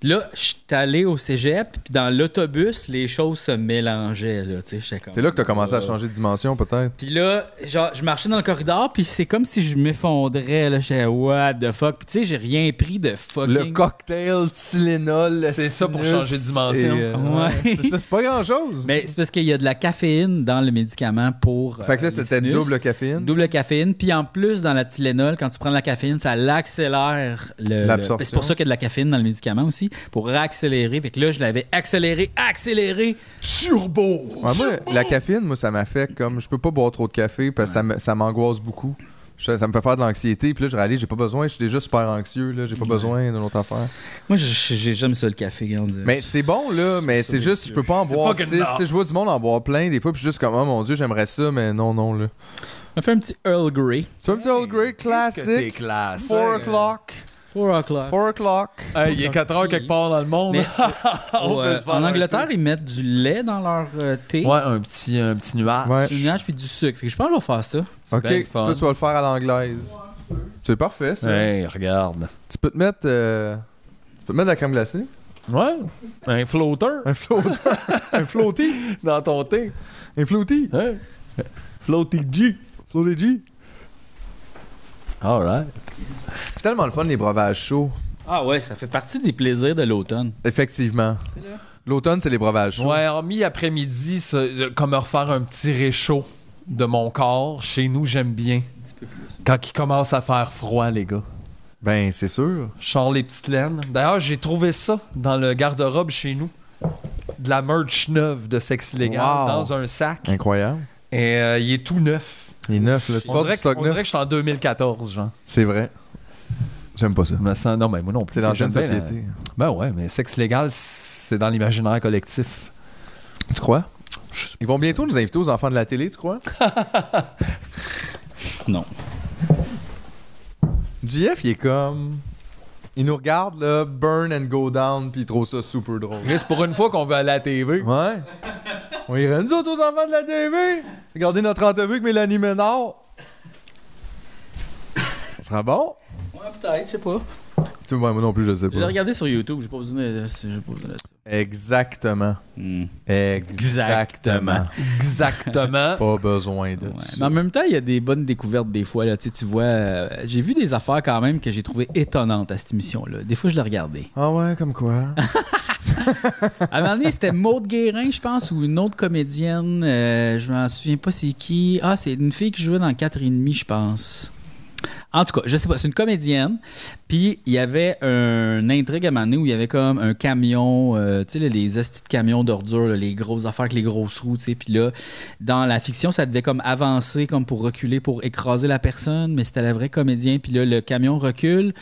B: Puis là, j'étais allé au cégep, puis dans l'autobus, les choses se mélangeaient, là, tu sais. j'étais comme- Euh,
A: C'est là que t'as commencé à changer de dimension, peut-être.
B: Puis là, genre, je marchais dans le corridor, puis c'est comme si je m'effondrais, là. J'étais « What the fuck? » Puis tu sais, j'ai rien pris de fucking...
A: Le cocktail Tylenol. le
C: C'est ça pour
A: sinus
C: changer de dimension.
A: et, euh,
B: Ouais.
A: c'est ça, c'est pas grand-chose.
B: Mais c'est parce qu'il y a de la caféine dans le médicament pour...
A: Fait que
B: euh,
A: là,
B: les
A: c'était
B: sinus.
A: double caféine.
B: Double caféine. Puis en plus, dans la Tylenol, quand tu prends de la caféine, ça l'accélère. Le,
A: L'absorption.
B: le- C'est pour ça qu'il y a de la caféine dans le médicament aussi, pour accélérer. Fait que là, je l'avais accéléré, accéléré.
C: Turbo!
A: Ouais, moi, la caféine, moi, ça m'affecte comme je peux pas boire trop de café parce que ça me- ça m'angoisse beaucoup. Je- ça me fait faire de l'anxiété. Puis là, je réalise, j'ai pas besoin, je suis déjà super anxieux. là, J'ai pas besoin d'une autre affaire.
B: Moi, je- j'ai jamais ça le café. regarde.
A: Mais c'est bon, là, mais c'est juste, je peux pas en
C: C'est
A: boire
C: fucking
A: six.
C: bon.
A: Tu sais, Je vois du monde en boire plein des fois, puis je suis juste comme, oh mon dieu, j'aimerais ça, mais non, non, là.
B: On fait un petit Earl Grey.
A: Tu veux me dire Old Grey
C: T'es
A: classique?
C: classe.
A: 4 o'clock.
B: 4 o'clock.
A: 4 o'clock.
C: Hey, il est 4 heures quelque part dans le monde. hein.
B: Mais
C: On
B: au,
C: peut
B: euh,
C: se faire
B: en
C: un
B: Angleterre, ils mettent du lait dans leur euh, thé.
C: Ouais, un petit, un petit nuage.
A: Ouais.
B: Du nuage puis du sucre. Fait que je pense que je vais faire ça.
A: Ok,
C: bien le fun.
A: toi, tu vas le faire à l'anglaise. C'est parfait, ça.
C: Hey, regarde.
A: Tu peux te mettre. euh, Tu peux te mettre de la crème glacée.
C: Ouais. Un flotteur.
A: Un floaty. un floaty.
C: Dans ton thé.
A: Un floaty.
C: Hein? Floaty G.
A: Floaty G.
C: Alright.
A: C'est tellement le fun, les breuvages chauds.
B: Ah ouais, ça fait partie des plaisirs de l'automne.
A: Effectivement. L'automne, c'est les breuvages chauds.
C: Ouais, en mi-après-midi, ça- euh, comme refaire un petit réchaud. de mon corps, chez nous, j'aime bien. Quand il commence à faire froid, les gars.
A: Ben, c'est sûr.
C: Je sors les petites laines. D'ailleurs, j'ai trouvé ça dans le garde-robe chez nous. De la merch neuve de sexe illégal
A: Wow.
C: dans un sac.
A: Incroyable.
C: Et euh, il est tout neuf.
A: Il est neuf, là. Tu
C: On
A: parles du
C: dirait, que,
A: stock
C: on
A: neuf.
C: dirait que je suis en 2014, genre.
A: C'est vrai. J'aime pas ça.
C: non, mais moi non plus.
A: C'est l'ancienne
C: J'aime bien la-
A: société.
C: Ben ouais, mais sexe légal, c'est dans l'imaginaire collectif.
A: Tu crois? Ils vont bientôt nous inviter aux enfants de la télé, tu crois?
B: non.
A: JF, il est comme. Il nous regarde, là, burn and go down, puis il trouve ça super drôle.
C: C'est pour une fois qu'on va à la TV.
A: Ouais. On irait nous autres aux enfants de la TV. Regardez notre entrevue avec Mélanie Ménard. Ça sera bon?
B: Ouais, Ah, peut-être, je sais pas.
A: Tu vois, moi non plus, je sais
B: Je l'ai
A: pas.
B: regardé sur YouTube, j'ai pas besoin de. j'ai pas besoin de-
A: Exactement. Exactement.
C: Exactement.
A: Pas besoin de ça.
B: Mais en même temps, il y a des bonnes découvertes des fois. Là. Tu, sais, tu vois, euh, j'ai vu des affaires quand même que j'ai trouvées étonnantes à cette émission-là. Des fois, je l'ai regardais.
A: Ah ouais, comme quoi?
B: À un moment donné, c'était Maude Guérin, je pense, ou une autre comédienne. euh, je m'en souviens pas c'est qui. Ah, c'est une fille qui jouait dans 4 et demi, je pense. En tout cas, je sais pas, c'est une comédienne. Puis il y avait un intrigue à un moment donné où il y avait comme un camion, euh, tu sais, là, les hosties de camions d'ordures, là, les grosses affaires avec les grosses roues, tu sais. Puis là, dans la fiction, ça devait comme avancer, comme pour reculer, pour écraser la personne, mais c'était la vraie comédienne. Puis là, le camion recule.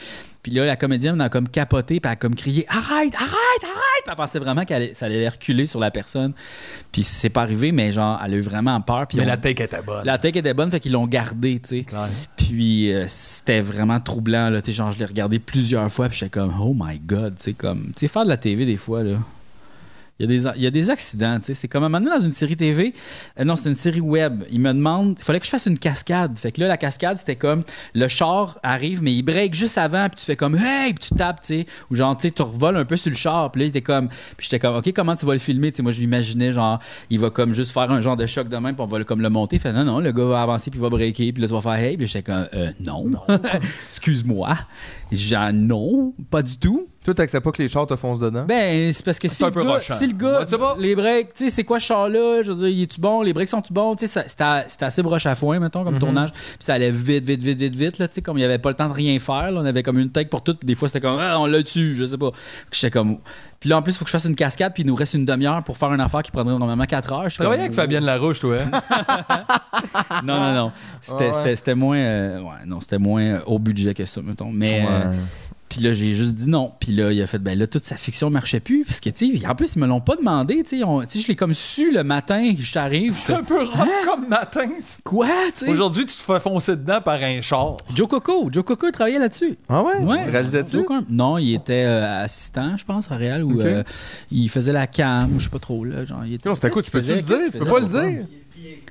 B: Puis là, la comédienne a comme capoté, puis elle a comme crié Arrête, arrête, arrête! Puis elle pensait vraiment qu'elle allait- ça allait reculer sur la personne. Puis c'est pas arrivé, mais genre, elle a eu vraiment peur. Puis
C: Mais
B: on-
C: la take était bonne.
B: la tech était bonne, fait qu'ils l'ont gardée, tu sais. Puis euh, c'était vraiment troublant, là. Tu sais, genre, je l'ai regardé plusieurs fois, puis j'étais comme, oh my god, tu sais, comme, tu sais, faire de la TV des fois, là. Il y, a des, il y a des accidents, tu sais. C'est comme à un moment donné, dans une série TV, euh, non, c'était une série web. Il me demande, il fallait que je fasse une cascade. Fait que là, la cascade, c'était comme le char arrive, mais il break juste avant, puis tu fais comme hey, puis tu tapes, tu sais. Ou genre, tu sais, tu revoles un peu sur le char, puis là, il était comme, puis j'étais comme, OK, comment tu vas le filmer, tu sais. Moi, je m'imaginais, genre, il va comme juste faire un genre de choc de main, puis on va le- comme le monter. Fait non, non, le gars va avancer, puis il va breaker, puis là, tu vas faire hey, puis j'étais comme, Euh, non. Excuse-moi. Genre, non, pas du tout.
A: Toi, t'acceptes pas que les chars te foncent dedans?
B: Ben, c'est parce que si
A: Hein? un
B: le,
A: peu
B: gars,
A: rochant.
B: si le gars, les breaks, tu sais, c'est quoi ce char-là? Je veux dire, il est-tu bon? Les breaks sont-tu bons? Tu sais, ça- c'était c'était assez broche à foin, mettons, comme
A: Mhm.
B: tournage. Puis ça allait vite, vite, vite, vite, vite, là, tu sais, comme il n'y avait pas le temps de rien faire, là, on avait comme une tech pour tout, puis des fois, c'était comme, ah, on l'a tué, je sais pas. Puis j'étais comme, puis là, en plus, il faut que je fasse une cascade, puis il nous reste une demi-heure pour faire une affaire qui prendrait normalement 4 heures. Je suis
C: Travailler
B: comme,
C: avec Fabienne Larouche, toi. hein?
B: non, non, non.
C: Ouais,
B: C'était
C: Ah. ouais.
B: c'était- c'était moins, euh, ouais, non, c'était moins euh, haut budget que ça, mettons. Mais
A: Ouais.
B: euh, puis là, j'ai juste dit non. Puis là, il a fait, ben là, toute sa fiction marchait plus, parce que tu sais, en plus ils me l'ont pas demandé, tu sais, on- tu sais, je l'ai comme su le matin, je t'arrive.
C: C'est un peu rough comme matin.
B: Quoi, tu sais?
C: Aujourd'hui, tu te fais foncer dedans par un char.
B: Joe Coco, Joe Coco, il travaillait là-dessus.
A: Ah ouais?
B: Ouais.
A: Réalisais-tu?
B: Joe Coco- Non, il était euh, assistant, je pense, à Real, où
A: Ok.
B: euh, il faisait la cam, ou je sais pas trop, là. Genre, il était...
A: Non, c'était quoi? Tu peux-tu le dire? Tu peux pas le dire?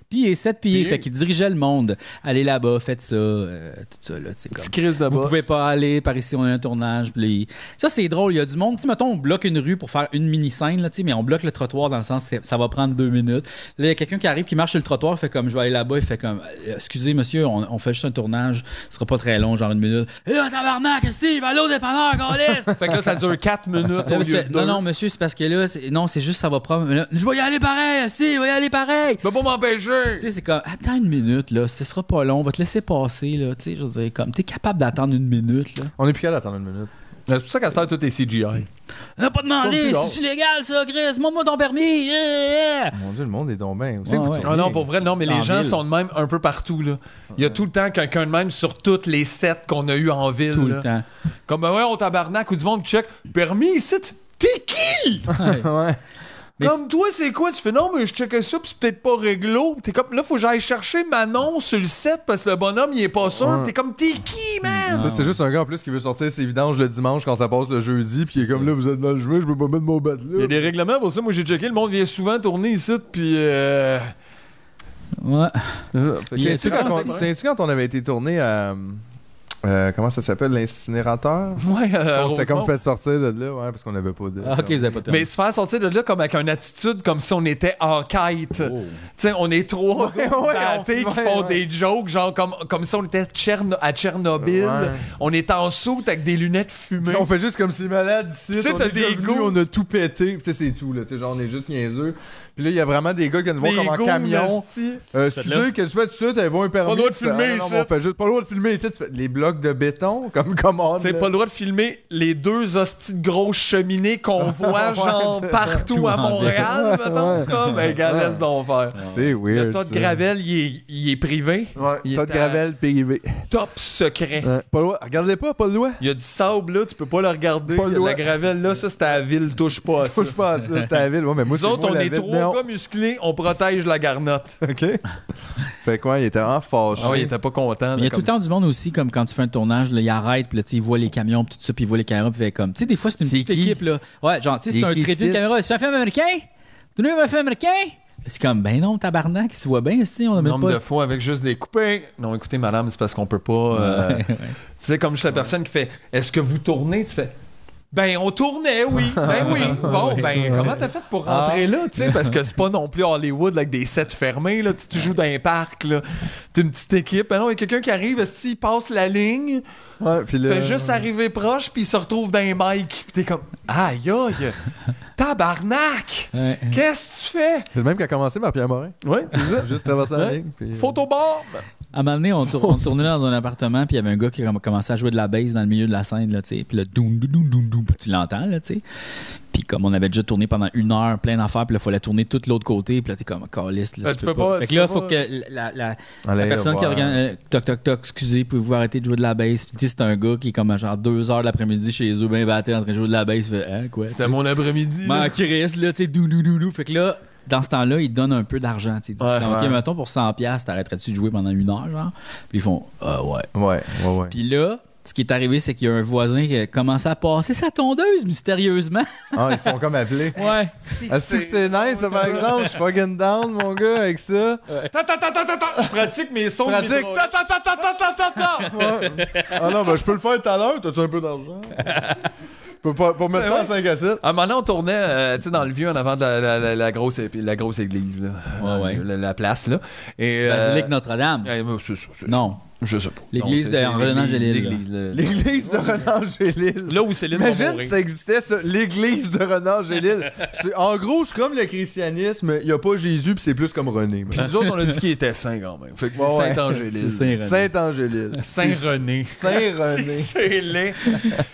B: Pillé, 7 pillé,
A: Pillé.
B: fait qu'il dirigeait le monde. Allez là-bas, faites ça, euh, tout ça, là, tu sais, comme.
C: Crise de
B: Vous
C: boss.
B: pouvez pas aller par ici, on a un tournage. puis les- Ça, c'est drôle. Il y a du monde. Tu sais, mettons, on bloque une rue pour faire une mini-scène, là, tu sais, mais on bloque le trottoir dans le sens, c'est- ça va prendre deux minutes. Là, il y a quelqu'un qui arrive, qui marche sur le trottoir, fait comme, je vais aller là-bas, il fait comme, euh, excusez, monsieur, on, on fait juste un tournage, ce sera pas très long, genre une minute. Eh, là, tabarnak, si, va aller au dépanneur, câlisse!
C: Fait que là, ça dure 4 minutes
B: Là,
C: au
B: monsieur,
C: lieu de
B: non,
C: deux.
B: non, monsieur, c'est parce que là, c'est- non, c'est juste, ça va prendre. là, je vais y aller pareil, si, je vais y aller pareil.
C: Je vais pas m'empêcher.
B: Tu sais, c'est comme, attends une minute, là, ce sera pas long, on va te laisser passer, là, tu sais, je veux dire, comme, t'es capable d'attendre une minute, là.
A: On est plus capable d'attendre une minute.
C: C'est pour ça qu'à ce temps, tout est CGI.
B: On a pas
C: Comme
B: demandé,
C: plus
B: c'est légal, ça, Chris, montre-moi ton permis, yeah, yeah.
A: Mon Dieu, le monde est donc bien. Où c'est
B: Ouais,
A: que vous
B: ouais.
A: tournez?
C: Ah non, pour vrai, non, mais
A: En
C: les gens
A: ville.
C: sont de même un peu partout. Là. Il y a tout le temps quelqu'un de même sur toutes les sets qu'on a eu en ville.
B: Tout le
C: là.
B: temps.
C: Comme, ouais, on tabarnak ou du monde qui check. Permis ici, tu- t'es qui?
B: Mais
C: comme toi, c'est quoi? Tu fais non, mais je checkais ça, puis c'est peut-être pas réglo. T'es comme, là, faut que j'aille chercher Manon sur le set parce que le bonhomme, il est pas sûr.
A: Ouais.
C: T'es comme, t'es qui, man?
B: Ah,
A: Là, C'est juste un gars en plus qui veut sortir ses vidanges le dimanche quand ça passe le jeudi, puis il est comme là, vous êtes dans le jeu, je peux pas mettre mon bat
C: Il y
A: là.
C: a des règlements pour ça. Moi, j'ai checké. Le monde vient souvent tourner ici, puis. euh,
B: Ouais.
A: Tu sais-tu quand, on- tu sais-tu quand on avait été tourné à. euh, comment ça s'appelle, l'incinérateur?
C: Ouais, euh,
A: on s'était comme
C: Rosemont.
A: fait sortir de là, ouais, parce qu'on avait pas de.
B: Ah, ok, vous avez pas de permis.
C: Mais se faire sortir de là comme avec une attitude comme si on était en quête. Tu sais, on est trois
A: Oh. Ouais,
C: gars
A: ouais,
C: battés
A: on-
C: qui
A: ouais,
C: font
A: ouais.
C: des jokes, genre comme, comme si on était Tcherno- à Tchernobyl.
A: Ouais.
C: On est en soute avec des lunettes fumées.
A: On fait juste comme si malade ici.
C: Tu sais,
A: on
C: t'as
A: est déjà
C: des
A: venu,
C: goûts.
A: On a tout pété. Tu sais, c'est tout, là. Tu sais, genre, on est juste niaiseux. Puis là, il y a vraiment des gars qui viennent voir
C: Des
A: comme en
C: gars,
A: camion.
C: nasty.
A: Euh,
C: Faites-le.
A: excusez, qu'est-ce que tu fais tout de suite? Elle voit un permis.
C: Pas le droit de
A: tu fais,
C: filmer
A: Ah non,
C: ici.
A: mais on fait juste pas le droit de filmer ici. Tu fais, les blocs de béton, comme commande.
C: T'sais, pas le droit de filmer les deux hosties de grosses cheminées qu'on voit
A: Ouais,
C: genre
A: de-
C: partout
A: tout
C: à
A: en
C: Montréal,
A: ville.
C: mettons.
A: Ouais.
C: Comme, hey, gars,
A: Ouais.
C: laisse donc faire.
A: C'est
C: Le
A: weird.
C: tas de
A: ça.
C: Gravel, il est, il est privé. il
A: Todd
C: est à
A: Gravel, PIV.
C: Top secret.
A: Ouais, pas le droit. Regardez pas, pas le droit.
C: Il y a du sable là, tu peux pas le regarder.
A: Pas le
C: Il y a de
A: droit.
C: la gravelle là, ça c'était à la ville, touche pas à ça.
A: Touche pas à ça, c'était à la ville. Ouais, mais moi, c'est
C: Nous autres,
A: moi,
C: on
A: la
C: est
A: ville.
C: trois
A: Non.
C: gars musclés, on protège la garnotte.
A: OK. Fait quoi, il était en fâché.
C: Ah oui, il était pas content.
B: Mais il y
C: là,
B: a tout le
C: comme-
B: temps du monde aussi, comme quand tu fais un tournage, là, il arrête, puis là, tu sais, il voit les camions, puis tout ça, puis il voit les caméras, puis il fait comme. Tu sais, des fois, c'est une petite équipe, là. Ouais, genre, tu sais, c'est
L: C'est
B: un
L: qui,
B: traité de
L: c'est?
B: caméra. C'est un film américain? Tu nous un film américain? Puis C'est comme, ben non, tabarnak, il se voit bien aussi, on a même
C: Nombre
B: pas.
C: de fois avec juste des coupés. Non, écoutez, madame, c'est parce qu'on peut pas. euh,
B: Ouais,
C: Tu sais, comme je suis la personne qui fait Est-ce que vous tournez Tu fais Ben, on tournait, oui. Ben oui. Bon, ben, comment t'as fait pour
A: Ah.
C: rentrer là Tu sais, parce que c'est pas non plus Hollywood là, avec des sets fermés. Là. Tu, tu joues dans un parc, là. T'es une petite équipe. Ben non, il y a quelqu'un qui arrive, s'il passe la ligne,
A: Ouais, puis là-
C: fait juste arriver proche, puis il se retrouve dans un mic. Puis t'es comme Aïe, aïe, tabarnak
B: Ouais.
C: Qu'est-ce que tu fais
A: C'est le même qui a commencé par Pierre Morin.
C: Oui, c'est ça.
A: Juste traverser la
B: Ouais.
A: ligne. puis- euh,
C: Photobombe
B: À un moment donné, on, tour- on tournait dans un appartement, puis il y avait un gars qui a commencé à jouer de la bass dans le milieu de la scène, là, tu sais. Puis le doum, doum, doum, doum, doum, puis tu l'entends, là, tu sais. Puis comme on avait déjà tourné pendant une heure, plein d'affaires, puis là, il fallait tourner tout l'autre côté, puis là, t'es comme, caliste, là,
C: Ah, tu peux pas,
B: Fait
C: tu
B: que là,
C: peux
B: faut
C: pas. euh,
B: que la, la- la
A: Allez,
B: personne qui
A: voir.
B: organise. euh, toc, toc, toc, excusez, pouvez-vous arrêter de jouer de la bass? Puis tu sais, c'est un gars qui est comme à genre deux heures de l'après-midi chez eux, bien batté, en train de jouer de la bass, il fait, hein, quoi?
C: C'était mon après-midi. là.
B: Man, Chris, là, tu sais, dou, dou, dou, dou. Fait que là, dans ce temps-là, ils te donnent un peu d'argent. Tu sais, Ils disent, ben,
A: Ouais,
B: OK,
A: ouais.
B: mettons, pour 100$, piastres, t'arrêterais-tu de jouer pendant une heure, genre? Puis ils font, ah ouais.
A: Ouais, ouais, ouais.
B: Puis là, ce qui est arrivé, c'est qu'il y a un voisin qui a commencé à passer sa tondeuse mystérieusement.
A: Ah, ils sont comme appelés.
B: Ouais.
A: Est-ce que c'est nice, ça, par exemple? Je suis fucking down, mon gars, avec ça.
C: Ta, ta, ta, ta, ta, ta. Je pratique mes sons. de
A: Pratique.
C: micro. Ta, ta, ta, ta, ta, ta, ta, ta.
A: Ouais. Ah non, ben, je peux le faire tout à l'heure. T'as-tu un peu d'argent? Je peux pas, pas mettre
C: Ouais,
A: ça en
C: ouais.
A: 5 à 7.
C: À un moment donné, on Ah, tournait euh, tu sais, dans le vieux en avant de la, la- la- la grosse, épi- la grosse église, là. Euh,
B: Ah, ouais.
C: La, la place. Là. Et, euh,
B: Basilique Notre-Dame.
C: eh, ben, c'est ça, c'est ça.
B: Non.
C: Je sais pas.
B: L'église
C: Non,
B: de
C: c'est-
B: en
C: c'est
B: revenant de
C: l'église,
B: l'île,
C: l'église,
B: là.
C: là.
A: L'église de Renan-Gélil.
C: Là où Céline va
A: Imagine
C: mourir.
A: si ça existait, ça, l'église de Renan-Gélil. C'est- En gros, c'est comme le christianisme. Il n'y a pas Jésus, puis c'est plus comme René.
C: Puis nous autres, on a dit qu'il était saint quand même. Fait que c'est
A: Ouais, ouais.
C: Saint-Angélil.
B: C'est Saint-René.
A: Saint-Angélil.
C: Saint-René.
A: Saint-René.
C: C'est laid.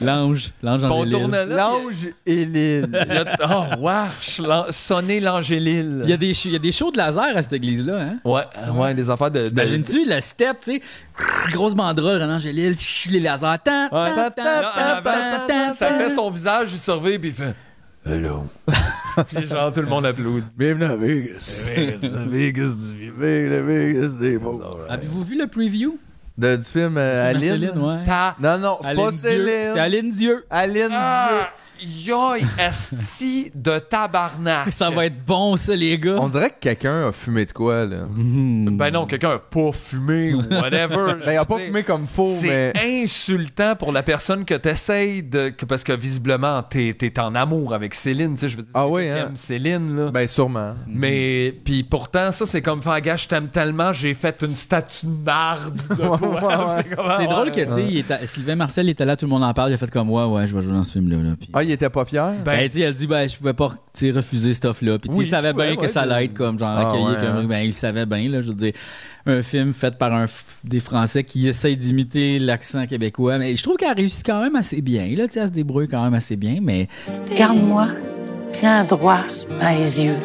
B: L'ange. L'ange en
C: Bon, on tournait là.
A: L'ange et l'île.
C: Il y a- Oh, wesh, l'an- sonner l'Angélil.
B: Il y, a des, ch- il y a des shows de laser à cette église-là, hein?
C: Ouais, ouais, des affaires de. de-
B: Imagines-tu le step, tu sais, grosse banderole, Renan Gélil, les lasers, tant,
C: Ouais.
B: tant, tant,
C: Là, en
B: tant,
C: avant,
B: tant, tant,
C: ça fait
B: tant.
C: son visage, il surveille, puis il fait Hello. puis genre, tout le monde applaudit.
A: Bienvenue à Vegas.
C: Vegas du vieux.
A: Vegas, Vegas des beaux.
B: Avez-vous vu le preview?
A: De- Du film euh,
B: De
A: Aline.
B: Céline, ouais.
C: Ta.
A: Non, non, c'est
B: Aline
A: pas
B: Dieu.
A: Céline.
B: C'est Aline Dieu.
A: Aline Dieu.
C: Ah, yoï, esti de tabarnak.
B: Ça va être bon, ça, les gars.
A: On dirait que quelqu'un a fumé de quoi, là.
C: Ben non, quelqu'un a pas fumé ou whatever.
A: Ben, il a pas fumé comme faux, mais.
C: C'est insultant pour la personne que t'essayes de. que- parce que visiblement, t'es es en amour avec Céline, tu sais, je veux dire.
A: Ah oui,
C: t'aimes
A: hein?
C: Céline, là.
A: Ben, sûrement.
C: Mais, puis pourtant, ça, c'est comme faire, gars, je t'aime tellement, j'ai fait une statue de marde de toi.
A: ah,
B: C'est drôle que, tu sais, il était- Sylvain Marcel était là, tout le monde en parle, il a fait comme, ouais, ouais, je vais jouer dans ce film-là. Là, puis-
A: Ah, il était pas fier?
C: Ben-
B: Ben, tu sais, elle dit, ben, je pouvais pas, tu sais, refuser cette offre-là. Puis, tu sais,
C: Oui,
B: il savait
C: tu
B: bien
C: pouvais,
B: que
C: ouais,
B: ça
C: tu-
B: allait être comme, genre,
A: Ah,
B: accueilli
A: ouais,
B: comme,
A: hein.
B: ben, il savait bien, là, je veux dire, un film fait par un, f- des Français qui essayent d'imiter l'accent québécois. Mais je trouve qu'elle réussit quand même assez bien, là, tu sais, elle se débrouille quand même assez bien, mais.
M: Regarde-moi bien droit dans les yeux.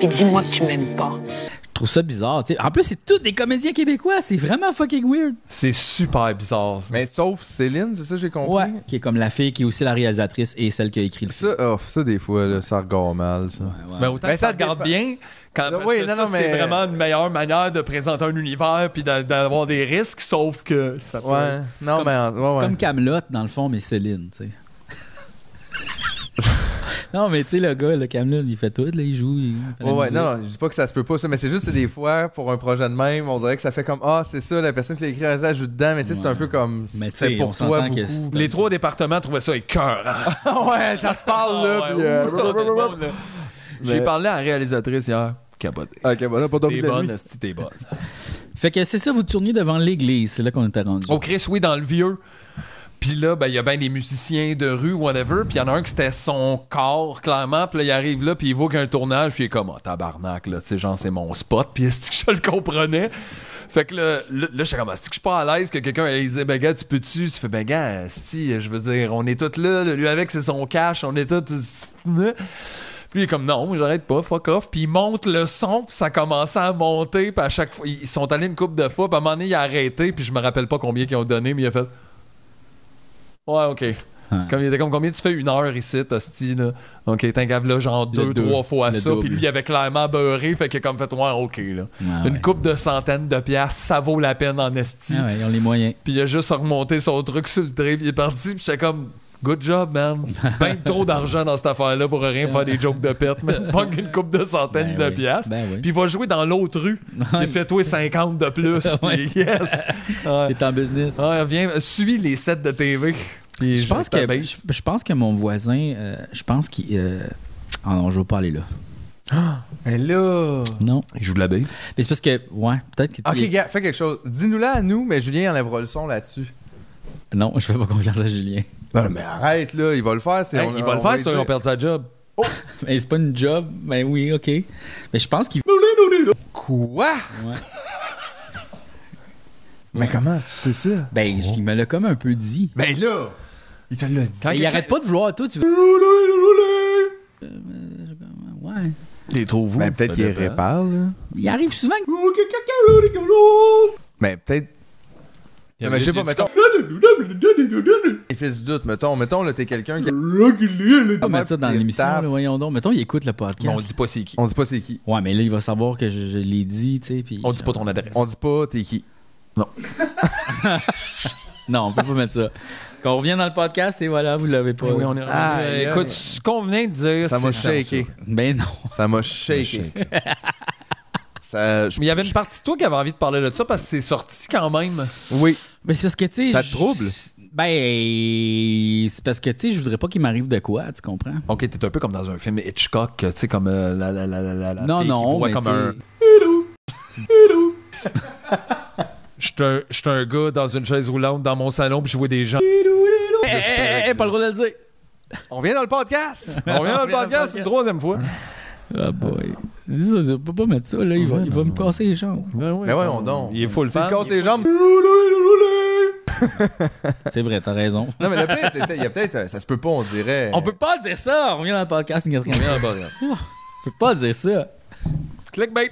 M: Puis dis-moi que tu m'aimes pas.
B: Je trouve ça bizarre, tu sais. En plus, c'est tous des comédiens québécois, c'est vraiment fucking weird.
C: C'est super bizarre. ça.
A: Mais Ben, sauf Céline, c'est ça que j'ai compris?
B: Ouais. Qui est comme la fille qui est aussi la réalisatrice et celle qui a écrit le film.
A: Ça, oh, ça, des fois, là, ça regarde mal, ça.
B: Ouais.
C: Mais autant
A: Ben,
C: que
A: ça
C: ça regarde
A: dépend-
C: bien, quand,
A: Non,
C: parce
A: oui,
C: que
A: non,
C: ça,
A: non,
C: c'est
A: mais-
C: vraiment une meilleure manière de présenter un univers puis d'a- d'avoir des risques, sauf que ça peut...
A: Ouais. Non, mais. en-
B: C'est
A: ouais, ouais.
B: comme Camelot dans le fond, mais Céline, tu sais. non, mais tu sais, le gars, le Camelot, il fait tout, là, il joue. Il fait la
A: Ouais, ouais,
B: musique.
A: non, non, je dis pas que ça se peut pas, ça, mais c'est juste que des fois, pour un projet de même, on dirait que ça fait comme Ah, c'est ça, la personne qui l'a écrit, elle s'ajoute dedans, mais tu sais, c'est un peu comme
B: Mais tu
A: c'est
B: sais, on
A: pour toi.
B: s'entend
A: Beaucoup.
B: que c'est-
C: Les trois départements trouvaient ça écœurant.
A: ouais, ça se parle, là,
C: Ah ouais,
A: puis, euh,
C: ouh, t'es bonne, là. J'ai
A: Mais-
C: parlé à la réalisatrice hier. Capoté.
A: Ok, bon, là, pas dormi
C: T'es
A: de la
C: bonne,
A: nuit.
C: esti, t'es bonne.
B: Fait que c'est ça, vous tourniez devant l'église, c'est là qu'on était rendu.
C: Oh Chris, oui, dans le vieux. Puis là, ben, il y a bien des musiciens de rue, whatever. Puis il y en a un qui c'était son corps, clairement. Puis là, il arrive là, puis il voit qu'il y a un tournage. Puis il est comme, oh, tabarnak, là, tu sais, genre, c'est mon spot. Puis est-ce que je le comprenais? Fait que là, là, là, j'étais comme, Ah, est-ce que je suis pas à l'aise que quelqu'un allait lui dire, ben, gars, tu peux-tu? Tu fais, ben, gars, esti, je veux dire, on est tous là. là, Lui avec, c'est son cash. On est tous. euh, Puis il est comme non, j'arrête pas, fuck off. Puis il monte le son, puis ça commençait à monter. Puis à chaque fois, ils sont allés une couple de fois. Puis à un moment donné, il a arrêté. Puis je me rappelle pas combien qu'ils ont donné, mais il a fait Ouais, ok. Comme il était comme combien tu fais une heure ici, hostie, là. Ok, t'ingaves là genre
I: Le
C: deux,
I: double.
C: trois fois
I: Le
C: ça. Puis
I: double.
C: lui, il avait clairement beurré, fait qu'il a comme fait ouais, ok, là.
B: Ah
C: une
B: ouais.
C: coupe de centaines de piastres, ça vaut la peine en esti.
B: Ah ouais, ils ont les moyens.
C: Puis il a juste remonté son truc sur le trait, puis il est parti, puis j'étais comme Good job, man. Ben trop d'argent dans cette affaire-là pour rien faire des jokes de pète. Man. Manque une coupe de centaines
B: Ben
C: de
B: oui.
C: piastres.
B: Ben oui.
C: Puis il va jouer dans l'autre rue. Il fait euh, toi 50 de plus.
B: Ouais.
C: Puis yes. Il
B: est en business.
C: viens, suis les sets de TV. Puis
B: Je pense, que,
C: t'abaisse.
B: je, je pense que mon voisin, euh, je pense qu'il. euh, Ah non, je veux pas aller là.
A: Et là.
B: Non.
C: Il joue de la base. Ah,
B: Mais c'est parce que, ouais, peut-être que tu
A: Ok, gars, fais quelque chose. Dis-nous-la à nous, mais Julien enlèvera le son là-dessus.
B: Non, je fais pas confiance à Julien.
A: Non, mais arrête, là, il va le faire. c'est-
B: Hey,
A: on-
B: il va le faire,
A: y
B: ça,
A: dire.
B: on perd
C: sa job.
B: Mais c'est pas une job, mais oui, ok. Mais je pense qu'il.
A: Quoi? Mais comment tu sais ça?
B: Ben, il me l'a comme un peu dit.
A: Ben là, il te l'a dit.
B: il arrête pas de vouloir, toi, tu veux. Euh, Ouais.
C: Les trouve vous
A: Ben, peut-être
B: Ça
A: qu'il
B: dépend.
A: répare, là.
B: Il arrive souvent. que-
A: Mais Ben, peut-être.
B: Il y
A: Non,
B: avait
A: mais je sais
B: des
A: pas, mettons. Il fait ce doute, mettons. Mettons, là, t'es quelqu'un qui.
B: On va mettre Ah, ben, ça dans l'émission, là, voyons donc. Mettons, il écoute le podcast.
A: Mais on dit
C: pas c'est qui.
A: On dit pas c'est qui.
B: Ouais, mais là, il va savoir que je, je l'ai dit, tu sais. Puis
A: On dit
B: pas
C: ton adresse.
A: On dit pas t'es qui.
C: Non.
B: non, on peut pas mettre ça. Quand on revient dans le podcast, et voilà, vous l'avez pas.
C: Eh oui, on est revenu. Euh, écoute, ce qu'on venait de dire,
A: Ça m'a
C: c'est-
A: shaké.
B: Ben non.
A: Ça m'a shaké. Ça, je-
C: Mais il y avait une partie de toi qui avait envie de parler de ça parce que c'est sorti quand même.
A: Oui.
B: Mais c'est parce que, tu sais.
C: Ça te
B: je-
C: trouble?
B: Ben, c'est parce que, tu sais, je voudrais pas qu'il m'arrive de quoi, tu comprends?
C: Ok, t'es un peu comme dans un film Hitchcock, tu sais, comme euh, la, la, la, la, la, la
B: Non,
C: fille
B: non,
C: qui voit
B: mais
C: comme
B: t'sais-
C: un. Je suis un, j'suis un gars dans une chaise roulante dans mon salon, puis je vois des gens.
B: Hé, hé, hé, eh, pas le droit de le dire.
A: On vient dans le podcast!
C: On revient dans le podcast une troisième fois.
B: Ah boy. Dis ça, on peut pas mettre ça, là. Il va, il va me casser les jambes.
A: Mais voyons donc.
C: Il est full
A: S'il
C: fan.
A: casse les jambes.
B: C'est vrai, t'as raison.
A: Non, mais le pire, c'est peut-être- il y a peut-être. euh, Ça se peut pas, on dirait.
B: On peut pas dire ça. On revient dans le podcast, une quatrième.
A: dans le podcast.
B: On peut pas dire ça.
C: Clickbait.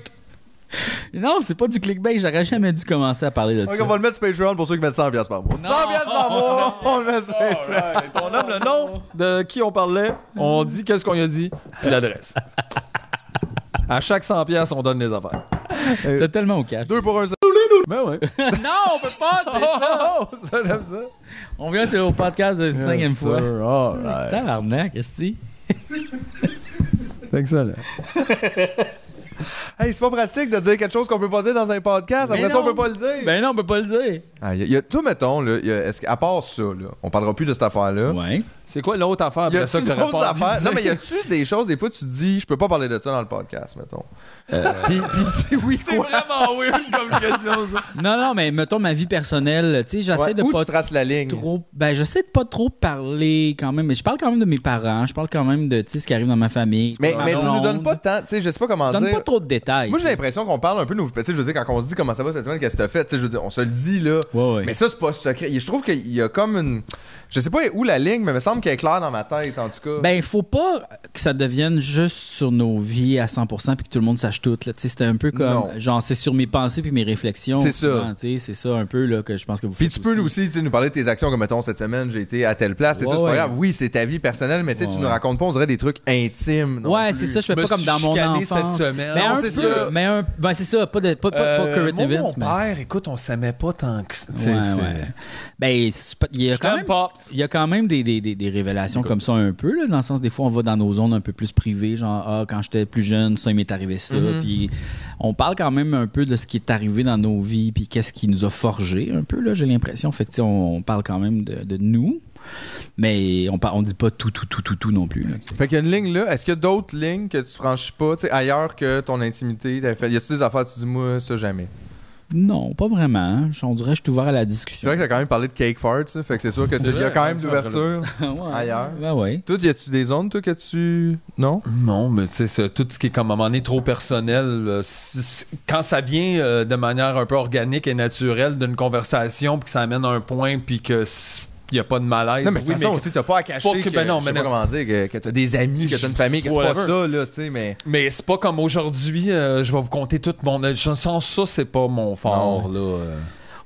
B: Non, c'est pas du clickbait. J'aurais jamais dû commencer à parler de
A: Ok,
B: ça.
A: on va le mettre sur Patreon pour ceux qui mettent 100$ piastres par mois. 100$ piastres par mois! On le met sur Patreon.
C: On nomme le nom de qui on parlait, on dit qu'est-ce qu'on y a dit, puis l'adresse. À chaque 100 pièces, on donne les affaires.
B: C'est tellement au cash.
A: Deux pour un seul.
C: Ben ouais.
B: non, on peut pas dire ça.
C: Oh, ça j'aime ça.
B: On vient sur le podcast de
C: Yes,
B: cinquième
C: sir.
B: fois.
C: All right.
B: Tabarnak, est-ce que
C: C'est excellent.
A: Hey, c'est pas pratique de dire quelque chose qu'on peut pas dire dans un podcast. Après
B: Mais
A: ça, on
B: non.
A: peut pas le dire.
B: Ben non, on peut pas le dire.
A: Ah, y a- y a- toi, mettons, là, y a- est-ce que- à part ça, là, on parlera plus de cette affaire-là.
B: Ouais.
C: C'est quoi l'autre affaire
A: Y
C: après ça
A: a-tu
C: que t'aurais
A: d'autres
C: pas envie de
A: affaires?
C: dire?
A: Non, mais y a-tu des choses, des fois, tu te dis, je peux pas parler de ça dans le podcast, mettons. Euh, Puis puis c'est oui,
C: C'est
A: quoi?
C: vraiment weird comme question, ça.
B: Non, non, mais mettons ma vie personnelle. Tu sais, j'essaie
A: Ouais.
B: de
A: Où
B: pas
A: tu traces la ligne?
B: trop. Ben, j'essaie de pas trop parler quand même. Mais je parle quand même de mes parents. Je parle quand même de tu sais, ce qui arrive dans ma famille.
A: Mais,
B: ma
A: mais tu nous
B: blonde.
A: donnes pas tant, tu sais, je sais pas comment
B: Je donne
A: dire.
B: pas trop de détails.
A: Moi, j'ai l'impression qu'on parle un peu de nos. Tu sais, je veux dire, quand on se dit comment ça va cette semaine, qu'est-ce que t'as fait, tu sais, je veux dire, on se le dit, là.
B: Ouais, ouais.
A: Mais ça, c'est pas secret. Je trouve qu'il y a comme une. Je sais pas où la ligne, mais il me semble qu'elle est claire dans ma tête, en tout cas.
B: Ben, faut pas que ça devienne juste sur nos vies à 100% puis que tout le monde sache tout. là. Tu sais, C'est un peu comme,
A: Non.
B: genre, c'est sur mes pensées puis mes réflexions.
A: C'est ça.
B: souvent, tu sais, C'est ça un peu là, que je pense que vous
A: Puis
B: faites
A: tu peux nous aussi tu sais, nous parler de tes actions, comme mettons cette semaine, j'ai été à telle place, t'es
B: Ouais,
A: ça, c'est pas
B: ouais.
A: grave. Oui, c'est ta vie personnelle, mais tu sais,
B: Ouais,
A: tu nous
B: ouais.
A: racontes pas, on dirait des trucs intimes. non
B: ouais,
A: plus.
B: c'est ça, je fais
A: me
B: pas comme
A: suis
B: dans mon
A: chicané
B: enfance.
A: cette semaine.
B: Mais
A: Non,
B: un
A: c'est
B: peu,
A: ça.
B: mais un- ben, c'est ça, pas de pas, pas, pas
C: Euh,
B: current
C: moi,
B: events,
C: mon
B: mais-
C: père, écoute, on s'aimait pas tant que ça.
B: Ouais, ouais. Ben, c'est pas- il y a quand
C: t'aime,
B: même,
C: Pops.
B: il y a quand même des, des- des- des révélations comme ça un peu, là, dans le sens des fois on va dans nos zones un peu plus privées, genre ah quand j'étais plus jeune ça il m'est arrivé ça,
A: Mhm.
B: puis on parle quand même un peu de ce qui est arrivé dans nos vies, puis qu'est-ce qui nous a forgé un peu là, j'ai l'impression, fait que tu sais, on, on parle quand même de, de nous, mais on par- on dit pas tout tout tout tout tout non plus. là, tu sais.
A: Fait qu'il y a une ligne là, est-ce qu'il y a d'autres lignes que tu franchis pas, tu sais, ailleurs que ton intimité, t'as fait, y a-tu des affaires, tu dis moi ça jamais.
B: Non, pas vraiment. Je- On dirait que je suis ouvert à la discussion.
A: C'est vrai que t'as quand même parlé de cake fart, ça, fait que c'est sûr qu'il y a
B: vrai, hein,
A: quand même
B: ça,
A: d'ouverture
B: Ouais.
A: ailleurs.
B: Ben ouais.
A: Toi, y a-tu des zones, toi, que tu. Non?
C: Non, mais tu sais, ça, tout ce qui est comme à un moment donné trop personnel, euh, c- c- quand ça vient euh, de manière un peu organique et naturelle d'une conversation, puis que ça amène à un point, puis que il n'y a pas de malaise.
A: Non, mais de
C: oui,
A: toute façon, aussi, t'as pas à cacher
C: Fuck,
A: que,
C: ben non,
A: je
C: mais
A: sais pas
C: non.
A: comment dire, que, que t'as des amis, que t'as une famille, que c'est pas
C: Whatever.
A: ça, là, tu sais, mais...
C: Mais c'est pas comme aujourd'hui, euh, je vais vous compter tout mon. euh, Je sens ça, c'est pas mon fort, là. euh.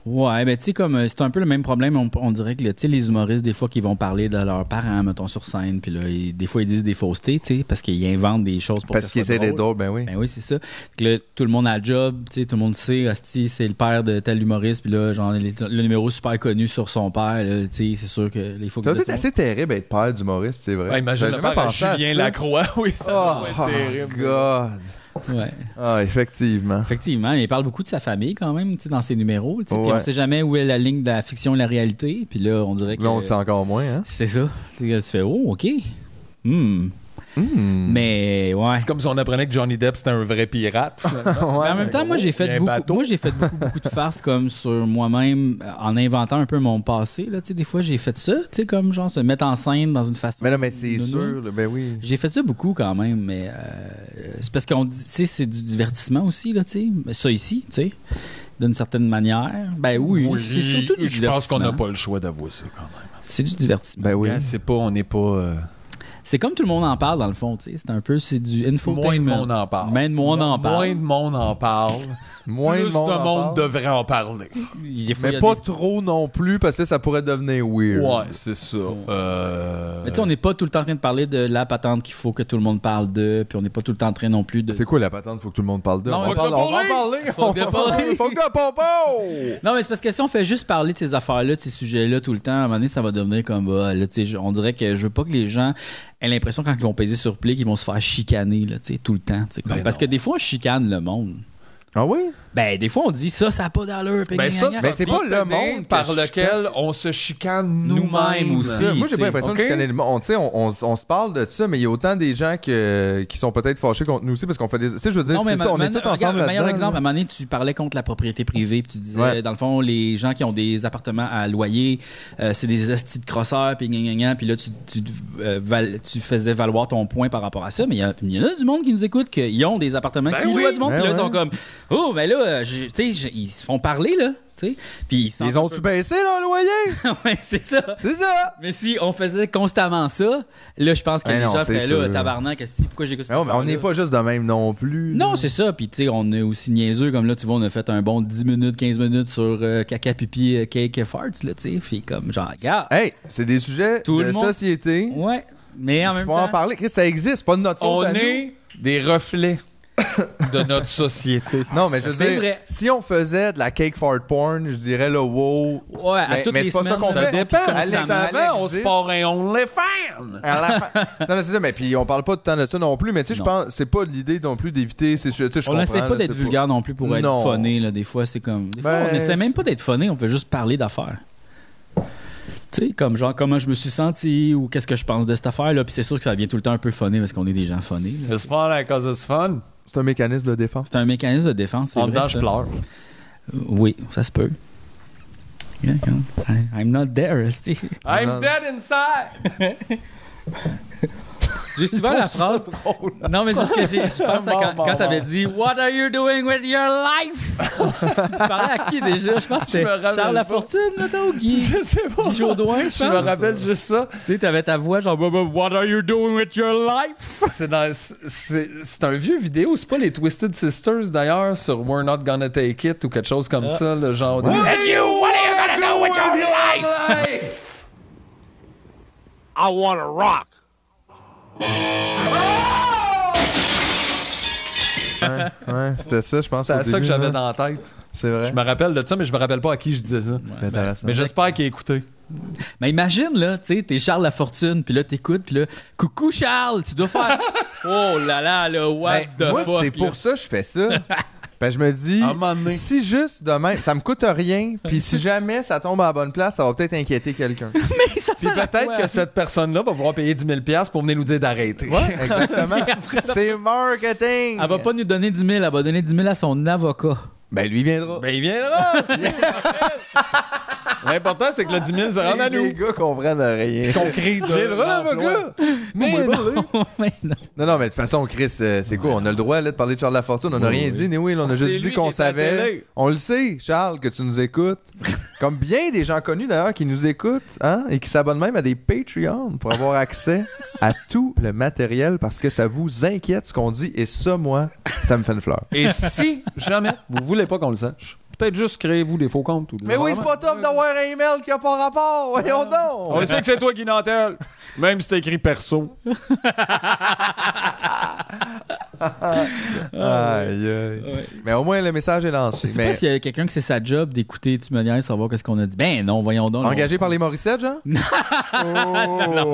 B: Ouais, ben tu sais, comme euh, c'est un peu le même problème, on, on dirait que là, tu sais, les humoristes, des fois, qui vont parler de leurs parents, mettons, sur scène, puis là, ils- des fois, ils disent des faussetés, tu sais, parce qu'ils inventent des choses pour
A: Parce
B: que ça
A: qu'ils
B: soit
A: essaient d'être
B: drôle.
A: drôles, ben oui.
B: Ben oui, c'est ça. Fait que là, tout le monde a le job, tu sais, tout le monde sait, hostie, c'est le père de tel humoriste, puis là, genre, les- le numéro super connu sur son père, là, tu sais, c'est sûr que là, il faut que
A: Ça
B: vous
A: doit
B: êtes-
A: être assez terrible d'être père d'humoriste, c'est vrai.
C: Ah, imagine
A: J'avais
C: le
A: jamais
C: père à
A: pensé à
C: Julien
A: ça.
C: Lacroix, oui, ça
A: Oh,
C: doit être terrible.
A: God!
B: Ouais.
A: Ah, effectivement.
B: Effectivement, il parle beaucoup de sa famille quand même, tu sais, dans ses numéros. tu sais, puis
A: Ouais.
B: on sait jamais où est la ligne de la fiction et la réalité. Puis là, on dirait que.
A: Là, on le sait encore moins, hein?
B: C'est ça. Tu sais, tu fais, oh, OK. Hmm. Mais, ouais.
C: C'est comme si on apprenait que Johnny Depp, c'était un vrai pirate. finalement.
B: Mais en même temps, moi, j'ai
C: Il y a
B: fait,
C: un
B: beaucoup,
C: bateau.
B: moi, j'ai fait beaucoup, beaucoup de farces comme sur moi-même euh, en inventant un peu mon passé. Là, Tu sais, des fois, j'ai fait ça, tu sais, comme genre se mettre en scène dans une façon.
A: Mais non, mais c'est
B: nounou.
A: sûr, là, ben oui.
B: J'ai fait ça beaucoup quand même, mais euh, c'est parce qu'on dit, tu sais, c'est du divertissement aussi, là, tu sais. Mais Ça ici, tu sais, d'une certaine manière. Ben oui, c'est surtout du
C: je pense qu'on
B: divertissement.
C: n'a pas le choix d'avouer ça quand même.
B: C'est du divertissement.
A: Ben oui.
C: Hein, C'est pas, on n'est pas. euh,
B: C'est comme tout le monde en parle dans le fond, tu sais. C'est un peu, c'est du
C: Moins
B: infotainment.
C: de monde en parle.
B: Moins de monde en parle.
C: Moins de monde en parle.
A: Moins
C: Plus
A: de monde en parle.
C: devrait en parler.
B: Il- des fois, il y
A: Mais
B: a
A: pas
B: des-
A: trop non plus, parce que là, ça pourrait devenir weird.
C: Ouais, c'est ça. Euh,
B: Mais tu sais, on n'est pas tout le temps en train de parler de la patente qu'il faut que tout le monde parle de, puis on n'est pas tout le temps en train non plus de.
A: C'est quoi la patente? Faut que tout le monde parle de.
B: Non,
A: on
B: faut
A: va parler-
B: que
A: on va en
B: le
A: parler!
B: police!
A: on
B: Faut que
A: va
B: le
A: parler.
B: police!
A: Faut que le pompon!
B: Non, mais c'est parce que si on fait juste parler de ces affaires-là, de ces sujets-là tout le temps, à un moment donné, ça va devenir comme, bah, là, tu sais, je- on dirait que je veux pas que les gens aient l'impression quand ils vont peser sur play qu'ils vont se faire chicaner, là, tu sais, tout le temps. tu sais, comme-
C: Ben
B: parce que des fois, on chicane le monde.
A: Ah oui?
B: Ben, des fois, on dit ça, ça n'a pas d'allure. puis
C: Ben
B: gna,
C: ça,
B: gna,
A: ben,
B: gna.
A: c'est pas le monde que
C: par
A: je
C: lequel on se chicane nous-mêmes
B: Nous-mêmes
A: Ça,
B: aussi.
A: moi, j'ai
B: tu sais.
A: pas l'impression
C: ok?
A: que je connais le monde. On, tu sais, on, on, on se parle de ça, mais il y a autant des gens que, qui sont peut-être fâchés contre nous aussi parce qu'on fait des. Tu sais, je veux dire,
B: Non, mais
A: c'est ça, on est
B: maintenant-
A: tous
B: regarde,
A: ensemble.
B: Le meilleur
A: là-dedans,
B: exemple, à
A: là.
B: un moment donné, tu parlais contre la propriété privée, puis tu disais,
A: Ouais.
B: dans le fond, les gens qui ont des appartements à loyer, euh, c'est des estis de crosseurs, puis gna, gna, gna, puis là, tu, tu, euh, val- tu faisais valoir ton point par rapport à ça, mais il y a- il y, en a du monde qui nous écoute, qui ont des appartements
C: Ben
B: qui
C: oui!
B: louent à du monde,
A: Ben
B: puis là,
A: ouais.
B: ils sont comme, oh, ben là, euh, j'ai- tu sais, j'ai- ils se font parler, là, tu sais, puis ils sentent
A: Ils ont-tu baissé leur loyer?
B: un peu- Ouais, c'est ça.
A: c'est ça!
B: Mais si on faisait constamment ça, là, je pense que
A: Ben
B: les
A: non,
B: gens
A: c'est
B: feraient, là,
A: sûr.
B: tabarnak, qu'est-ce que- pourquoi j'écoute
A: Mais non, mais on n'est
B: pas
A: pas juste de même non plus. là.
B: non, c'est ça. Puis, tu sais, on est aussi niaiseux. Comme là, tu vois, on a fait un bon 10 minutes, 15 minutes sur euh, caca, pipi, euh, cake, farts, là, tu sais. Puis, comme, genre, regarde.
A: Hey, c'est des sujets
B: Tout
A: de
B: le monde-
A: société.
B: Ouais. Mais en
A: Il
B: même
A: faut en
B: temps.
A: parler. Chris, ça existe, pas de notre faute.
C: On
A: à nous.
C: est des reflets de notre société.
A: Non, mais je veux
B: C'est
A: dire,
B: vrai.
A: si on faisait de la cake fart porn, je dirais là, wow.
B: Ouais, à
A: Mais-
B: toutes
A: mais
B: les
A: c'est pas ça
B: semaines.
A: qu'on
C: Ça
A: fait.
C: dépend.
A: Allez,
C: Alex,
A: ça
C: avant, on
A: existe.
C: se part un OnlyFans.
A: À la fin- non, non, c'est ça, mais puis on parle pas de tant de ça non plus, mais tu sais, je
B: Non.
A: pense, c'est pas l'idée non plus d'éviter ces sujets. Tu sais, je
B: on essaie
A: comprends,
B: pas
A: là,
B: d'être
A: c'est
B: vulgaire non plus pour être
A: Non.
B: phoné, là. Des fois, c'est comme. Des fois,
A: Ben,
B: on essaie même
A: c'est-
B: pas d'être phoné, on veut juste parler d'affaires. Tu sais, comme genre comment je me suis senti ou qu'est-ce que je pense de cette affaire-là. Puis c'est sûr que ça devient tout le temps un peu phoné parce qu'on est des gens phonés. là.
C: It's fun because it's fun.
A: C'est un mécanisme de défense.
B: C'est un mécanisme de défense. c'est
C: En
B: vrai,
C: dedans, je
B: ça.
C: pleure.
B: Oui, ça se peut. Yeah, come. I- I'm not there, esti.
A: Non.
C: I'm dead inside.
B: J'ai souvent la phrase. Non, mais c'est parce que j'ai- je pense à
C: Mort,
B: quand,
C: mort,
B: quand t'avais
C: mort.
B: dit What are you doing with your life? tu parlais à qui déjà? Je pense que c'était
C: me rappelle
B: Charles
C: pas.
B: Lafortune, mettons, ou Guy,
C: Je sais pas.
B: Guy Jodoin, je pense.
C: Je me rappelle juste ça.
B: Tu sais, t'avais ta voix genre What are you doing with your life?
C: C'est dans- c'est c'est un vieux vidéo, c'est pas les Twisted Sisters d'ailleurs sur We're Not Gonna Take It ou quelque chose comme ça, le genre. de- And you, what are you gonna do with your life?
G: I wanna rock.
A: Ouais, ouais, c'était ça, je pense.
C: C'est
A: au
C: à ça
A: début, hein.
C: que j'avais
A: là.
C: dans la tête.
A: C'est vrai.
C: Je me rappelle de ça, mais je me rappelle pas à qui je disais ça.
A: C'est intéressant.
C: Mais j'espère qu'il a écouté.
B: Mais imagine, là, tu sais, t'es Charles Lafortune, puis là, t'écoutes, puis là, Coucou Charles, tu dois faire Oh là là, là, what
A: Ben,
B: the
A: moi,
B: fuck?
A: c'est
B: là.
A: pour ça que je fais ça. Ben, je me dis,
C: À un moment donné.
A: si juste demain, ça me coûte rien, puis si jamais ça tombe à la bonne place, ça va peut-être inquiéter quelqu'un.
B: Mais ça
C: Puis
B: sert à hein.
C: peut-être
B: quoi?
C: que cette personne-là va vouloir payer 10 000 pour venir nous dire d'arrêter.
A: Exactement. c'est marketing.
B: Elle va pas nous donner 10 000, elle va donner 10 000 à son avocat.
A: Ben, lui, il viendra.
C: Ben, il viendra! L'important, c'est que le 10 000 se rende à
A: Les
C: nous.
A: gars comprennent rien.
C: Qu'on crie de-
A: Il viendra, l'avocat! Moi, moi, parler.
B: mais
A: Non, non, mais de toute façon, Chris, euh, c'est quoi? On a le droit là, de parler de Charles Lafortune. On n'a rien dit, Néo. On a
C: C'est
A: juste dit
C: lui
A: qu'on
C: qui est à la
A: savait.
C: télé.
A: On le sait, Charles, que tu nous écoutes. Comme bien des gens connus d'ailleurs qui nous écoutent hein, et qui s'abonnent même à des Patreons pour avoir accès à tout le matériel parce que ça vous inquiète ce qu'on dit. Et ça, moi, ça me fait une fleur.
C: Et si jamais vous voulez pas qu'on le sache, peut-être juste créez-vous des faux comptes. Ou des
A: Mais oui, c'est
C: affaires.
A: pas top d'avoir un email qui a pas rapport. Voyons donc.
C: On le sait que c'est toi, Guy Nantel. Même si t'as écrit perso.
A: Aïe, aïe. Mais au moins, le message est lancé.
B: Je sais
A: Mais
B: pas s'il y a quelqu'un que c'est sa job d'écouter Tu me niaises, savoir qu'est-ce qu'on a dit. Ben non, voyons donc.
A: engagé
B: non.
A: par les Morissette, genre?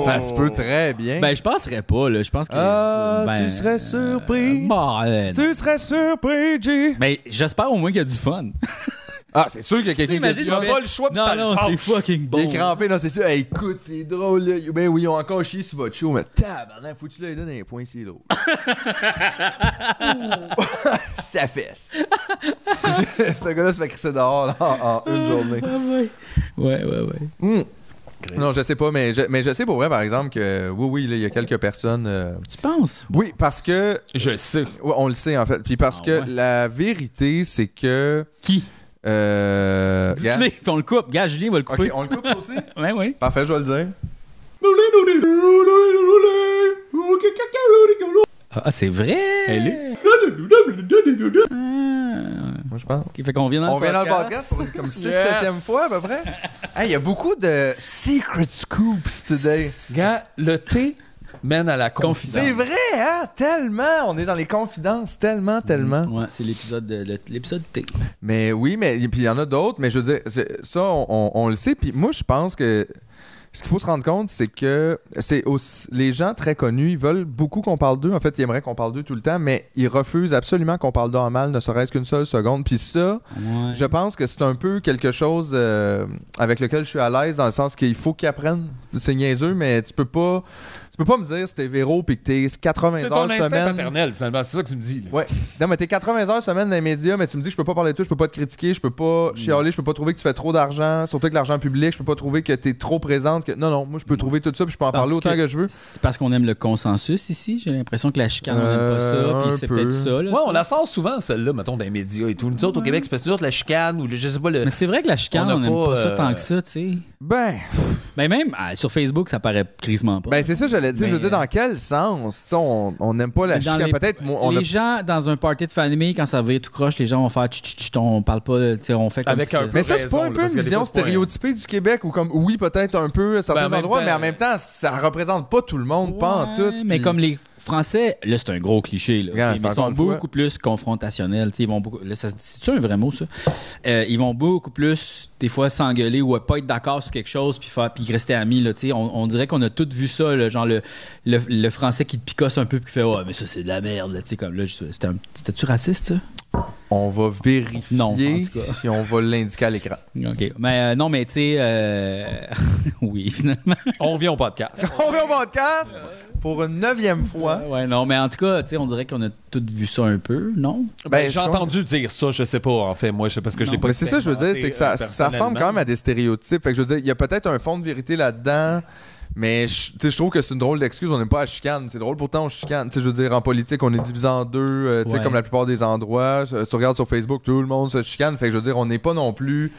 A: Ça se peut très bien.
B: Ben je penserais pas, là. Je pense que.
A: Ah,
B: ben,
A: tu serais surpris.
B: bon, euh, non.
A: Tu serais surpris, G.
B: Ben, j'espère au moins qu'il y a du fun.
A: Ah, c'est sûr qu'il y a quelqu'un qui a
B: Imagine,
A: dit,
B: tu
A: ah,
B: fais-
C: pas le choix, puis
B: Non,
C: ça le
B: non,
C: fâche.
B: c'est fucking
A: Il est
B: bon.
A: crampé, non, c'est sûr. Hey, écoute, c'est drôle, là. Ben oui, ils ont encore chié sur votre show, mais tabarnak, faut que tu lui donnes un point, c'est lourd. Ouh. Ça fesse. Ce gars-là se fait crisser dehors là, en, en une journée.
B: Ouais, ouais, ouais.
A: Hmm. Non, je sais pas, mais je, mais je sais pour vrai, par exemple, que oui, oui, là, il y a quelques personnes. euh,
B: Tu penses?
A: Oui, parce que
C: Je sais.
A: Ouais, on le sait en fait. Puis parce
B: Ah,
A: que
B: ouais.
A: la vérité, c'est que.
B: Qui?
A: Euh. gars-
B: Dites-le, puis on le coupe. Gars, Julien va le
A: Ok,
B: couper.
A: on le coupe ça aussi?
B: Ouais, ouais.
A: Parfait, je vais le dire.
B: Ah, c'est vrai!
C: Elle
B: Ah.
A: Moi, je pense.
B: Fait qu'on vient dans
A: On
B: le
A: vient dans le
B: podcast.
A: podcast pour comme 6
C: Yes.
A: 7 fois à peu près. Hey, Il y a beaucoup de secret scoops today.
C: Gars, le thé mène à la confidence.
A: C'est vrai, hein? Tellement! On est dans les confidences, tellement, tellement.
B: Ouais, c'est l'épisode de le- l'épisode T.
A: Mais oui, mais et puis il y en a d'autres, mais je veux dire, c'est- ça, on, on- on le sait. Puis moi, je pense que ce qu'il faut se rendre compte, c'est que c'est aussi- les gens très connus, ils veulent beaucoup qu'on parle d'eux. En fait, ils aimeraient qu'on parle d'eux tout le temps, mais ils refusent absolument qu'on parle d'eux en mal, ne serait-ce qu'une seule seconde. Puis ça,
B: Ouais.
A: je pense que c'est un peu quelque chose euh, avec lequel je suis à l'aise, dans le sens qu'il faut qu'ils apprennent. C'est niaiseux, mais tu peux pas, tu peux pas me dire si t'es véro puis que t'es 80
C: C'est
A: heures
C: ton instinct
A: semaine.
C: paternel, finalement. C'est ça que tu me dis. là.
A: Ouais. Non, mais t'es 80 heures semaine dans les médias, mais tu me dis que je peux pas parler de toi, je peux pas te critiquer, je peux pas chialer, je peux pas trouver que tu fais trop d'argent, surtout avec l'argent public, je peux pas trouver que t'es trop présente. Que... Non, non, moi je peux trouver tout ça, puis je peux en
B: Parce
A: parler autant que,
B: que-
A: je veux.
B: C'est parce qu'on aime le consensus ici. J'ai l'impression que la chicane, on aime pas
A: Euh,
B: ça.
A: un
B: Puis c'est
A: peu.
B: peut-être ça. Là,
C: Ouais,
B: tu
C: on
B: sais.
C: la sort souvent, celle-là, mettons, dans les médias et tout. Nous autres, au Québec, c'est parce que nous autres, la chicane ou le, je sais pas, le.
B: Mais c'est vrai que la chicane,
C: On a
B: on aime pas,
C: pas,
B: ça
C: euh,
B: tant que ça, tu sais.
A: Ben,
B: Ben même ah, sur Facebook, ça paraît crisement pas.
A: ben c'est ça, j'allais dire. Je veux
B: Mais,
A: dire, dans quel sens? Tu sais, on on n'aime pas la
B: Mais dans
A: chicane.
B: les-
A: Peut-être, moi, on
B: les
A: a-
B: gens dans un party de famille, quand ça va tout croche, les gens vont faire tch, tch, tch, on parle pas, tu sais, on fait comme
C: Avec
B: si-
C: un peu-
A: Mais ça, c'est
C: raison,
A: pas un
C: là,
A: peu
C: parce
A: une
C: que des
A: vision
C: fois, c'est pas un-
A: stéréotypée du Québec, ou comme, oui, peut-être un peu à certains
C: en même
A: endroits,
C: temps-
A: mais en même temps, ça représente pas tout le monde, pas en
B: Ouais,
A: tout.
B: Mais
A: puis-
B: comme les Français, là, c'est un gros cliché. Là,
A: Regarde,
B: mais
A: c'est
B: ils
A: encore
B: sont
A: une fois.
B: beaucoup plus confrontationnels. tu sais, Ils vont beaucoup, là, ça se dit- c'est-tu un vrai mot, ça? Euh, ils vont beaucoup plus, des fois, s'engueuler ou euh, pas être d'accord sur quelque chose puis, faire, puis rester amis. Là, tu sais. on, on dirait qu'on a tous vu ça, là, genre le, le, le Français qui te picosse un peu puis qui fait « Ouais, mais ça, c'est de la merde. là, tu sais, comme là, je- c'était un- C'était-tu raciste, ça?
A: On va vérifier,
B: Non, en tout cas.
A: puis on va l'indiquer à l'écran.
B: OK. Mais euh, non, mais tu sais... euh, oui, finalement.
C: On revient au podcast.
A: On vient au podcast pour une neuvième fois.
B: Ouais, non, mais en tout cas, tu sais, on dirait qu'on a tous vu ça un peu, non?
A: Ben,
C: Ben, j'ai
A: je
C: entendu dire ça, je sais pas, en fait, moi, je sais parce que je l'ai
B: Non.
C: pas
A: Mais c'est ça, je veux dire, c'est que ça,
C: expérimenté,
A: ça
C: euh,
A: ressemble quand même à des stéréotypes. Fait que je veux dire, il y a peut-être un fond de vérité là-dedans, mais je tu sais, je trouve que c'est une drôle d'excuse. On n'est pas à chicane. C'est drôle, pourtant, on chicane. Tu sais, je veux dire, en politique, on est divisé en deux, euh, tu sais,
B: Ouais.
A: comme la plupart des endroits. Euh, Tu regardes sur Facebook, tout le monde se chicane. Fait que je veux dire, on n'est pas non plus.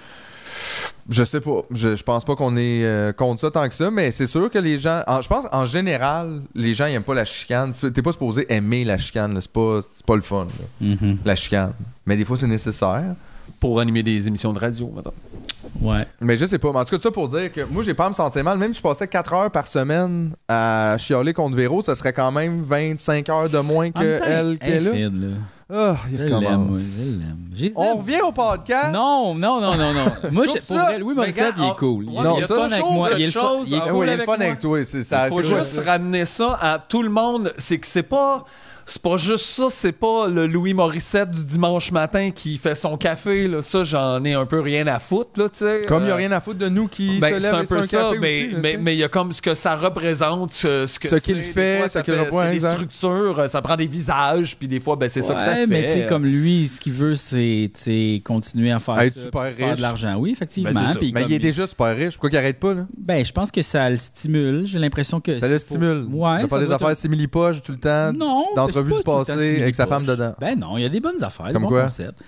A: Je sais pas, je, je pense pas qu'on est euh, contre ça tant que ça, mais c'est sûr que les gens, en- je pense en général, les gens ils aiment pas la chicane. C'est- T'es pas supposé aimer la chicane, là. c'est pas, c'est pas le fun, là,
B: Mhm.
A: la chicane. Mais des fois c'est nécessaire.
C: Pour animer des émissions de radio, mettons.
B: Ouais.
A: Mais je sais pas. Mais en tout cas, ça pour dire que moi, j'ai pas à me sentir mal. Même si je passais 4 heures par semaine à chialer contre Véro, ça serait quand même 25 heures de moins
B: En même
A: que
B: temps, elle
A: elle qu'elle a.
B: fide, là.
A: Ah, il
B: Je l'aime,
A: recommence.
B: moi, je l'aime. Je les
A: On
B: aime.
A: revient au podcast.
B: Non, non, non, non, non. Moi,
A: Coupe
B: je- pour
A: ça.
B: vrai, Louis
C: Mais
B: Morissette, il
C: gars,
B: est cool.
C: on-
B: Il,
C: ouais,
A: non,
B: il est
A: ça,
B: fun
A: je
B: avec
A: trouve
B: moi.
A: que
B: Il est le fun.
C: chose-
B: Il est
A: Ah
C: Ah,
A: oui,
C: cool
A: il y a le
C: avec
A: fun
C: moi.
A: avec toi. C'est ça.
C: Faut
A: c'est
C: juste
A: ça.
C: ramener ça à tout le monde. C'est que c'est pas. c'est pas juste ça, c'est pas le Louis Morissette du dimanche matin qui fait son café, là. Ça, j'en ai un peu rien à foutre, là, tu sais.
A: Comme il n'y a
C: Euh,
A: rien à foutre de nous qui
C: ben,
A: se
C: c'est
A: lèvent et
C: un
A: se font
C: peu ça,
A: café
C: mais
A: aussi, là,
C: mais-
A: tu sais.
C: mais il y a comme ce que ça représente, ce, ce que
A: Ce qu'il
C: c'est. Des
A: fait,
C: fois,
A: ce
C: ça
A: qu'il
C: fait-
A: reprend,
C: c'est des
A: exact.
C: structures, euh, ça prend des visages, puis des fois, ben, c'est ça que ça
B: Ouais,
C: fait.
B: mais tu sais,
C: euh.
B: comme lui, ce qu'il veut, c'est tu sais, continuer à faire
A: Être
B: ça,
A: super
B: puis faire
A: riche.
B: de l'argent. Oui, effectivement.
A: Ben, c'est ça.
B: puis
A: Mais
B: comme
A: il est déjà super riche. Pourquoi qu'il arrête pas, là?
B: Ben, je pense que ça le stimule. J'ai l'impression que.
A: Ça le
B: c'est-
A: stimule.
B: Ouais,
A: de
B: ça
A: faire des
B: doit
A: affaires
B: être-
A: simili-poches tout le temps.
B: Non,
A: D'entrevues
B: c'est
A: du
B: pas tout le temps
A: passé avec sa femme
B: simili-poche.
A: dedans.
B: Ben non, il y a des bonnes affaires, des
A: Comme
B: bons
A: quoi?
B: concepts.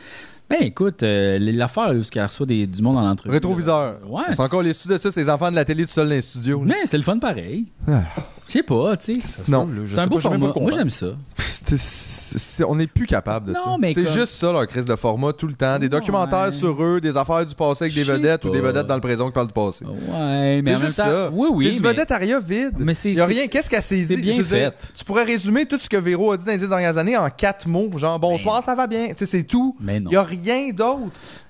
B: Ben écoute, euh, l'affaire où elle reçoit des, du monde en entrevue.
A: Rétroviseur.
B: là. Ouais.
A: C'est encore les studios de ça, c'est les enfants de la télé tout seuls dans les studios. là.
B: Mais c'est le fun pareil.
A: Ah.
B: Je sais pas, tu sais.
A: Non.
B: C'est un beau format. Moi, j'aime ça.
A: C'est- c'est- c'est- on n'est plus capable de
B: Non,
A: ça.
B: mais
A: C'est
B: comme-
A: juste ça, leur crise de format tout le temps. Des documentaires sur eux, des affaires du passé avec des vedettes ou des
B: pas.
A: vedettes dans le présent qui parlent du passé.
B: Ouais, mais
A: C'est
B: en même
A: juste
B: temps,
A: ça.
B: oui, oui.
A: C'est du
B: mais-
A: vedettariat vide.
B: Mais c'est
A: Il y a
B: c'est-
A: rien. Qu'est-ce qu'elle s'est dit?
B: C'est bien
A: Je veux dire,
B: fait.
A: tu pourrais résumer tout ce que Véro a dit dans les dix dernières années en quatre mots. Genre, bonsoir, ça va bien. Tu sais, c'est tout.
B: Mais Ben non.
A: Il n'y a rien d'autre.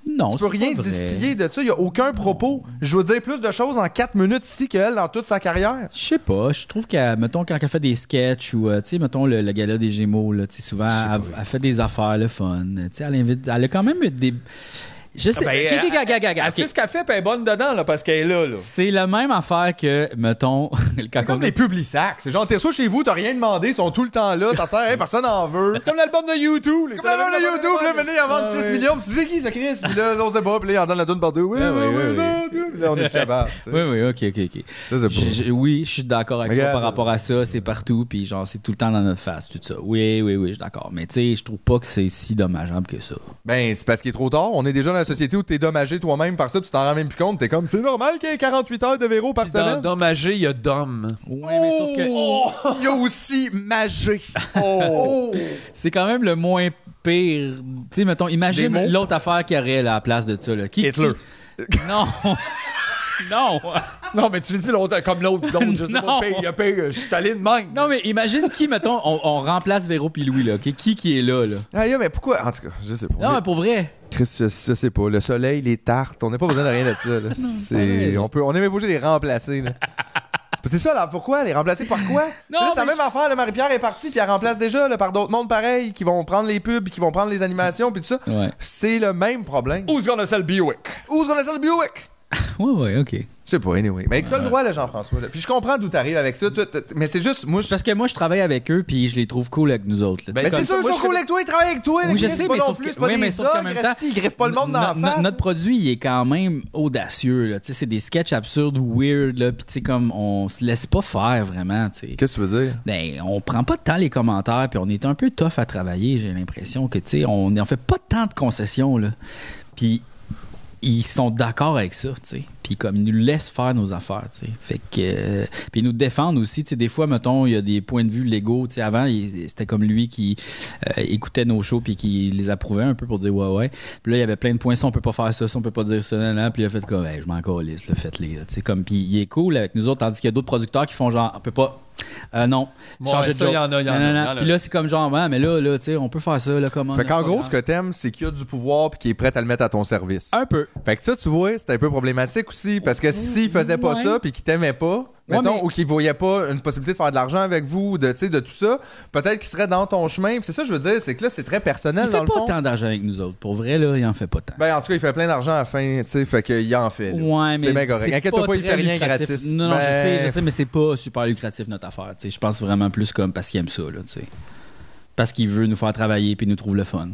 B: Non,
A: Tu peux
B: c'est pas
A: rien
B: vrai.
A: distiller de ça. Il n'y a aucun propos. Je veux dire plus de choses en quatre minutes ici qu'elle dans toute sa carrière.
B: Je sais pas, je trouve qu'elle, mettons, quand elle fait des sketchs ou, euh, tu sais, mettons, le, le gala des Gémeaux, là, tu sais, souvent, elle, elle fait des affaires, le fun. Tu sais, elle invite, elle a quand même eu des. Je sais.
C: Ah, ben,
B: Ok, ok,
A: euh,
C: elle-
B: ok, ok, ok,
C: elle
B: ok.
C: sait ce qu'elle fait, puis elle est bonne dedans, là, parce qu'elle est là, là.
B: C'est la même affaire que, mettons, quand
A: Comme
B: on
A: les publics sacs. C'est genre, t'es ça chez vous, t'as rien demandé, ils sont tout le temps là, ça sert, à rien, personne n'en veut.
C: C'est comme l'album de YouTube.
A: C'est comme la même de Ah, YouTube, là, maintenant, ils en vendent 6 millions, pis tu sais qui, ça Chris? Pis là, on sait pas, pis là, ils en donnent la donne par deux. Oui,
B: Ah
A: oui,
B: oui,
A: oui,
B: oui,
A: non, non. Pis Là, on est plus capable. tu sais.
B: Oui, oui, ok, ok, ok. Je- je- oui, je suis d'accord avec toi
A: Regarde.
B: par rapport à ça. C'est partout, puis genre, c'est tout le temps dans notre face, tout ça. Oui, oui, oui, je suis d'accord. Mais tu sais, je trouve pas que c'est si dommageable que ça.
A: Ben, c'est parce qu'il est trop tard. On est déjà dans la société où t'es dommagé toi-même par ça, tu t'en rends même plus compte. T'es comme, c'est normal qu'il y ait 48 heures de véro par
C: Dans
A: semaine.
C: Dommagé, il y a Dom.
A: Oh! Il y a aussi magé.
C: Oh!
B: C'est quand même le moins pire. Tu sais, mettons,
C: Des
B: imagine
C: mots?
B: l'autre affaire qu'il y aurait là, à la place de ça. Là. Qui,
C: Hitler.
B: qui- Non. non.
C: Non, mais tu veux dire l'autre, comme l'autre, l'autre, je sais
B: Non.
C: pas, pire, il y a pire, je suis allé de même.
B: Non, mais imagine qui, mettons, on, on remplace Véro puis Louis, là. ok? Qui qui est là, là?
A: Ah, yeah, mais pourquoi? En tout cas, je sais pas.
B: Non,
A: Mais-
B: mais pour vrai.
A: Chris, je, je sais pas. Le soleil, les tartes, on n'a pas besoin de rien de ça. là. C'est- on, peut, on est même pas obligé de les remplacer. là. C'est ça, là, pourquoi? Les remplacer par quoi?
B: Non,
A: C'est la
B: mais
A: même affaire, le Marie-Pierre est parti, puis elle remplace déjà là, par d'autres mondes pareils, qui vont prendre les pubs, qui vont prendre les animations, puis tout ça.
B: Ouais.
A: C'est le même problème.
C: Who's gonna sell Buick?
A: Who's gonna sell Buick?
B: Ouais, ouais, ok.
A: Je sais pas, anyway. Mais t'as le droit, là, Jean-François. là. Puis je comprends d'où t'arrives avec ça. toi, t'as- Mais c'est juste, moi,
B: C'est parce que moi, je travaille avec eux puis je les trouve cool avec nous autres. là.
A: Mais
B: Tu sais,
A: c'est
B: Ben, comme-
A: sûr, ils
C: moi,
A: sont
C: je
A: cool avec toi, ils travaillent avec toi. là,
B: Oui, je
A: Chris,
B: sais,
A: c'est pas
B: mais
A: non
B: sauf
A: plus,
B: que-
A: c'est pas
B: oui, mais
A: des
B: sauf qu'en
A: ogres,
B: même temps,
A: esti, ils griffent pas le monde dans la
B: no-
A: face.
B: no- Notre produit, il est quand même audacieux. là. Tu sais, C'est des sketchs absurdes, weird, là, puis tu sais, comme on se laisse pas faire vraiment. tu sais.
A: Qu'est-ce que tu veux dire?
B: Ben, on prend pas de temps les commentaires, puis on est un peu tough à travailler, j'ai l'impression que, tu sais, on n'en fait pas tant de concessions, là. Puis, ils sont d'accord avec ça, tu sais. Puis, comme, ils nous laissent faire nos affaires, tu sais. Fait que... euh, puis, ils nous défendent aussi, tu sais. Des fois, mettons, il y a des points de vue légaux, tu sais. Avant, il- c'était comme lui qui euh, écoutait nos shows, puis qui les approuvait un peu pour dire « ouais, ouais ». Puis là, il y avait plein de points, ça, on peut pas faire ça, ça, on peut pas dire ça, là, là. Puis, il a fait comme Hey, je m'en calisse, là, faites-les », là, tu sais. Comme, puis, il est cool avec nous autres, tandis qu'il y a d'autres producteurs qui font genre « on peut pas... Euh, non,
C: Ouais,
B: changer de
C: ça,
B: joke.
C: y en a, y en
B: Non,
C: a,
B: non,
C: y en
B: non.
C: a.
B: Puis là, c'est comme genre, ouais, mais là, là, tu sais, on peut faire ça, là, comment.
A: Fait
B: là,
A: qu'en
B: c'est pas
A: gros,
B: grave.
A: ce que t'aimes, c'est qu'il y a du pouvoir puis qu'il est prêt à le mettre à ton service.
B: Un peu.
A: Fait que ça, tu vois, c'est un peu problématique aussi parce que s'il faisait pas
B: Ouais.
A: ça puis qu'il t'aimait pas, mettons,
B: mais-
A: ou qu'il voyait pas une possibilité de faire de l'argent avec vous, de, tu sais, de tout ça, peut-être qu'il serait dans ton chemin. Puis c'est ça, que je veux dire, c'est que là, c'est très
B: Il
A: personnel
B: fait
A: dans
B: pas
A: le fond.
B: tant d'argent avec nous autres. Pour vrai, là, il en fait pas tant.
A: Ben, en tout cas, il fait plein d'argent à la fin, tu sais, fait qu'il en fait. là.
B: Ouais, mais.
A: c'est bien correct. Inquiète-toi pas, il
B: très
A: fait rien
B: lucratif.
A: gratis.
B: Non, non, je
A: Ben,
B: sais, je sais, mais c'est pas super lucratif notre affaire, tu sais. Je pense vraiment plus comme parce qu'il aime ça, là, tu sais. Parce qu'il veut nous faire travailler puis nous trouve le fun.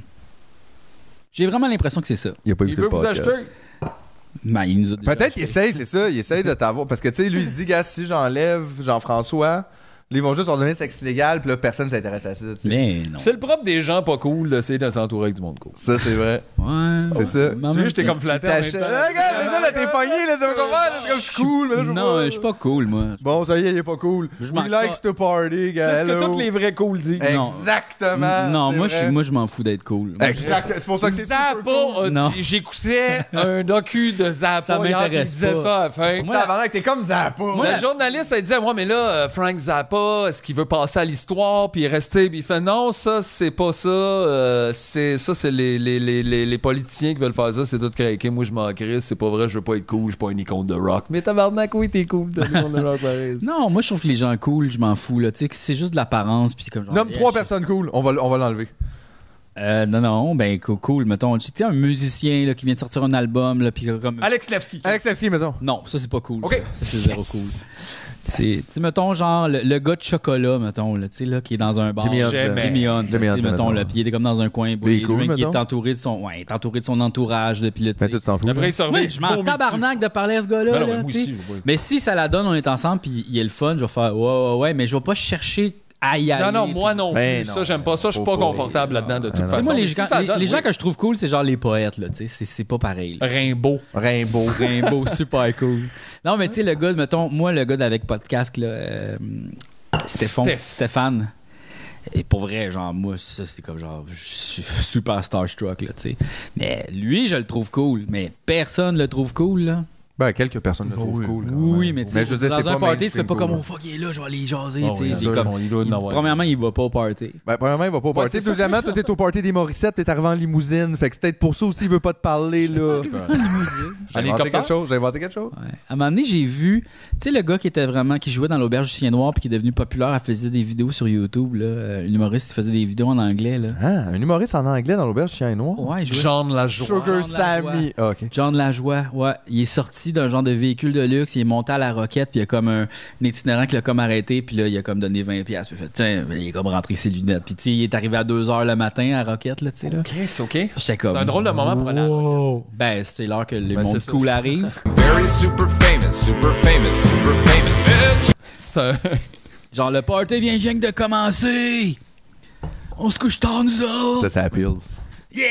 B: J'ai vraiment l'impression que c'est ça.
A: Il a pas
C: Il
A: écouté
C: veut
A: le
C: vous
A: podcast.
C: acheter.
B: Ben, il nous a déjà
A: Peut-être qu'il essaye, c'est ça. Il essaye de t'avoir. Parce que, tu sais, lui, il se dit, gars, si j'enlève Jean-François, là, ils vont juste ordonner sexe illégal, puis là, personne s'intéresse à ça. tu sais.
B: Mais non.
C: C'est le propre des gens pas cool d'essayer de s'entourer avec du monde cool.
A: Ça, c'est vrai.
B: Ouais.
A: C'est ça.
B: Mais en même
C: Tu sais, j'étais
B: temps-
C: comme flatté. en même
A: T'achètes.
C: temps.
A: Ah, regarde, c'est ça, là, t'es pogné, là, tu vas comprendre, là, c'est comme je suis cool, mais là, je
B: Non, je suis pas cool, moi.
A: Bon, ça y est, il est pas cool.
B: Je m'en
A: We likes to party, gars.
C: C'est ce que
A: hello.
C: tous les vrais cool disent.
B: Non.
A: Exactement.
B: Mm, Non,
A: c'est
B: moi, je
A: vrai.
B: suis- moi, je m'en fous d'être cool. Moi,
A: Exact. C'est pour ça que t'es
C: Zappa, euh,
B: Non.
C: j'écoutais un docu de Zappa.
B: Ça
C: hier,
B: m'intéresse
C: Il disait
B: pas.
C: ça à la fin.
B: Pour moi,
A: T'as l'air que t'es comme Zappa.
C: la journaliste, elle disait, ouais, mais là, euh, Frank Zappa, pas, est-ce qu'il veut passer à l'histoire, puis rester, puis il fait non, ça, c'est pas ça, euh, c'est ça, c'est les, les, les, les, les politiciens qui veulent faire ça, c'est tout craqué, moi je m'en crisse, c'est pas vrai, je veux pas être cool, je suis pas une icône de rock. Mais tabarnak, oui, t'es cool, t'es une icône de rock, pareil.
B: Non, moi je trouve que les gens cool, je m'en fous. Là, tu sais, que c'est juste de l'apparence. Puis comme genre,
A: Nomme
B: yeah,
A: trois personnes cool, on va, l- on va l'enlever.
B: Euh, non, non, ben co- cool, mettons. Tu sais, un musicien là, qui vient de sortir un album, là, puis comme.
C: Alex Levski.
A: Alex Levski, mettons.
B: Non, ça c'est pas cool.
C: Ok.
B: Ça, Ça, c'est zéro cool. Tu sais, mettons, genre, le, le gars de chocolat, mettons, là, tu sais, là, qui est dans un bar.
A: Jimmy Hunt, là.
B: Jimmy Hunt, là,
A: Jimmy
B: tu
A: Hunt,
B: sais, mettons,
A: mettons.
B: là, puis il est comme dans un coin, boit
A: Lui, il est
B: des
A: cool,
B: drinks, il est
A: mettons.
B: entouré de son, ouais, il est entouré de son entourage, là, puis là, tu sais.
A: Mais toi, tu t'en fous.
C: Après,
A: là.
C: il se revient,
B: Oui, je m'en
C: vomit
B: tabarnak de parler à ce gars-là.
C: Ben non,
B: là,
C: mais moi
B: tu sais.
C: aussi, je vois.
B: mais si ça la donne, on est ensemble, puis il est le fun, je vais faire ouais, ouais, ouais, mais je vais pas chercher à y aller.
C: Non, non,
B: puis-
C: moi non
A: Ben
C: plus.
A: non,
C: Ça, j'aime pas ça. Je suis
A: faut
C: pas
A: pas.
C: confortable là-dedans de toute
A: non.
B: Tu sais,
C: façon.
B: moi, les,
C: Mais si
B: gens-
C: ça
B: les-
C: donne,
B: les gens
C: oui.
B: que je trouve cool, c'est genre les poètes, là, tu sais, c'est- c'est pas pareil. là.
C: Rimbaud.
A: Ah, Rimbaud.
B: Rainbow, super cool. Non, mais tu sais, le gars, mettons, moi, le gars d'avec podcast, là, euh, Stéphane,
C: Steph.
B: Stéphane. Et pour vrai, genre, moi, ça, c'est comme genre, je suis super starstruck, là, tu sais. Mais lui, je le trouve cool, mais personne le trouve cool, là.
A: Ben, quelques personnes
B: Ah
A: le trouvent cool. quand
B: Oui,
A: même.
B: mais tu sais,
A: je veux dire,
B: dans
A: c'est
B: un
A: pas
B: party, tu fais
A: mainstream
B: pas
A: cool,
B: comme
A: là.
B: on fuck, il est là, je vais aller y jaser.
C: Bon,
B: tu sais,
C: c'est
B: il est
C: sûr,
B: comme-
C: ils doivent en
B: il-
C: avoir.
B: premièrement, il va pas au party.
A: Ben, premièrement, il va pas au
C: Ouais,
A: party.
C: c'est ça.
A: Deuxièmement, toi, t'es au party des Morissettes, t'es arrivé en limousine. Fait que c'est peut-être pour ça aussi, il veut pas te parler, là. J'ai inventé
C: Hélicoptère?
A: quelque chose, j'ai inventé quelque chose.
B: Ouais. À un moment donné, j'ai vu, tu sais, le gars qui était vraiment, qui jouait dans l'auberge du Chien Noir puis qui est devenu populaire, elle faisait des vidéos sur YouTube, là. euh, Une humoriste qui faisait des vidéos en anglais, là.
A: Ah, un humoriste en anglais dans l'auberge chien noir.
B: Ouais, il jouait.
C: Jean de la joie.
A: Sugar
B: Jean Lajoie.
A: Sammy. Ah, ok.
B: John Lajoie, ouais, il est sorti d'un genre de véhicule de luxe, il est monté à la roquette, puis il y a comme un, un itinérant qui l'a comme arrêté, puis là, il a comme donné 20$, puis il a fait, tiens, il est comme rentré ses lunettes, puis tu sais, il est arrivé à 2h le matin à la roquette, là, tu sais, là.
C: Chris, OK.
B: J'étais
C: Oh, C'est
B: comme.
C: un drôle de moment pour aller à la
B: Wow! Ben, c'est l'heure que le
C: Ben,
B: monde
C: c'est ça.
B: cool arrive.
G: Very super famous, super famous, super famous.
C: C'est un-
B: Genre, le party vient juste de commencer! On se couche tard, nous autres!
A: Ça, ça appeals.
B: Yeah!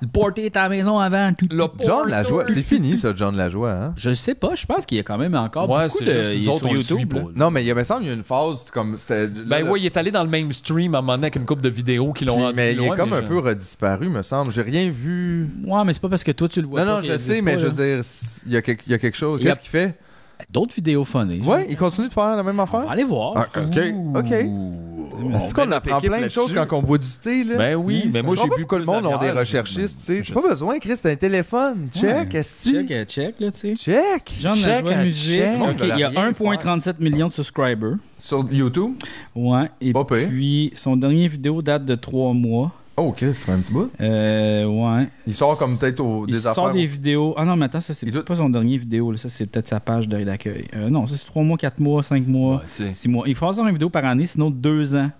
B: Le party est à la maison avant. Tout,
C: Le
B: tout.
A: John Lajoie, c'est fini, ça, John Lajoie, hein?
B: Je sais pas, je pense qu'il y a quand même encore
C: Ouais,
B: beaucoup
C: c'est
B: de.
C: juste
B: il
C: nous
B: est
C: autres,
B: sur
C: on le
B: YouTube,
C: suit
B: là.
C: pas.
A: Non, mais il y a- me semble il y a une phase comme c'était.
C: Ben
A: là,
C: ouais, il est allé dans le même stream à un moment donné avec une couple de vidéos qui l'ont
A: puis-
C: rendu
A: mais il
C: loin,
A: est comme
C: mais
A: un
C: je-
A: peu redisparu, me semble. J'ai rien vu.
B: Ouais, mais c'est pas parce que toi tu le vois.
A: Non,
B: pas
A: non,
B: qu'il
A: je
B: existe
A: sais, mais
B: pas,
A: je
B: là.
A: veux dire, s- il y a quelque, il y a quelque chose.
B: Il y a-
A: Qu'est-ce qu'il fait?
B: D'autres vidéos funnées. genre.
A: Ouais, il continue de faire la même
B: On va
A: affaire.
B: aller voir.
A: Ah, euh, ok, ok. Est-ce qu'on apprend plein de choses quand on boit du thé, là?
C: Ben oui, mais moi j'ai bu
A: plus que le monde ont des recherchistes, tu sais. J'ai pas besoin, Chris, t'as un téléphone. Check,
B: Check,
A: esti.
B: euh, check, là, tu sais.
A: Check.
B: Jean
C: Check,
B: Lajoie
C: euh,
B: Musique.
C: check.
B: Ok, il y a
A: Ils veulent rien
B: 1,37 millions de subscribers.
A: Sur YouTube.
B: Ouais. Et
A: Pas pire.
B: puis, son dernier vidéo date de 3 mois.
A: Oh, Chris, ça fait un petit bout.
B: Euh, ouais.
A: Il sort comme peut-être au-
B: Il
A: des
B: sort
A: affaires.
B: des vidéos. Ah non, mais attends, ça, c'est
A: Il doit-
B: pas son dernier vidéo. là. Ça, c'est peut-être sa page de- d'accueil. Euh, non, ça, c'est 3 mois, 4 mois, 5 mois,
C: Ouais, tu sais.
B: 6 mois. Il faut faire une vidéo par année, sinon 2 ans.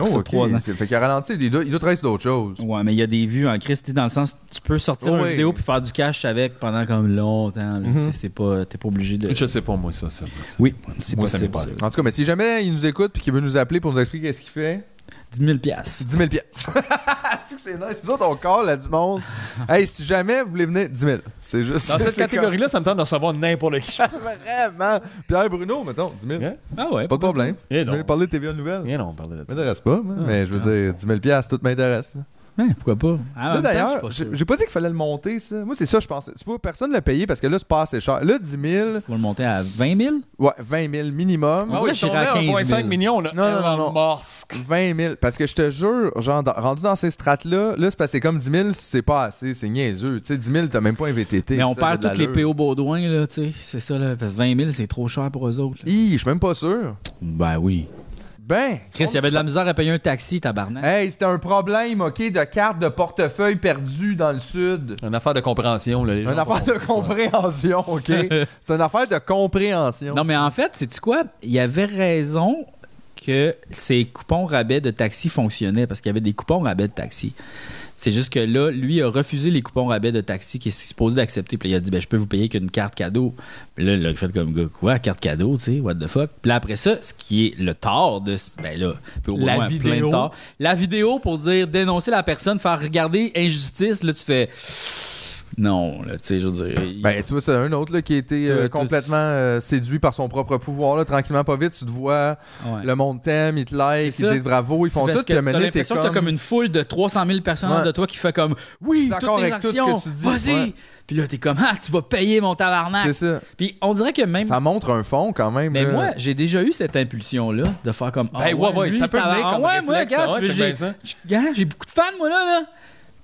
A: Oh,
B: sur
A: ok,
B: trois ans.
A: c'est- Fait qu'il a ralenti, il doit, il doit travailler sur d'autres choses.
B: Ouais, mais il y a des vues en Christie dans le sens tu peux sortir
A: Oh,
B: une
A: oui.
B: vidéo puis faire du cash avec pendant comme longtemps. là. Tu sais, C'est pas, t'es pas obligé de.
C: Je sais pas, moi, ça. ça.
B: Oui, c'est
C: Moi, ça
B: possible.
C: me
B: ça.
A: En tout cas, mais si jamais il nous écoute et qu'il veut nous appeler pour nous expliquer qu'est-ce qu'il fait,
B: 10 000 piastres.
A: 10 000 pièces. Est-ce que c'est nice? Nous autres, on call à du monde. Hey, si jamais vous voulez venir, 10 000. C'est juste.
C: Dans cette
A: c'est comme-
C: catégorie-là, ça me tente de recevoir n'importe qui.
A: Vraiment. Pierre Bruno, mettons, 10 000.
C: Yeah.
B: Ah ouais.
A: Pas de problème.
C: Eh
A: Tu veux
C: non.
A: parler de TVA Nouvelles?
C: Rien, non, on parlait de ça.
A: m'intéresse pas,
B: Ah.
A: moi, mais je veux dire, 10 000 piastres, tout m'intéresse. là.
B: Ouais, pourquoi pas? Ah, en même temps, je
A: Là,
B: suis
A: d'ailleurs,
B: pas
A: j'ai
B: sûr.
A: j'ai pas dit qu'il fallait le monter, ça. Moi, c'est ça, je pensais. C'est pas personne l'a payé parce que là, c'est pas assez cher. Là, 10 000,
B: Faut le monter à 20 000?
A: ouais, 20 000 minimum.
B: On dirait que
C: si on
B: j'irais
C: est
B: à
C: à
B: 15 000.
C: 1,5 million, là.
A: Non, non, non, non.
C: Elon Musk.
A: 20 000. Parce que je te jure, genre, dans- rendu dans ces strates-là, là, c'est parce que c'est comme 10 000, c'est pas assez, c'est niaiseux. Tu sais, 10 000, t'as même pas un VTT.
B: Mais on
A: ça,
B: perd
A: de
B: tous les
A: l'allure.
B: PO Baudouin, là, tu sais. C'est ça, là. Parce que 20 000, c'est trop cher pour eux autres. là.
A: Hi, je suis même pas sûr.
B: Ben oui.
A: Ben.
B: Chris, il y avait de la misère à payer un taxi, tabarnak.
A: Hey, c'était un problème, OK, de carte de portefeuille perdue dans le Sud.
C: Une affaire de compréhension, là. les gens
A: Une affaire de
C: comprennent pas.
A: compréhension, OK? c'est une affaire de compréhension.
B: Non, mais en fait, sais-tu quoi? Il y avait raison que ces coupons rabais de taxi fonctionnaient parce qu'il y avait des coupons rabais de taxi. C'est juste que là, lui a refusé les coupons rabais de taxi qu'il est supposé d'accepter. Puis là, il a dit, ben, je peux vous payer qu'une carte cadeau. Puis là, il a fait comme, gars, quoi, carte cadeau, tu sais, what the fuck. Puis là, après ça, ce qui est le tort de... ce- Ben là, puis au
C: La
B: moins, plein de
C: vidéo.
B: torts. La vidéo pour dire, dénoncer la personne, faire regarder injustice, là, tu fais... Non, là, tu sais, je veux dire. il-
A: Ben, tu vois, c'est un autre là, qui a été euh,
B: T'as- t'as-
A: complètement euh, séduit par son propre pouvoir. Là, tranquillement, pas vite, tu te vois,
B: Ouais.
A: le monde t'aime, ils te like,
B: C'est
A: ils
B: ça.
A: disent bravo, ils
B: C'est
A: font
B: parce
A: tout.
B: que
A: Puis à un
B: t'as
A: moment donné, t'es
B: l'impression que t'as comme une foule de 300 000 personnes en
A: Ouais.
B: de toi qui fait comme
A: Je
B: oui,
A: suis d'accord
B: toutes les
A: avec tout ce que
B: actions,
A: tu dis.
B: vas-y.
A: Ouais.
B: Puis là, t'es comme ah, tu vas payer mon tabarnak.
A: C'est ça.
B: Puis on dirait que même.
A: Ça montre un fond quand même.
B: Mais
A: là.
B: moi, j'ai déjà eu cette impulsion-là de faire comme. Ah
A: Ben ouais, ouais,
B: lui,
A: ça peut
B: tabarnak,
A: venir comme
B: ah ouais, moi,
A: réflexe,
B: regarde,
A: ouais,
B: tu veux,
A: check
B: j'ai-
A: bien ça.
B: j'- regarde, j'ai beaucoup de fans, moi, là. là.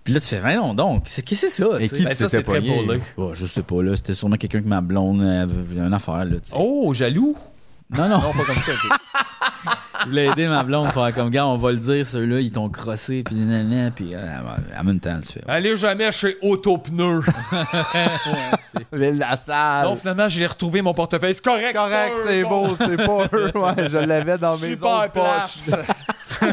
B: Puis là, tu fais, ben non, donc, c'est- qu'est-ce que c'est ça?
A: Et
B: tu
A: qui
C: Ben,
B: sais?
A: tu t'étais pogné?
B: Ouais, je sais pas, là. C'était sûrement quelqu'un que ma blonde avait une affaire, là.
C: Oh, jaloux?
B: Non, non.
C: Non, pas comme ça.
B: Je voulais aider ma blonde, faire comme, gars, on va le dire, ceux-là, ils t'ont crossé, puis nanana, puis euh, en même temps, tu fais.
C: Allez jamais chez Autopneu.
A: la salle.
C: Non, finalement, j'ai retrouvé mon portefeuille. C'est correct.
A: Correct, c'est beau, c'est pas eux. Ouais, je l'avais dans mes
C: Super
A: autres
C: place.
A: poches.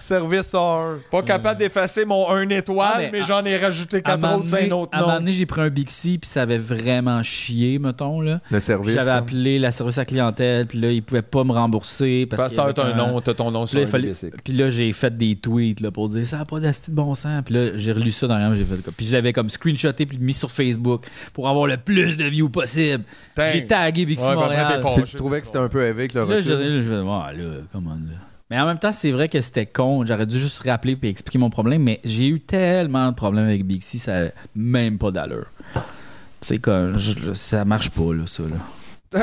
A: Service 1.
C: Pas capable d'effacer mon 1 étoile,
B: Ah,
C: mais,
B: mais à-
C: j'en ai rajouté
B: À un
C: 4
B: moment
C: autres, 5
B: donné-
C: autres
B: à un moment
C: noms.
B: donné, j'ai pris un Bixi, puis ça avait vraiment chié, mettons, là.
A: Le service. hein.
B: J'avais
A: là.
B: appelé la service à clientèle, puis là, ils pouvaient pas me rembourser. Parce
C: Pasteur,
B: que
C: t'as un nom, t'as ton nom sur
B: Puis là, il
C: un
B: fallait-
C: bicycle.
B: Puis là, j'ai fait des tweets là, pour dire ça n'a pas d'asti de bon sens. Puis là, j'ai relu ça dans l'âme, j'ai fait comme- Puis je l'avais comme screenshoté puis mis sur Facebook pour avoir le plus de views possible.
C: Dang.
B: J'ai tagué Bixi
C: Ouais, puis après,
B: Montréal.
C: t'es fort.
A: Puis tu trouvais que c'était un peu avec le
B: Puis là,
A: recul.
B: je, là, je fais, Ah, là, come on, là. Mais en même temps, c'est vrai que c'était con. J'aurais dû juste rappeler puis expliquer mon problème, mais j'ai eu tellement de problèmes avec Bixi, ça a même pas d'allure. Tu sais, comme, je- ça marche pas, là, ça, là.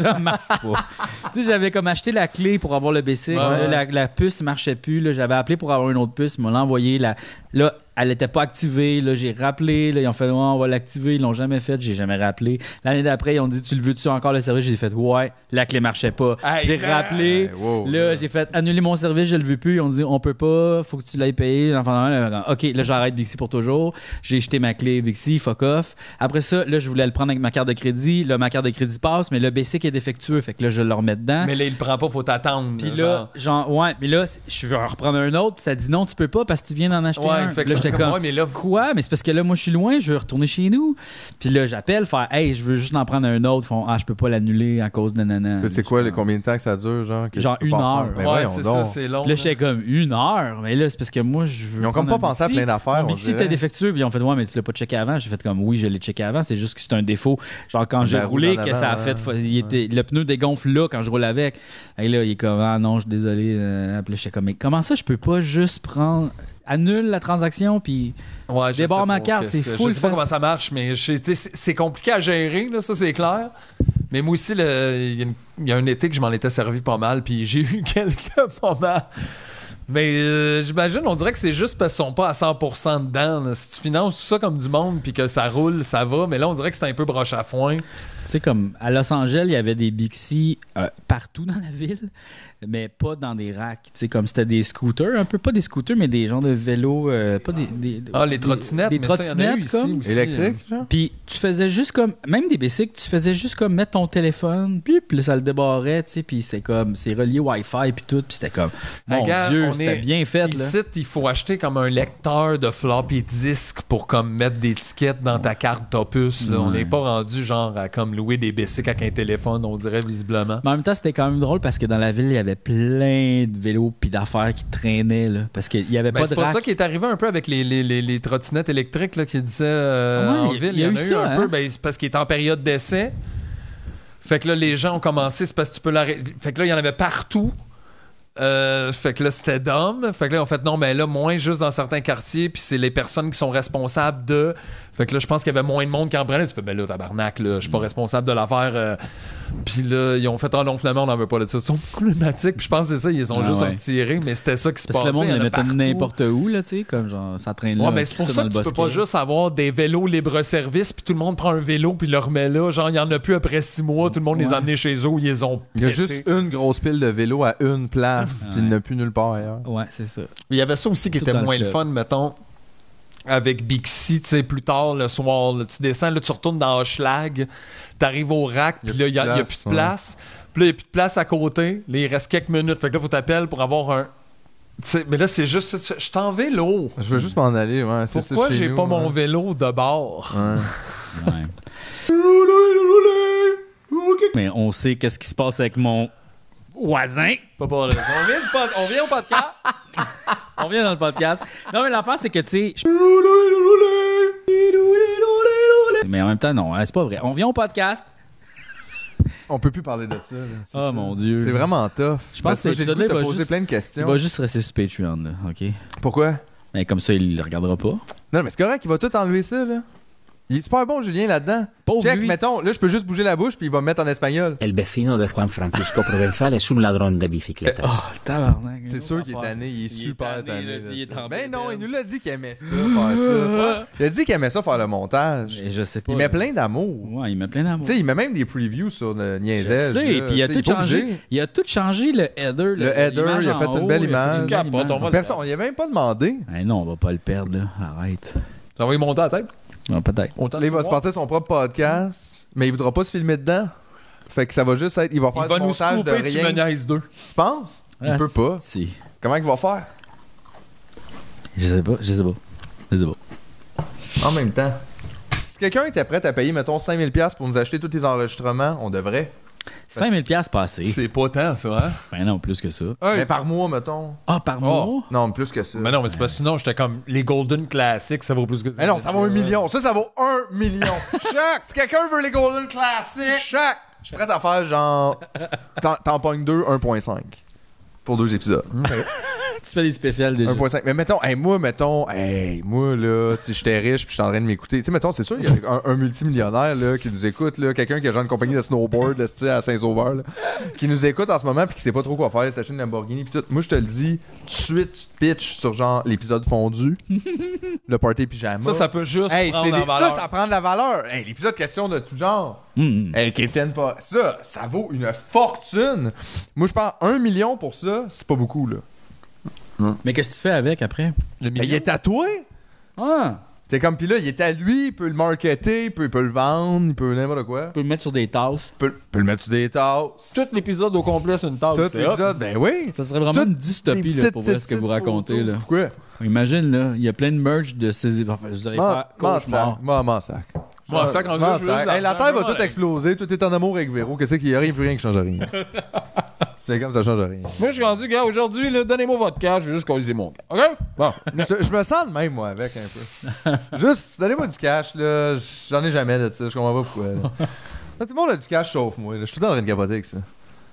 B: ça marche pas. tu sais, j'avais comme acheté la clé pour avoir le bicycle. là,
C: Ouais.
B: la, la puce marchait plus. là. J'avais appelé pour avoir une autre puce. Ils m'ont envoyé. La... Là, elle n'était pas activée. Là, j'ai rappelé. Là, ils ont fait, Ouais, on va l'activer. Ils l'ont jamais fait. J'ai jamais rappelé. L'année d'après, ils ont dit, tu le veux-tu encore le service? J'ai fait, ouais. La clé marchait pas.
C: Hey,
B: j'ai
C: man!
B: rappelé.
A: Ben, wow,
B: là, j'ai fait, annuler mon service. Je le veux plus. Ils ont dit, on peut pas. Faut que tu l'ailles payer. Enfin, non, là, non. OK, là, j'arrête Bixi pour toujours. J'ai jeté ma clé Bixi. Fuck off. Après ça, là, je voulais le prendre avec ma carte de crédit. Là, ma carte de crédit passe, mais le basic est défectueux. Fait que là, je le remets dedans.
C: Mais là, il le prend pas, faut t'attendre.
B: Hein? Puis là, genre, ouais, mais là, c'est- je vais en reprendre un autre. puis Ça dit non, tu peux pas parce que tu viens d'en acheter
C: Ouais,
B: un.
C: fait que
B: là, j'étais comme,
C: ouais, mais là,
B: quoi? Mais c'est parce que là, moi, je suis loin, je veux retourner chez nous. Puis là, j'appelle, faire, hey, je veux juste en prendre un autre. Ils font, ah, je peux pas l'annuler à cause de nanana.
A: Tu sais quoi, le- combien de temps que ça dure, genre? que
B: Genre
A: tu peux
B: une
A: pas en
B: heure.
A: prendre? Ben voyons donc.
B: Puis Là, j'étais comme une heure. Mais là, c'est parce que moi, je veux.
A: Ils ont comme
B: prendre
A: pas
B: un
A: pensé à
B: Bixi.
A: plein d'affaires,
B: Mon
A: on
B: Bixi
A: dirait.
B: était défectueux. Puis ils ont fait, ouais, mais tu l'as pas checké avant. J'ai fait comme, oui, je l'ai checké avant. C'est juste que c'est un défaut. Genre, quand
A: La
B: j'ai
A: roue
B: roulé,
A: dans
B: que
A: l'avant,
B: ça a
A: là.
B: fait. il était- le pneu dégonfle là quand je roule avec. Et là, il est comme, ah non, je suis désolé. euh, Puis là, j'étais comme, mais comment ça, je peux pas juste prendre. Annule la transaction, puis.
C: Ouais, je
B: Débarre
C: sais
B: ma
C: pas
B: carte,
C: que
B: c'est
C: ça-
B: full
C: Je sais pas
B: facile.
C: comment ça marche, mais je- tu sais, c'est c'est compliqué à gérer, là, ça c'est clair. Mais moi aussi, le- il y, a une- il y a un été que je m'en étais servi pas mal, puis j'ai eu quelques moments. Mais euh, j'imagine, on dirait que c'est juste parce qu'ils sont pas à 100% dedans. là. Si tu finances tout ça comme du monde, puis que ça roule, ça va. Mais là, on dirait que c'est un peu broche à foin.
B: Tu sais, comme à Los Angeles, il y avait des Bixi euh, partout dans la ville, mais pas dans des racks. Tu sais, comme c'était des scooters, un peu pas des scooters, mais des genres de vélos, euh, pas des, des-
C: Ah, les
B: des-
C: trottinettes,
B: Des
C: mais ça, il y en a eu
B: trottinettes,
C: ici
B: comme.
C: aussi,
A: Électrique,
C: hein.
A: genre?
B: Puis tu faisais juste comme, même des bicycles, tu faisais juste comme mettre ton téléphone, puis, puis là, ça le débarrait, tu sais, puis c'est comme, c'est relié Wi-Fi, puis tout, puis c'était comme, mon
C: Regarde,
B: Dieu,
C: on
B: c'était
C: est-
B: bien fait, là.
C: Ici, il faut acheter comme un lecteur de floppy disque pour comme mettre des tickets dans ta carte Topus. là. On
B: Ouais.
C: n'est pas rendu genre à comme louer des bicycles avec un téléphone, on dirait visiblement.
B: Mais en même temps, c'était quand même drôle parce que dans la ville, il y avait plein de vélos puis d'affaires qui traînaient, là, parce qu'il y avait
C: Ben,
B: pas
C: c'est
B: de
C: pour ça
B: rack.
C: qui est arrivé un peu avec les, les- les- les trottinettes électriques là, qui disaient euh,
B: Ouais,
C: en
B: il y-
C: ville.
B: il y a
C: en
B: eu
C: a eu
B: ça,
C: un
B: hein?
C: peu, ben, c'est parce qu'il était en période d'essai. Fait que là, les gens ont commencé, c'est parce que tu peux l'arrêter. Fait que là, il y en avait partout. Euh, fait que là, c'était d'hommes. Fait que là, en fait, non, mais là, moins juste dans certains quartiers, puis c'est les personnes qui sont responsables de. Fait que là, je pense qu'il y avait moins de monde qui en prenait. Tu fais, ben là, tabarnak, là, je
B: Mm.
C: suis pas responsable de l'affaire. euh. Puis là, ils ont fait, ah non, finalement, on n'en veut pas de ça. Ils sont problématiques, puis je pense que c'est ça, ils ont
B: Ah
C: juste
B: ouais.
C: retiré, mais c'était ça qui se
B: Parce
C: passait.
B: que le monde
C: il y en
B: le
C: a
B: mettait
C: partout.
B: n'importe où, là, tu sais, comme genre, ça traîne là.
C: Ouais, ben,
B: on
C: c'est
B: crie
C: pour ça
B: dans
C: que tu
B: le
C: peux pas
B: bosquet.
C: juste avoir des vélos libre-service, puis tout le monde prend un vélo, puis le remet là. Genre, il n'y en a plus après six mois, tout le monde les
B: Ouais.
C: a amenés chez eux, ils les ont
A: Il y a
C: pétés.
A: juste une grosse pile de vélos à une place, puis il n'y en a plus nulle part ailleurs.
B: Ouais, c'est ça.
C: Il y avait ça aussi qui
B: Tout
C: était
B: dans le
C: moins le
B: club.
C: fun, mettons, avec Bixi, tu sais, plus tard le soir, là, tu descends, là, tu retournes dans Hochelag, t'arrives au rack, puis là, il n'y a, il y a
A: place,
C: plus de
A: ouais.
C: place. Puis là, il n'y a plus de place à côté. Là, il reste quelques minutes. Fait que là, faut t'appeler pour avoir un. tu sais, mais là, c'est juste. tu fais, Je t'en vélo.
A: Je veux juste m'en aller, ouais, c'est ça
C: Pourquoi
A: chez
C: j'ai
A: nous,
C: pas
A: ouais.
C: mon
B: hein.
C: vélo de bord?
A: Ouais.
B: Ouais. Mais on sait qu'est-ce qui se passe avec mon voisin.
C: Pas pour le- On vient, du pod- on vient au podcast.
B: On vient dans le podcast. Non, mais l'affaire, c'est que, tu sais, je- Mais en même temps, non, hein, c'est pas vrai. On vient au podcast.
A: On peut plus parler de ça. là. C'est
B: Oh
A: ça.
B: mon Dieu.
A: C'est vraiment tough.
B: Je pense
A: Parce
B: que
A: j'ai le
B: l'épisode-là,
A: goût de
B: il
A: te
B: va
A: poser
B: juste-
A: plein de questions.
B: Il va juste rester sur Patreon, là, OK?
A: Pourquoi?
B: Mais comme ça, il le regardera pas.
A: Non, mais c'est correct, il va tout enlever ça, là. Il est super bon, Julien, là-dedans.
B: Oh,
A: Check, mettons, là, je peux juste bouger la bouche, puis il va me mettre en espagnol.
J: El vecino de Juan Francisco Provenzal es un ladrón de bicicletas.
A: C'est sûr qu'il est tanné, il est super tanné. de ça. Mais non, il nous l'a dit qu'il aimait ça, faire ça.
B: Ah.
A: Il a dit qu'il aimait ça faire le montage.
B: je sais pas.
A: Il met plein d'amour.
B: Ouais, il met plein d'amour.
A: Tu sais, il met même des previews sur le niaisage.
B: Je sais,
A: là.
B: puis il a
A: Tu sais,
B: tout
A: est pas obligé.
B: changé. Il a tout changé le header.
A: Le header, il a fait une belle image. Personne, on lui a même pas demandé.
B: Ah, non, on va pas le perdre, là. Arrête.
I: J'ai envoyé monter à la tête.
B: peut-être.
I: Autant
A: Là, il
I: de
A: va se
I: voir.
A: partir son propre podcast, mais il voudra pas se filmer dedans. Fait que ça va juste être. Il va faire
I: Il va
A: du
I: nous
A: montage de
I: couper Tu me
A: rien.
I: niaises deux.
A: Tu penses? Il
B: Ah,
A: peut pas.
B: si.
A: Comment il va faire?
B: Je sais pas, je sais pas. Je sais pas.
A: En même temps. Si quelqu'un était prêt à payer, mettons, 5000$ pour nous acheter tous les enregistrements, on devrait.
B: 5000$ passé.
I: C'est pas tant, ça, hein?
B: Ben non, plus que ça.
A: Mais par mois, mettons.
B: Ah, par mois?
A: Non, plus que ça.
I: Mais non, mais c'est pas sinon, j'étais comme les Golden Classics, ça vaut plus que ça.
A: Mais Eh non, ça vaut un million. Ça, ça vaut un million. Chaque! Si quelqu'un veut les Golden Classics, chaque! Je suis prêt à faire genre. t'en- Tampon 2, 1.5. Pour deux épisodes.
B: Tu fais des spéciales déjà.
A: 1.5. Mais mettons, hey, moi, mettons, hey, moi, là, si j'étais riche puis je suis en train de m'écouter, tu sais, mettons, c'est sûr, il y a un, un multimillionnaire là, qui nous écoute, là, quelqu'un qui a genre une compagnie de snowboard là, c'est-tu, à Saint-Sauveur, là, qui nous écoute en ce moment puis qui sait pas trop quoi faire, s'acheter une Lamborghini puis tout. Moi, je te le dis, tout de suite, tu te pitches sur genre l'épisode fondu, le party pyjama.
I: Ça, ça peut juste
A: Hey,
I: prendre
A: c'est
I: en
A: des- ça,
I: valeur. Hmm.
A: ça prend de la valeur. Hey, l'épisode question de tout genre. Hey, qu'Étienne pas. Ça, ça vaut une fortune. Moi, je parle un million pour ça, c'est pas beaucoup, là.
B: Mais qu'est-ce que tu fais avec après?
A: Mais il est tatoué.
B: Ah!
A: T'es comme, pis là, il est à lui, il peut le marketer, il peut, il peut le vendre, il peut n'importe quoi. Il
B: peut le mettre sur des tasses.
A: Il peut, le mettre sur des tasses.
I: Tout l'épisode au complet, c'est une tasse.
A: Tout l'épisode, ben oui.
B: Ça serait vraiment une dystopie, là, pour vrai, ce que vous racontez, là.
A: Pourquoi?
B: Imagine, là, il y a plein de merch de ces... Enfin, vous allez
A: Man-
B: faire
A: Mansac.
B: cauchemar.
A: Moi, Mansac.
I: Moi, ça, quand je
A: Mansac.
I: veux juste
A: Hey, La
I: l'argent,
A: terre va
I: moi,
A: tout
I: hey.
A: exploser, tout est en amour avec Véro. Qu'est-ce qu'il y a rien, plus rien qui change rien. C'est comme ça change rien.
I: Moi, je suis rendu, gars, aujourd'hui, là, donnez-moi votre cash, je veux juste qu'on lise mon gars. OK? Bon.
A: je, je me sens le même, moi, avec un peu. Juste, donnez-moi du cash, là. J'en ai jamais de ça. Je comprends pas pourquoi. là. Tout le monde a du cash sauf moi. là. Je suis tout le temps en train de capoter avec ça.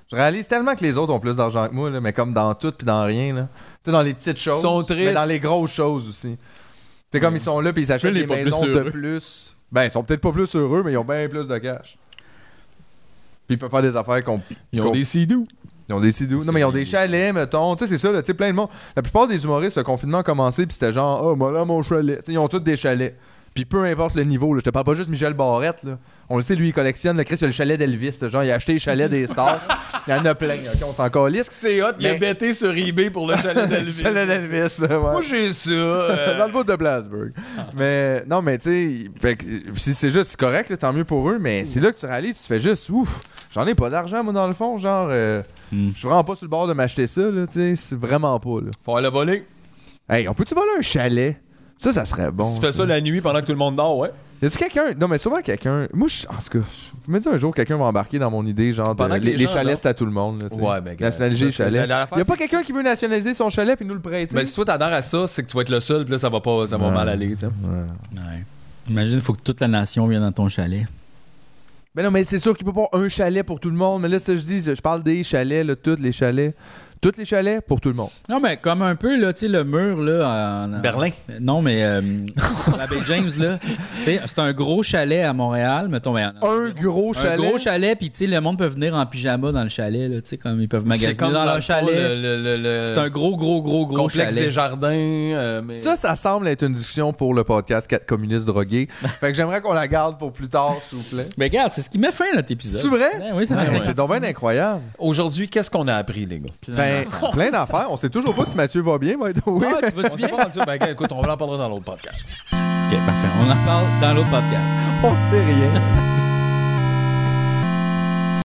A: Je réalise tellement que les autres ont plus d'argent que moi, là, mais comme dans tout puis dans rien. là. Tu sais, dans les petites choses.
I: Ils sont
A: Mais
I: tristes.
A: dans les grosses choses aussi. Tu sais, comme ils sont là puis ils s'achètent
I: Mais
A: des
I: les pas plus
A: maisons de
I: heureux.
A: plus. Ben, ils sont peut-être pas plus heureux, mais ils ont bien plus de cash. Puis ils peuvent faire des affaires qu'on.
I: Ils ont
A: qu'on-
I: des sidoux.
A: ils ont des sidoux. Non, mais ils ont des chalets, mettons. Tu sais, c'est ça, là, tu sais, plein de monde. La plupart des humoristes, le confinement a commencé, puis c'était genre, oh, moi là, mon chalet. Tu sais, ils ont tous des chalets. Puis peu importe le niveau, là, je te parle pas juste Michel Barrette, là. On le sait, lui, il collectionne. Le Chris, il a le chalet d'Elvis, là. genre, il a acheté les chalets des stars. Il y en a plein, ok, on s'en calisse.
I: C'est hot, il a
A: Mais-
I: bêté sur eBay pour le chalet d'Elvis.
A: Chalet d'Elvis, ouais.
I: Moi, j'ai ça. euh, Ah.
A: Dans le bout de Plattsburgh. Mais non, mais tu sais, fait que, euh, si c'est juste c'est correct, là, tant mieux pour eux, mais c'est là que tu réalises, tu fais juste, ouf, j'en ai pas d'argent, moi, dans le fond, genre, euh,
I: Hmm.
A: je suis vraiment pas sur le bord de m'acheter ça, là, tu sais, c'est vraiment pas, là.
I: Faut aller voler.
A: Hey, on peut-tu voler un chalet? Ça, ça serait bon.
I: Si tu fais ça la nuit pendant que tout le monde dort, ouais.
A: Y a-tu quelqu'un? Non, mais souvent quelqu'un. Moi, je. En tout cas, je me dis un jour, quelqu'un va embarquer dans mon idée, genre, de-
I: Pendant que
A: les,
I: les
A: les
I: gens
A: chalets,
I: dorment.
A: c'est à tout le monde. Là, tu sais.
I: Ouais, ben, gars,
A: Nationaliser les
I: c'est parce que
A: chalets.
I: la- l'affaire,
A: Y a pas
I: c'est-
A: quelqu'un qui veut nationaliser son chalet puis nous le prêter?
I: Mais si toi t'adhères à ça, c'est que tu vas être le seul, puis là ça va pas, ça va
A: Ouais.
I: mal aller. tu sais.
B: Ouais. Imagine, il faut que toute la nation vienne dans ton chalet.
A: Ben non, mais c'est sûr qu'il peut pas avoir un chalet pour tout le monde. Mais là, ça, je dis, je parle des chalets, là, tous les chalets. Tous les chalets pour tout le monde.
B: Non, mais comme un peu, là, tu sais, le mur, là. en- en-
I: Berlin.
B: Non, mais. euh, sur la baie James, là. Tu sais, c'est un gros chalet à Montréal, mettons. ben,
A: Ah, Un gros
B: un
A: chalet.
B: gros chalet, puis tu sais, le monde peut venir en pyjama dans le chalet, là, tu sais, comme ils peuvent magasiner
I: C'est comme
B: dans
I: dans
B: leur
I: le fond,
B: chalet.
I: le- le- le-
B: C'est un gros, gros, gros, gros
I: Complexe
B: chalet.
I: des jardins. euh, mais...
A: Ça, ça semble être une discussion pour le podcast 4 communistes drogués. fait que j'aimerais qu'on la garde pour plus tard, s'il vous plaît.
B: Mais regarde, c'est ce qui met fin à notre épisode.
A: C'est vrai?
B: Ben oui, ça
A: Ouais,
B: fait
A: C'est donc bien incroyable.
I: Aujourd'hui, qu'est-ce qu'on a appris, les gars?
A: Ben, plein d'affaires. On sait toujours pas si Mathieu va bien, by the way.
I: Ah, tu vas-tu bien? Ben, gars, écoute, on va en parler dans l'autre podcast.
B: Ok, parfait. On en parle dans l'autre podcast.
A: On se fait rien.